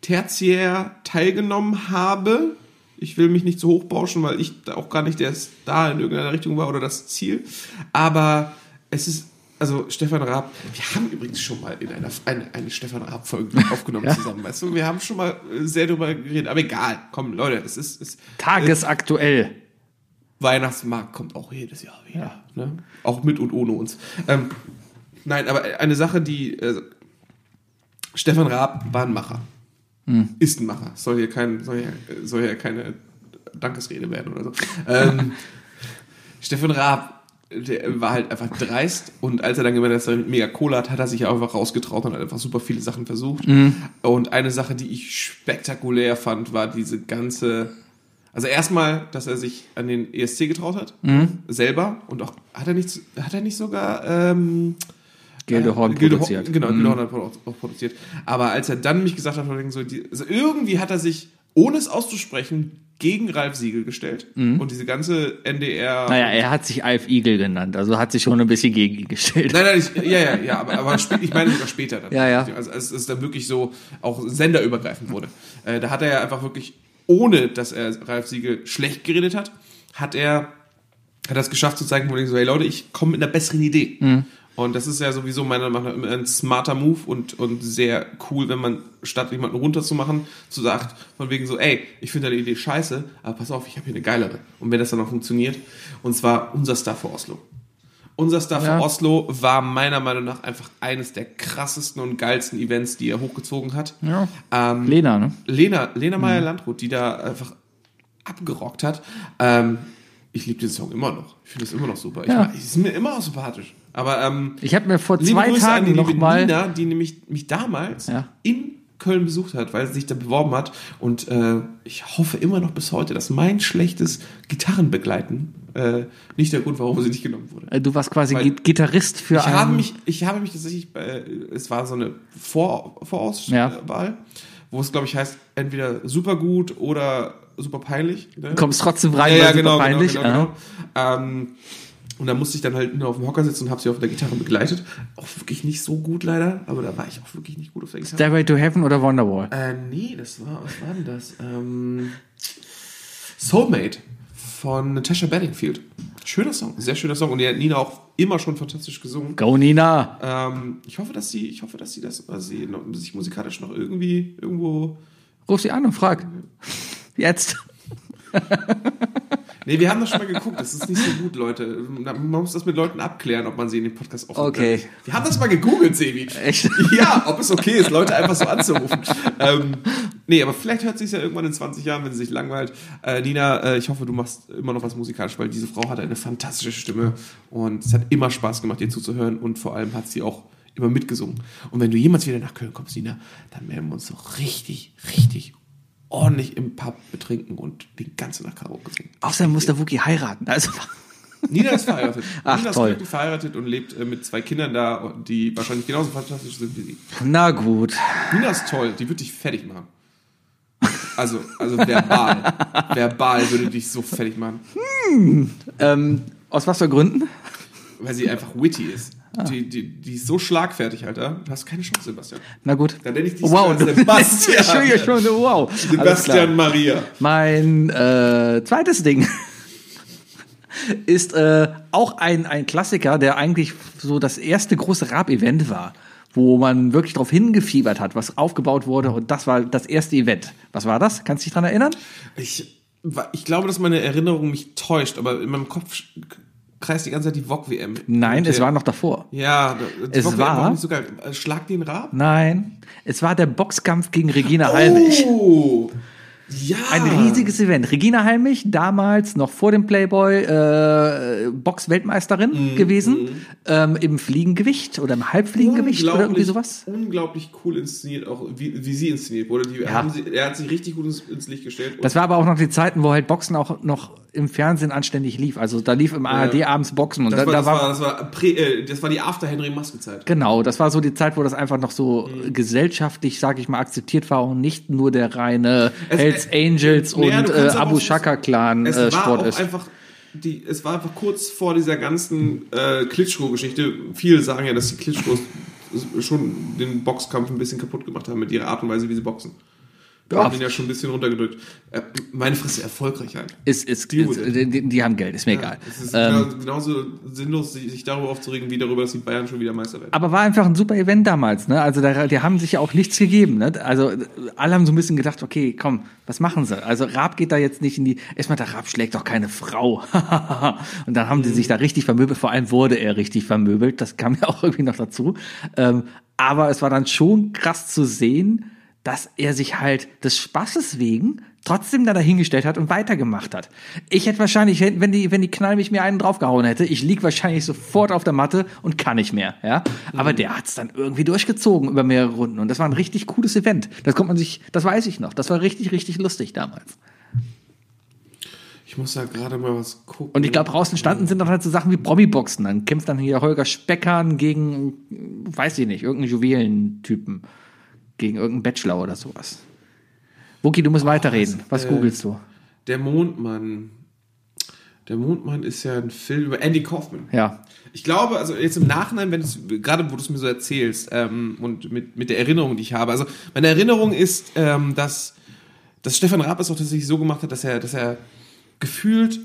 Speaker 3: tertiär teilgenommen habe. Ich will mich nicht zu hoch bauschen, weil ich da auch gar nicht der Star in irgendeiner Richtung war oder das Ziel. Aber es ist, also Stefan Raab, wir haben übrigens schon mal in einer eine, eine Stefan Raab-Folge aufgenommen zusammen, weißt du? Wir haben schon mal äh, sehr drüber geredet, aber egal. Komm, Leute, es ist, es,
Speaker 2: Tagesaktuell.
Speaker 3: Weihnachtsmarkt kommt auch jedes Jahr wieder. Ne? Auch mit und ohne uns. Ähm, nein, aber eine Sache, die äh, Stefan Raab war ein Macher. Ist ein Macher. Soll hier, kein, soll hier, soll hier keine Dankesrede werden oder so. Ähm, Stefan Raab der war halt einfach dreist und als er dann gemerkt hat, dass er mit Mega Cola hat, hat er sich einfach rausgetraut und hat einfach super viele Sachen versucht. Und eine Sache, die ich spektakulär fand, war diese ganze. Also erstmal, dass er sich an den ESC getraut hat,
Speaker 2: Mhm.
Speaker 3: selber und auch hat er nicht, hat er nicht sogar ähm,
Speaker 2: Gildehorn
Speaker 3: Gilde Horn-
Speaker 2: produziert. Mhm.
Speaker 3: Genau, Gilde Horn hat auch, auch produziert. Aber als er dann mich gesagt hat, von wegen so die, also irgendwie hat er sich, ohne es auszusprechen, gegen Ralf Siegel gestellt.
Speaker 2: Mhm.
Speaker 3: Und diese ganze NDR.
Speaker 2: Naja, er hat sich Alf Igel genannt, also hat sich schon ein bisschen gegen ihn gestellt.
Speaker 3: Nein, nein, ich, ja, ja, ja, aber, aber spä- ich meine sogar später dann.
Speaker 2: Ja, ja.
Speaker 3: Also als es dann wirklich so auch senderübergreifend wurde. Äh, da hat er ja einfach wirklich, ohne dass er Ralf Siegel schlecht geredet
Speaker 2: Mhm.
Speaker 3: hat, hat er hat das geschafft zu zeigen, wo ich so, hey Leute, ich komme mit einer besseren Idee. Und das ist ja sowieso meiner Meinung nach immer ein smarter Move und, und sehr cool, wenn man statt jemanden runterzumachen, so sagt, von wegen so, ey, ich finde deine Idee scheiße, aber pass auf, ich habe hier eine geilere. Und wenn das dann auch funktioniert, und zwar unser Star für Oslo. Unser Star
Speaker 2: Ja.
Speaker 3: für Oslo war meiner Meinung nach einfach eines der krassesten und geilsten Events, die er hochgezogen hat.
Speaker 2: Ja.
Speaker 3: Ähm,
Speaker 2: Lena, ne?
Speaker 3: Lena, Lena Meyer Landrut, die da einfach abgerockt hat. Ähm, ich liebe den Song immer noch. Ich finde es immer noch super. Ich
Speaker 2: Ja.
Speaker 3: mag- Ich, ist mir immer noch sympathisch. Aber ähm,
Speaker 2: Ich habe mir vor
Speaker 3: liebe
Speaker 2: zwei
Speaker 3: Grüße an die
Speaker 2: Tagen
Speaker 3: liebe
Speaker 2: nochmal.
Speaker 3: Nina, die nämlich mich damals
Speaker 2: Ja.
Speaker 3: in Köln besucht hat, weil sie sich da beworben hat. Und äh, ich hoffe immer noch bis heute, dass mein schlechtes Gitarrenbegleiten äh, nicht der Grund war, warum sie nicht genommen wurde.
Speaker 2: Äh, Du warst quasi
Speaker 3: Weil-
Speaker 2: Git- Gitarrist für
Speaker 3: Ich habe
Speaker 2: einen-
Speaker 3: mich, ich habe mich tatsächlich, äh, es war so eine Vor
Speaker 2: Ja.
Speaker 3: Vorauswahl, wo es glaube ich heißt, entweder super gut oder super peinlich. Ne?
Speaker 2: kommst trotzdem rein, weil
Speaker 3: ja, ja,
Speaker 2: super
Speaker 3: genau,
Speaker 2: peinlich.
Speaker 3: genau, genau,
Speaker 2: Aha.
Speaker 3: genau. Ähm, und da musste ich dann halt nur auf dem Hocker sitzen und habe sie auf der Gitarre begleitet. Auch wirklich nicht so gut leider, aber da war ich auch wirklich nicht gut auf der Gitarre.
Speaker 2: Stairway to Heaven oder Wonderwall.
Speaker 3: Äh, nee, das war, was war denn das? Ähm, Soulmate von Natasha Bedingfield. Schöner Song, sehr schöner Song. Und die hat Nina auch immer schon fantastisch gesungen.
Speaker 2: Go Nina!
Speaker 3: Ähm, ich hoffe, dass sie, ich hoffe, dass sie das, dass sie noch, sich musikalisch noch irgendwie irgendwo.
Speaker 2: Ruf sie an und frag. Jetzt.
Speaker 3: Nee, wir haben das schon mal geguckt. Das ist nicht so gut, Leute. Man muss das mit Leuten abklären, ob man sie in den Podcast aufnimmt.
Speaker 2: Okay.
Speaker 3: Wir haben das mal gegoogelt, Sebi.
Speaker 2: Echt?
Speaker 3: Ja, ob es okay ist, Leute einfach so anzurufen. ähm, nee, aber vielleicht hört sie es ja irgendwann in 20 Jahren, wenn sie sich langweilt. Äh, Nina, äh, ich hoffe, du machst immer noch was musikalisch, weil diese Frau hat eine fantastische Stimme und es hat immer Spaß gemacht, ihr zuzuhören und vor allem hat sie auch immer mitgesungen. Und wenn du jemals wieder nach Köln kommst, Nina, dann werden wir uns so richtig, richtig ordentlich im Pub betrinken und die ganze Nacht Karaoke singen.
Speaker 2: Außerdem muss der Wookie heiraten. Also,
Speaker 3: Nina ist verheiratet.
Speaker 2: Ach,
Speaker 3: Nina ist
Speaker 2: toll.
Speaker 3: glücklich verheiratet und lebt äh, mit zwei Kindern da, die wahrscheinlich genauso fantastisch sind wie sie.
Speaker 2: na gut.
Speaker 3: Nina ist toll, die wird dich fertig machen. Also, also verbal. verbal würde dich so fertig machen,
Speaker 2: Ähm, aus was für Gründen?
Speaker 3: weil sie einfach witty ist.
Speaker 2: Ah.
Speaker 3: Die, die, die ist so schlagfertig, Alter. Du hast keine Chance, Sebastian.
Speaker 2: Na gut.
Speaker 3: Dann nenne ich dich
Speaker 2: wow,
Speaker 3: sogar
Speaker 2: du
Speaker 3: Sebastian.
Speaker 2: Entschuldige schon, wow. Alles klar.
Speaker 3: Sebastian Maria.
Speaker 2: Mein äh, zweites Ding ist äh, auch ein, ein Klassiker, der eigentlich so das erste große Rap-Event war, wo man wirklich drauf hingefiebert hat, was aufgebaut wurde. Und das war das erste Event. Was war das? Kannst du dich dran erinnern?
Speaker 3: Ich, wa- ich glaube, dass meine Erinnerung mich täuscht, aber in meinem Kopf sch- kreist die ganze Zeit die VOG-WM.
Speaker 2: Nein, es war noch davor.
Speaker 3: Ja, die
Speaker 2: Es
Speaker 3: VOG-WM
Speaker 2: war-
Speaker 3: nicht so geil. Äh, Schlag den Rab?
Speaker 2: Nein, es war der Boxkampf gegen Regina Halmich.
Speaker 3: Oh! Ja!
Speaker 2: Ein riesiges Event. Regina Halmich, damals noch vor dem Playboy äh, Box-Weltmeisterin
Speaker 3: Mhm.
Speaker 2: gewesen, ähm, im Fliegengewicht oder im Halbfliegengewicht oder irgendwie
Speaker 3: Unglaublich-
Speaker 2: sowas.
Speaker 3: Unglaublich cool inszeniert, auch wie, wie sie inszeniert wurde. Die, haben sie, er hat sich richtig gut ins, ins Licht gestellt.
Speaker 2: Das war aber auch noch die Zeiten, wo halt Boxen auch noch im Fernsehen anständig lief. Also da lief im ARD abends Boxen und da,
Speaker 3: das, war,
Speaker 2: da
Speaker 3: das,
Speaker 2: war,
Speaker 3: war, das, war prä, äh, das war die After-Henry-Maske-Zeit.
Speaker 2: genau, das war so die Zeit, wo das einfach noch so
Speaker 3: Mhm.
Speaker 2: gesellschaftlich, sag ich mal, akzeptiert war und nicht nur der reine
Speaker 3: Es-
Speaker 2: Hells
Speaker 3: äh,
Speaker 2: Angels und
Speaker 3: naja, du
Speaker 2: äh,
Speaker 3: kannst aber
Speaker 2: Abu
Speaker 3: auch-
Speaker 2: Shaka Clan
Speaker 3: Es
Speaker 2: äh,
Speaker 3: war
Speaker 2: Sport
Speaker 3: auch
Speaker 2: ist.
Speaker 3: einfach. Die, es war einfach kurz vor dieser ganzen äh, Klitschko-Geschichte. Viele sagen ja, dass die Klitschkos schon den Boxkampf ein bisschen kaputt gemacht haben mit ihrer Art und Weise, wie sie boxen. Die
Speaker 2: Ja.
Speaker 3: haben ihn ja schon ein bisschen runtergedrückt. Äh, meine Fresse, erfolgreich halt.
Speaker 2: Ist, ist,
Speaker 3: Die-
Speaker 2: ist, die, die, die haben Geld, ist mir egal.
Speaker 3: Es ist
Speaker 2: Ähm,
Speaker 3: genau- genauso sinnlos, sich sich darüber aufzuregen, wie darüber, dass die Bayern schon wieder Meister werden.
Speaker 2: aber war einfach ein super Event damals, ne? Also da, die haben sich ja auch nichts gegeben, ne? Also äh, alle haben so ein bisschen gedacht, okay, komm, was machen sie? Also Raab geht da jetzt nicht in die erstmal der Raab schlägt doch keine Frau. und dann haben die sich da richtig vermöbelt, vor allem wurde er richtig vermöbelt, das kam ja auch irgendwie noch dazu. Ähm, aber es war dann schon krass zu sehen, dass er sich halt des Spaßes wegen trotzdem da dahingestellt hat und weitergemacht hat. Ich hätte wahrscheinlich, wenn die, wenn die Knall mich mir einen draufgehauen hätte, ich lieg wahrscheinlich sofort auf der Matte und kann nicht mehr, ja. Aber der hat's dann irgendwie durchgezogen über mehrere Runden und das war ein richtig cooles Event. Das kommt man sich, das weiß ich noch. Das war richtig, richtig lustig damals.
Speaker 3: Ich muss da gerade mal was gucken.
Speaker 2: Und ich glaube, draußen standen sind dann halt so Sachen wie Promi-Boxen. Dann kämpft dann hier Holger Speckern gegen, äh, weiß ich nicht, irgendeinen Juwelentypen. Gegen irgendeinen Bachelor oder sowas. Wookie, du musst
Speaker 3: Ah,
Speaker 2: weiterreden. Was
Speaker 3: äh,
Speaker 2: googelst du?
Speaker 3: Der Mondmann. Der Mondmann ist ja ein Film über Andy Kaufman.
Speaker 2: Ja.
Speaker 3: Ich glaube, also jetzt im Nachhinein, wenn du's- gerade wo du es mir so erzählst ähm, und mit, mit der Erinnerung, die ich habe. Also meine Erinnerung ist, ähm, dass, dass Stefan Raab es auch tatsächlich so gemacht hat, dass er, dass er gefühlt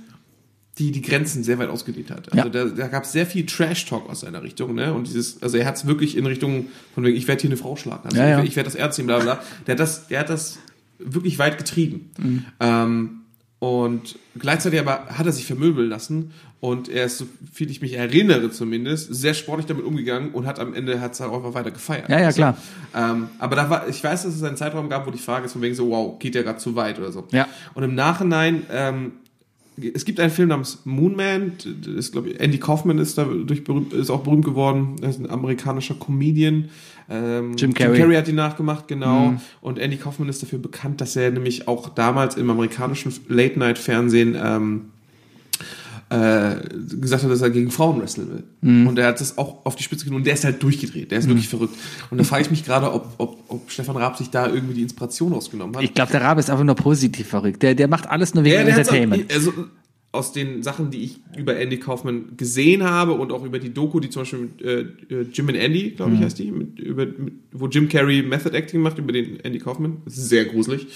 Speaker 3: die die Grenzen sehr weit ausgedehnt hat. Also
Speaker 2: Ja.
Speaker 3: da, da gab es sehr viel Trash-Talk aus seiner Richtung, ne? Und dieses, also er hat es wirklich in Richtung von wegen, ich werde hier eine Frau schlagen, also
Speaker 2: Ja, ja.
Speaker 3: ich, ich werde das Ärztin, bla bla. bla. Der hat das, der hat das wirklich weit getrieben.
Speaker 2: Mhm.
Speaker 3: Ähm, und gleichzeitig aber hat er sich vermöbeln lassen und er ist, so viel ich mich erinnere zumindest, sehr sportlich damit umgegangen und hat am Ende hat's halt auch einfach weiter gefeiert.
Speaker 2: Ja, ja, klar.
Speaker 3: Ähm, aber da war, ich weiß, dass es einen Zeitraum gab, wo die Frage ist von wegen so, wow, geht der gerade zu weit oder so.
Speaker 2: Ja.
Speaker 3: Und im Nachhinein, ähm, es gibt einen Film namens Moonman, das ist, glaube ich, Andy Kaufman ist dadurch berühmt, ist auch berühmt geworden, er ist ein amerikanischer Comedian. Ähm,
Speaker 2: Jim Carrey. Mhm.
Speaker 3: Carrey hat ihn nachgemacht, genau. Und Andy Kaufman ist dafür bekannt, dass er nämlich auch damals im amerikanischen Late-Night-Fernsehen ähm, äh, gesagt hat, dass er gegen Frauen wresteln will. Und er hat das auch auf die Spitze genommen. Und der ist halt durchgedreht. Der ist wirklich verrückt. Und da frage ich mich gerade, ob, ob, ob Stefan Raab sich da irgendwie die Inspiration rausgenommen hat.
Speaker 2: Ich glaube, der Rabe ist einfach nur positiv verrückt. Der, der macht alles nur wegen
Speaker 3: Ja, der hat's
Speaker 2: Entertainment.
Speaker 3: Auch, also, aus den Sachen, die ich über Andy Kaufman gesehen habe und auch über die Doku, die zum Beispiel mit äh, Jim and Andy, glaube ich, heißt die, mit, über, mit, wo Jim Carrey Method Acting macht über den Andy Kaufman, das ist sehr gruselig,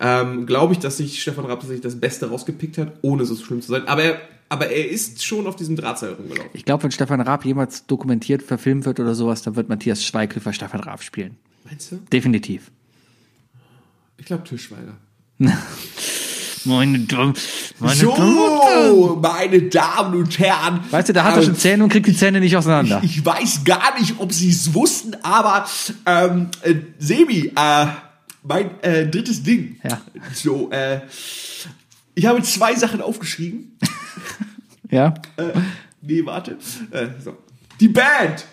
Speaker 3: ähm, glaube ich, dass sich Stefan Raab tatsächlich das Beste rausgepickt hat, ohne so schlimm zu sein. Aber er, aber er ist schon auf diesem Drahtseil rumgelaufen.
Speaker 2: Ich glaube, wenn Stefan Raab jemals dokumentiert, verfilmt wird oder sowas, dann wird Matthias Schweighöfer Stefan Raab spielen.
Speaker 3: Meinst du?
Speaker 2: Definitiv.
Speaker 3: Ich glaube Tischweiger.
Speaker 2: Meine Dumm. Meine
Speaker 3: So, meine Damen und Herren.
Speaker 2: Weißt du, da hat er
Speaker 3: Ähm,
Speaker 2: schon Zähne und kriegt die Zähne nicht auseinander.
Speaker 3: Ich weiß gar nicht, ob Sie es wussten, aber ähm, äh, Sebi, äh, mein äh, drittes Ding.
Speaker 2: Ja.
Speaker 3: So, äh, ich habe zwei Sachen aufgeschrieben.
Speaker 2: Ja.
Speaker 3: Äh, nee, warte. Äh, so. Die Band.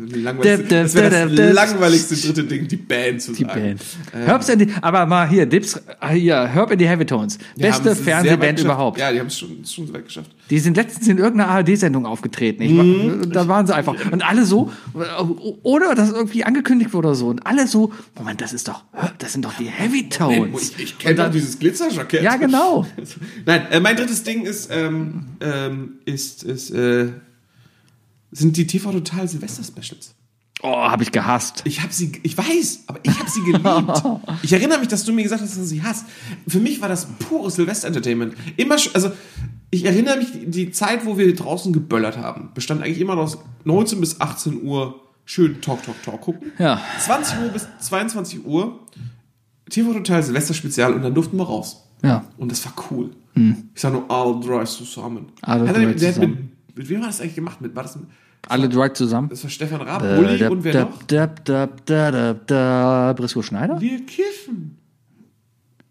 Speaker 2: Dip, dip,
Speaker 3: Das wäre das
Speaker 2: dip, dip.
Speaker 3: langweiligste dritte Ding, die Band zu
Speaker 2: Die
Speaker 3: sagen.
Speaker 2: Band.
Speaker 3: ähm,
Speaker 2: Herbs in die, aber mal hier, Dips, ah, hier, Herb in die Heavy Tones.
Speaker 3: Die haben
Speaker 2: Beste
Speaker 3: es sehr weit
Speaker 2: Fernsehband
Speaker 3: geschafft.
Speaker 2: überhaupt.
Speaker 3: Ja, die haben es schon, schon so weit geschafft.
Speaker 2: Die sind letztens in irgendeiner ARD-Sendung aufgetreten. Ich, war-
Speaker 3: Mhm.
Speaker 2: Da waren sie einfach. Und alle so, oh, ohne dass irgendwie angekündigt wurde oder so. Und alle so, Moment, das ist doch, das sind doch die Heavy Tones.
Speaker 3: Ich, ich kenne doch dieses Glitzerjackett.
Speaker 2: Ja, genau.
Speaker 3: Nein, äh, mein drittes Ding ist, ähm, ähm, ist, ist äh, sind die TV Total Silvester Specials.
Speaker 2: Oh, habe ich gehasst.
Speaker 3: Ich habe sie, ich weiß, aber ich habe sie geliebt. ich erinnere mich, dass du mir gesagt hast, dass du sie hast. Für mich war das pures Silvester Entertainment. Immer, sch- also ich erinnere mich, die- die Zeit, wo wir draußen geböllert haben, bestand eigentlich immer noch aus 19 bis 18 Uhr schön Talk, Talk, Talk gucken.
Speaker 2: Ja.
Speaker 3: 20 Uhr bis 22 Uhr TV Total Silvester Spezial und dann durften wir raus.
Speaker 2: Ja.
Speaker 3: Und das war cool. Ich sag nur All Drives zusammen.
Speaker 2: All
Speaker 3: hat er,
Speaker 2: Drives
Speaker 3: der hat
Speaker 2: zusammen.
Speaker 3: Mit, mit wem hat er das eigentlich gemacht? Mit, war das, ein,
Speaker 2: Alle Äh, Drive zusammen.
Speaker 3: das war Stefan Raab, Uli und wer noch?
Speaker 2: Da, da, da, da, da, Briscoe Schneider?
Speaker 3: Wir kiffen.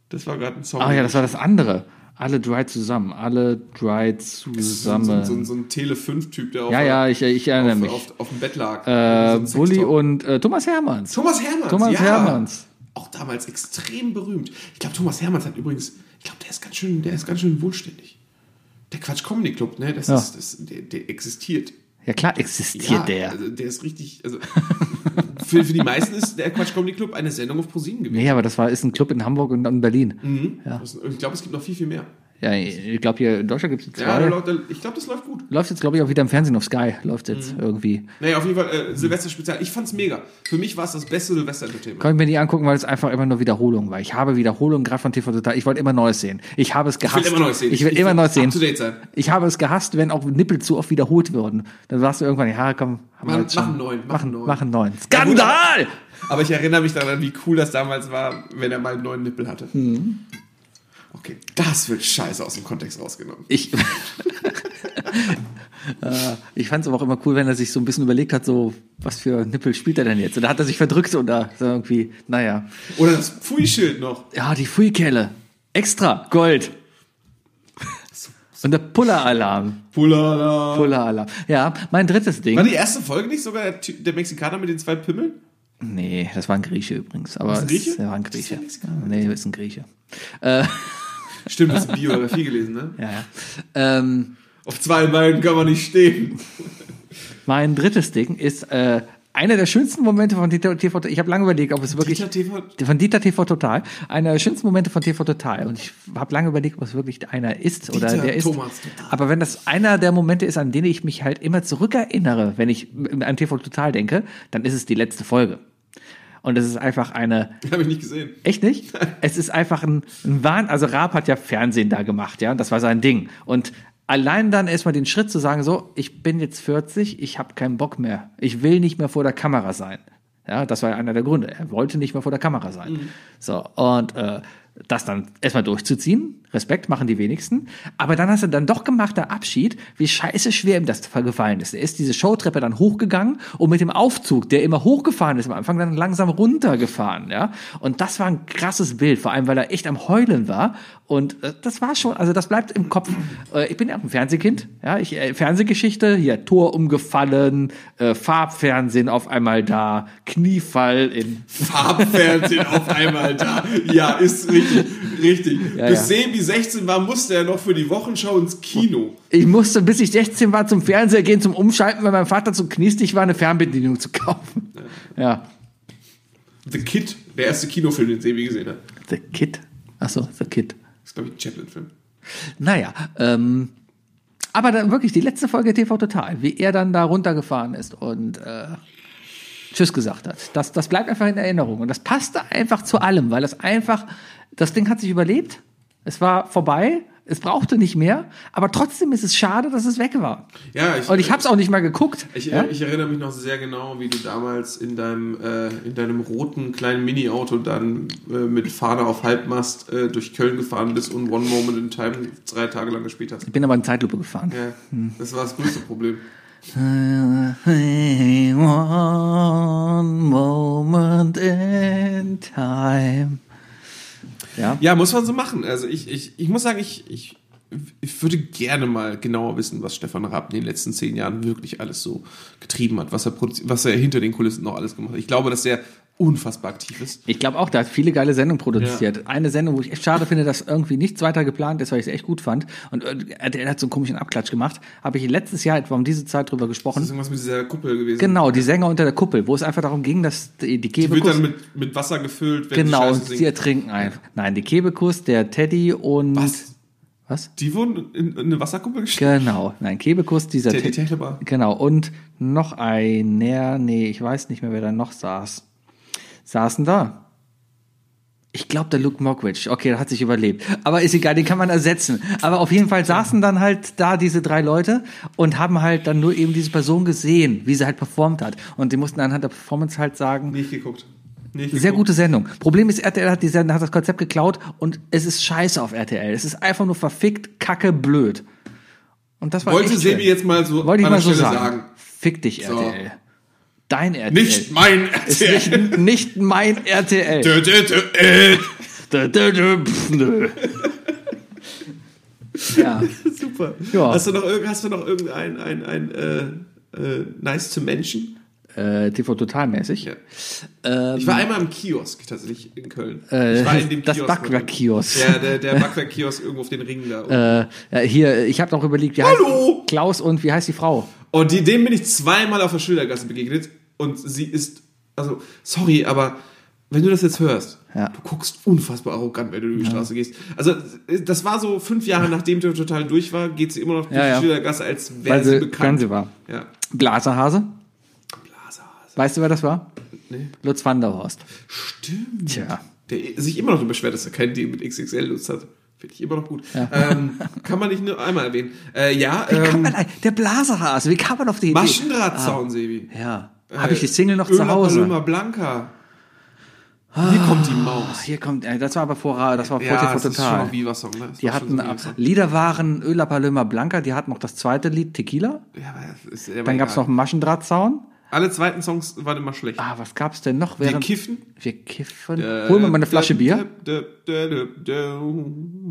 Speaker 3: Das war gerade ein Song.
Speaker 2: Ah ja, das war das andere. Alle drei zusammen. Alle drei
Speaker 3: so, ein- so, ein- so, ein-
Speaker 2: zusammen.
Speaker 3: so ein Tele-5-Typ, der auf,
Speaker 2: Ja, ja, ich, ich erinnere
Speaker 3: auf,
Speaker 2: mich.
Speaker 3: auf, auf dem Bett lag.
Speaker 2: Äh,
Speaker 3: So ein
Speaker 2: Bulli
Speaker 3: Sextalk.
Speaker 2: und äh, Thomas Hermanns.
Speaker 3: Thomas Hermanns.
Speaker 2: Thomas
Speaker 3: ja.
Speaker 2: Hermanns.
Speaker 3: Auch damals extrem berühmt. Ich glaube, Thomas Hermanns hat übrigens, ich glaube, der ist ganz schön, der ist ganz schön wohlständig. Der Quatsch Comedy Club, ne? Das
Speaker 2: Ja.
Speaker 3: ist, das, der, der existiert.
Speaker 2: Ja klar, existiert
Speaker 3: Ja,
Speaker 2: der.
Speaker 3: Also der ist richtig. Also für, für die meisten ist der Quatsch Comedy Club eine Sendung auf ProSieben gewesen.
Speaker 2: Nee, aber das war, ist ein Club in Hamburg und in Berlin.
Speaker 3: Mhm. Das- Ich glaube, es gibt noch viel, viel mehr.
Speaker 2: Ja, ich glaube hier in Deutschland gibt es
Speaker 3: Ja,
Speaker 2: zwei.
Speaker 3: da läuft- da- ich glaube, das läuft gut.
Speaker 2: läuft jetzt, glaube ich, auch wieder im Fernsehen auf Sky. Läuft jetzt
Speaker 3: Mhm.
Speaker 2: irgendwie.
Speaker 3: Naja, auf jeden Fall äh, Silvester-Spezial. Ich fand's mega. Für mich war es das beste Silvester-Entertainment.
Speaker 2: Kann ich mir nicht angucken, weil es einfach immer nur Wiederholung war. Ich habe Wiederholungen gerade von TV Total. Ich wollte immer Neues sehen. Ich habe es gehasst.
Speaker 3: will immer Neues sehen.
Speaker 2: Ich will
Speaker 3: Ich
Speaker 2: immer
Speaker 3: will
Speaker 2: Neues sehen.
Speaker 3: up to date sein.
Speaker 2: Ich habe es gehasst, wenn auch Nippel zu oft wiederholt wurden. Dann sagst du irgendwann, ja, komm, haben wir
Speaker 3: Mach-
Speaker 2: jetzt
Speaker 3: mach
Speaker 2: schon.
Speaker 3: einen neuen, mach
Speaker 2: Mach
Speaker 3: einen
Speaker 2: einen
Speaker 3: neuen.
Speaker 2: Mach einen neuen. Skandal!
Speaker 3: Aber ich erinnere mich daran, wie cool das damals war, wenn er mal einen neuen Nippel hatte.
Speaker 2: Hm.
Speaker 3: Okay, das wird scheiße aus dem Kontext rausgenommen.
Speaker 2: Ich, äh, ich fand es aber auch immer cool, wenn er sich so ein bisschen überlegt hat, so, was für Nippel spielt er denn jetzt? Und da hat er sich verdrückt und da so irgendwie, naja.
Speaker 3: Oder das Pfui-Schild noch.
Speaker 2: Ja, die Frühkelle. Extra Gold. Und der Puller-Alarm.
Speaker 3: Pulala.
Speaker 2: Puller-Alarm. Ja, mein drittes Ding.
Speaker 3: War die erste Folge nicht sogar der, Ty- der Mexikaner mit den zwei Pimmeln?
Speaker 2: Nee, das war ein Grieche übrigens. Aber
Speaker 3: ein Grieche?
Speaker 2: es war ein
Speaker 3: Ist der
Speaker 2: Grieche.
Speaker 3: Mexikaner?
Speaker 2: Nee, ist ein Grieche. Äh,
Speaker 3: Stimmt, das ist Bio, haben wir viel gelesen, ne?
Speaker 2: Ja, ja. Ähm,
Speaker 3: Auf zwei Beinen kann man nicht stehen.
Speaker 2: Mein drittes Ding ist äh, einer der schönsten Momente von Dieter TV Total. Ich habe lange überlegt, ob es wirklich
Speaker 3: Dieter TV?
Speaker 2: von Dieter TV Total einer der schönsten Momente von TV Total. Und ich habe lange überlegt, ob es wirklich einer ist oder
Speaker 3: Dieter
Speaker 2: der ist.
Speaker 3: Thomas Total.
Speaker 2: Aber wenn das einer der Momente ist, an denen ich mich halt immer zurückerinnere, wenn ich an TV Total denke, dann ist es die letzte Folge. Und es ist einfach eine
Speaker 3: Habe ich nicht gesehen.
Speaker 2: Echt nicht? Es ist einfach ein, ein Wahn. Also Raab hat ja Fernsehen da gemacht, ja, und das war sein Ding. Und allein dann erstmal den Schritt zu sagen, so, ich bin jetzt 40, ich habe keinen Bock mehr. Ich will nicht mehr vor der Kamera sein. Ja, das war einer der Gründe. Er wollte nicht mehr vor der Kamera sein. So, und äh, das dann erstmal durchzuziehen, Respekt machen die wenigsten. Aber dann hast du dann doch gemacht, der Abschied, wie scheiße schwer ihm das gefallen ist. Er ist diese Showtreppe dann hochgegangen und mit dem Aufzug, der immer hochgefahren ist am Anfang, dann langsam runtergefahren. Ja? Und das war ein krasses Bild, vor allem, weil er echt am Heulen war. Und äh, das war schon, also das bleibt im Kopf. Äh, ich bin ja auch ein Fernsehkind, ja, ich, äh, Fernsehgeschichte, hier Tor umgefallen, äh, Farbfernsehen auf einmal da, Kniefall in
Speaker 3: Farbfernsehen auf einmal da. Ja, ist richtig, richtig.
Speaker 2: Ja,
Speaker 3: Bis
Speaker 2: ja.
Speaker 3: Sebi 16 war, musste er noch für die Wochenschau ins Kino.
Speaker 2: Ich musste, bis ich 16 war, zum Fernseher gehen, zum Umschalten, weil mein Vater zu kniestig war, eine Fernbedienung zu kaufen. Ja.
Speaker 3: The Kid, der erste Kinofilm, den Sebi gesehen hat.
Speaker 2: The Kid. Achso, The Kid.
Speaker 3: ist, glaube ich, ein Chaplin-Film.
Speaker 2: Naja, ähm, aber dann wirklich die letzte Folge TV Total, wie er dann da runtergefahren ist und äh, Tschüss gesagt hat. Das, das bleibt einfach in Erinnerung. Und das passte einfach zu allem, weil das einfach, das Ding hat sich überlebt, es war vorbei, es brauchte nicht mehr, aber trotzdem ist es schade, dass es weg war.
Speaker 3: Ja, ich,
Speaker 2: Und ich hab's auch nicht mal geguckt.
Speaker 3: ich, äh,
Speaker 2: ja?
Speaker 3: ich erinnere mich noch sehr genau, wie du damals in deinem, äh, in deinem roten kleinen Mini-Auto dann äh, mit Fahne auf Halbmast äh, durch Köln gefahren bist und One Moment in Time drei Tage lang gespielt hast.
Speaker 2: Ich bin aber in Zeitlupe gefahren.
Speaker 3: Ja,
Speaker 2: Hm.
Speaker 3: das war das größte Problem.
Speaker 2: One moment in time. Ja.
Speaker 3: Ja, muss man so machen. Also ich, ich, ich muss sagen, ich, ich, ich würde gerne mal genauer wissen, was Stefan Raab in den letzten zehn Jahren wirklich alles so getrieben hat, was er, produzi- was er hinter den Kulissen noch alles gemacht hat. Ich glaube, dass er unfassbar aktiv ist.
Speaker 2: Ich glaube auch, der hat viele geile Sendungen produziert. Eine Sendung, wo ich echt schade finde, dass irgendwie nichts weiter geplant ist, weil ich es echt gut fand. Und äh, RTL hat so einen komischen Abklatsch gemacht. Habe ich letztes Jahr etwa um diese Zeit drüber
Speaker 3: Das ist
Speaker 2: gesprochen.
Speaker 3: irgendwas mit dieser Kuppel gewesen.
Speaker 2: Genau, die Sänger unter der Kuppel, wo es einfach darum ging, dass die, die
Speaker 3: Die wird
Speaker 2: Kebekus...
Speaker 3: dann mit, mit Wasser gefüllt, wenn
Speaker 2: genau,
Speaker 3: die
Speaker 2: und
Speaker 3: Scheiße
Speaker 2: sie
Speaker 3: singt.
Speaker 2: ertrinken einfach. Nein, die Kebekus, der Teddy und...
Speaker 3: Was?
Speaker 2: Was?
Speaker 3: Die wurden in, in eine Wasserkuppel gestellt?
Speaker 2: Genau, nein, Kebekus, dieser Te-
Speaker 3: Teddy Techtlebar.
Speaker 2: Genau, und noch einer, nee, ich weiß nicht mehr, wer da noch saß. Saßen da? Ich glaube, der Luke Mockridge. Okay, der hat sich überlebt. Aber ist egal, den kann man ersetzen. Aber auf jeden Fall saßen dann halt da diese drei Leute und haben halt dann nur eben diese Person gesehen, wie sie halt performt hat. Und die mussten anhand der Performance halt sagen,
Speaker 3: Nicht geguckt. Nicht
Speaker 2: sehr
Speaker 3: geguckt.
Speaker 2: gute Sendung. Problem ist, RTL hat, die Sendung, hat das Konzept geklaut und es ist scheiße auf RTL. Es ist einfach nur verfickt, kacke, blöd. Und das war
Speaker 3: Wollte
Speaker 2: echt
Speaker 3: Sebi
Speaker 2: schön.
Speaker 3: jetzt mal so
Speaker 2: Wollte ich
Speaker 3: an der
Speaker 2: mal so
Speaker 3: Stelle
Speaker 2: sagen. Fick dich, RTL. Dein RTL.
Speaker 3: Nicht mein
Speaker 2: ist
Speaker 3: RTL.
Speaker 2: nicht, nicht mein RTL.
Speaker 3: Dö, dö, dö, äh.
Speaker 2: Dö, dö, dö, pf, nö. ja.
Speaker 3: Super.
Speaker 2: Ja.
Speaker 3: Hast du noch, irg- hast du noch irgendein ein, ein, äh, äh, Nice to Menschen?
Speaker 2: Äh, TV total mäßig.
Speaker 3: Ja.
Speaker 2: Ähm,
Speaker 3: ich war einmal im Kiosk tatsächlich in Köln.
Speaker 2: Hm. Äh,
Speaker 3: ich war in dem
Speaker 2: das
Speaker 3: Kiosk.
Speaker 2: Backwerkkiosk.
Speaker 3: Ja, der, der Backwerk-Kiosk irgendwo auf den Ringen da.
Speaker 2: Äh, hier, ich habe noch überlegt, wie
Speaker 3: Hallo!
Speaker 2: heißt Klaus und wie heißt die Frau?
Speaker 3: Und die, dem bin ich zweimal auf der Schildergasse begegnet und sie ist, also, sorry, aber wenn du das jetzt hörst,
Speaker 2: Ja.
Speaker 3: du guckst unfassbar arrogant, wenn du durch die Straße gehst. Also, das war so fünf Jahre nachdem der total durch war, geht sie immer noch durch
Speaker 2: Ja, ja.
Speaker 3: die Schildergasse, als wäre
Speaker 2: Weil
Speaker 3: sie
Speaker 2: sie
Speaker 3: bekannt.
Speaker 2: Fernseh war.
Speaker 3: Ja.
Speaker 2: Blaserhase?
Speaker 3: Blaserhase.
Speaker 2: Weißt du, wer das war?
Speaker 3: Nee.
Speaker 2: Lutz van der Horst.
Speaker 3: Stimmt.
Speaker 2: Tja.
Speaker 3: Der sich immer noch darüber beschwert, dass er keinen Deal mit XXL Lust hat. Finde ich immer noch gut. Ähm, kann man nicht nur einmal erwähnen. Äh, ja,
Speaker 2: Kann man,
Speaker 3: ähm,
Speaker 2: ein- der Blaserhase, wie kann man auf die Idee? Ah.
Speaker 3: Maschendrahtzaun, Sebi.
Speaker 2: Ja.
Speaker 3: Äh,
Speaker 2: Habe ich die Single noch zu
Speaker 3: Paloma
Speaker 2: Hause?
Speaker 3: Blanca. Hier kommt die Maus.
Speaker 2: Hier kommt, äh, das war aber vor, das war vor
Speaker 3: Ja,
Speaker 2: TV
Speaker 3: das ist schon
Speaker 2: Total.
Speaker 3: noch Viva-Song, ne? Das
Speaker 2: Die
Speaker 3: war schon
Speaker 2: hatten,
Speaker 3: so ein Viva-Song.
Speaker 2: Lieder waren Öla Paloma Blanca, die hatten noch das zweite Lied Tequila.
Speaker 3: Ja, aber das ist, ja,
Speaker 2: Dann
Speaker 3: egal.
Speaker 2: gab es noch einen Maschendrahtzaun.
Speaker 3: Alle zweiten Songs waren immer schlecht.
Speaker 2: Ah, was gab's denn noch?
Speaker 3: Wir
Speaker 2: Während
Speaker 3: kiffen.
Speaker 2: Wir kiffen. Hol mir mal eine Flasche Bier.
Speaker 3: Dö, dö, dö, dö.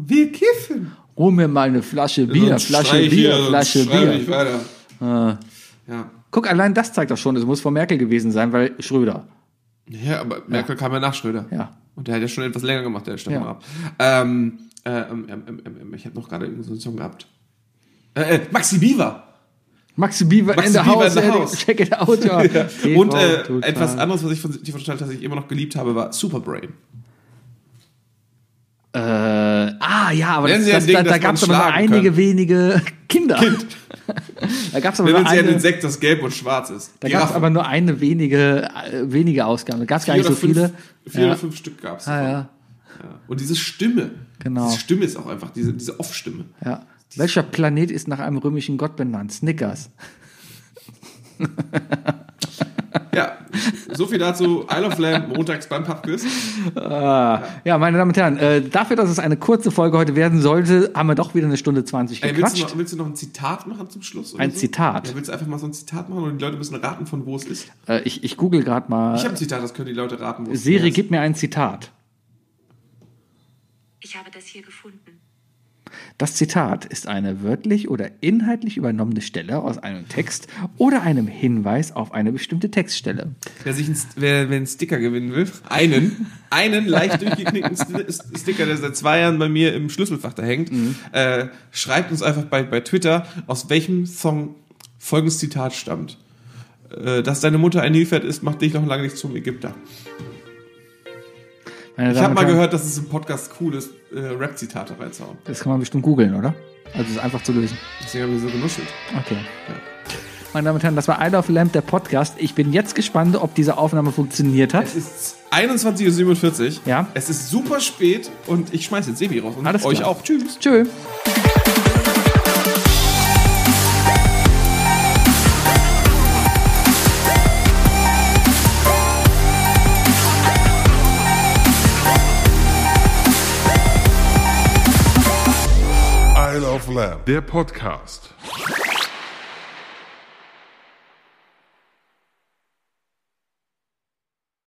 Speaker 3: Wir kiffen.
Speaker 2: Hol mir mal eine Flasche Bier,
Speaker 3: Sonst
Speaker 2: Flasche
Speaker 3: schrei ich
Speaker 2: Bier,
Speaker 3: hier,
Speaker 2: Flasche
Speaker 3: sonst schrei
Speaker 2: Bier. Ah.
Speaker 3: Ich weiter. Ja.
Speaker 2: Guck, allein das zeigt doch schon, es muss vor Merkel gewesen sein, weil Schröder.
Speaker 3: Ja, aber Merkel kam ja nach Schröder.
Speaker 2: Ja.
Speaker 3: Und der hat ja schon etwas länger gemacht, der Stefan
Speaker 2: Ja.
Speaker 3: Raab. Ähm, äh, ähm, ähm, ähm, ähm, ich habe noch gerade irgendeinen so einen Song gehabt. Äh, äh, Maxi Bieber.
Speaker 2: Maxi Bieber
Speaker 3: Maxi
Speaker 2: in the
Speaker 3: Bieber
Speaker 2: house,
Speaker 3: in the
Speaker 2: ja,
Speaker 3: house.
Speaker 2: check it out, ja. TV
Speaker 3: Und äh,
Speaker 2: total.
Speaker 3: etwas anderes, was ich von TV Total tatsächlich immer noch geliebt habe, war Superbrain.
Speaker 2: Äh, ah, ja, aber das,
Speaker 3: Nennen Sie ein
Speaker 2: das,
Speaker 3: Ding,
Speaker 2: da, da
Speaker 3: das
Speaker 2: gab es
Speaker 3: man
Speaker 2: aber nur
Speaker 3: schlagen
Speaker 2: einige
Speaker 3: kann.
Speaker 2: wenige Kinder. da gab es aber,
Speaker 3: Wenn
Speaker 2: nur
Speaker 3: Sie ein
Speaker 2: eine,
Speaker 3: Insekt, das gelb und schwarz ist.
Speaker 2: da gab's aber nur eine wenige, äh, wenige Ausgaben. Da gab es gar
Speaker 3: vier
Speaker 2: nicht so
Speaker 3: oder fünf,
Speaker 2: viele.
Speaker 3: Vier
Speaker 2: Ja.
Speaker 3: oder fünf Stück gab es.
Speaker 2: Ah, ja.
Speaker 3: Und diese Stimme.
Speaker 2: Genau.
Speaker 3: Diese Stimme ist auch einfach, diese, diese Off-Stimme.
Speaker 2: Ja. Welcher Planet ist nach einem römischen Gott benannt? Snickers.
Speaker 3: Ja, so viel dazu. Isle of Lamb, montags beim Pubquiz.
Speaker 2: Ja, meine Damen und Herren, äh, dafür, dass es eine kurze Folge heute werden sollte, haben wir doch wieder eine Stunde 20
Speaker 3: Ey, willst, du
Speaker 2: gequatscht.
Speaker 3: noch, willst du noch ein Zitat machen zum Schluss? oder
Speaker 2: Ein Zitat?
Speaker 3: Ja, willst du einfach mal so ein Zitat machen und die Leute müssen raten, von wo es ist?
Speaker 2: Äh, ich ich google gerade mal.
Speaker 3: Ich habe ein Zitat, das können die Leute raten, wo es
Speaker 2: Äh, Siri,
Speaker 3: ist.
Speaker 2: gib mir ein Zitat.
Speaker 6: Ich habe das hier gefunden.
Speaker 2: Das Zitat ist eine wörtlich oder inhaltlich übernommene Stelle aus einem Text oder einem Hinweis auf eine bestimmte Textstelle.
Speaker 3: Wer sich einen, St- wer, wer einen Sticker gewinnen will, einen, einen leicht durchgeknickten St- St- Sticker, der seit zwei Jahren bei mir im Schlüsselfach da hängt,
Speaker 2: Mhm.
Speaker 3: äh, schreibt uns einfach bei, bei Twitter, aus welchem Song folgendes Zitat stammt. Äh, dass deine Mutter ein Nilpferd ist, macht dich noch lange nicht zum Ägypter.
Speaker 2: Meine
Speaker 3: Ich
Speaker 2: Damen
Speaker 3: habe
Speaker 2: und
Speaker 3: mal
Speaker 2: Herren,
Speaker 3: gehört, dass es im Podcast cool ist, äh, Rap-Zitate reinzuhauen.
Speaker 2: Das kann man bestimmt googeln, oder? Also es ist einfach zu lösen.
Speaker 3: Deswegen haben wir so genuschelt.
Speaker 2: Okay. Meine Damen und Herren, das war Isle of Lamp, der Podcast. Ich bin jetzt gespannt, ob diese Aufnahme funktioniert hat.
Speaker 3: Es ist 21.47 Uhr.
Speaker 2: Ja.
Speaker 3: Es ist super spät und ich schmeiß jetzt Sebi raus und
Speaker 2: Alles
Speaker 3: euch
Speaker 2: klar.
Speaker 3: auch. Tschüss.
Speaker 2: Tschö.
Speaker 7: Isle of Lamb.
Speaker 8: Der Podcast.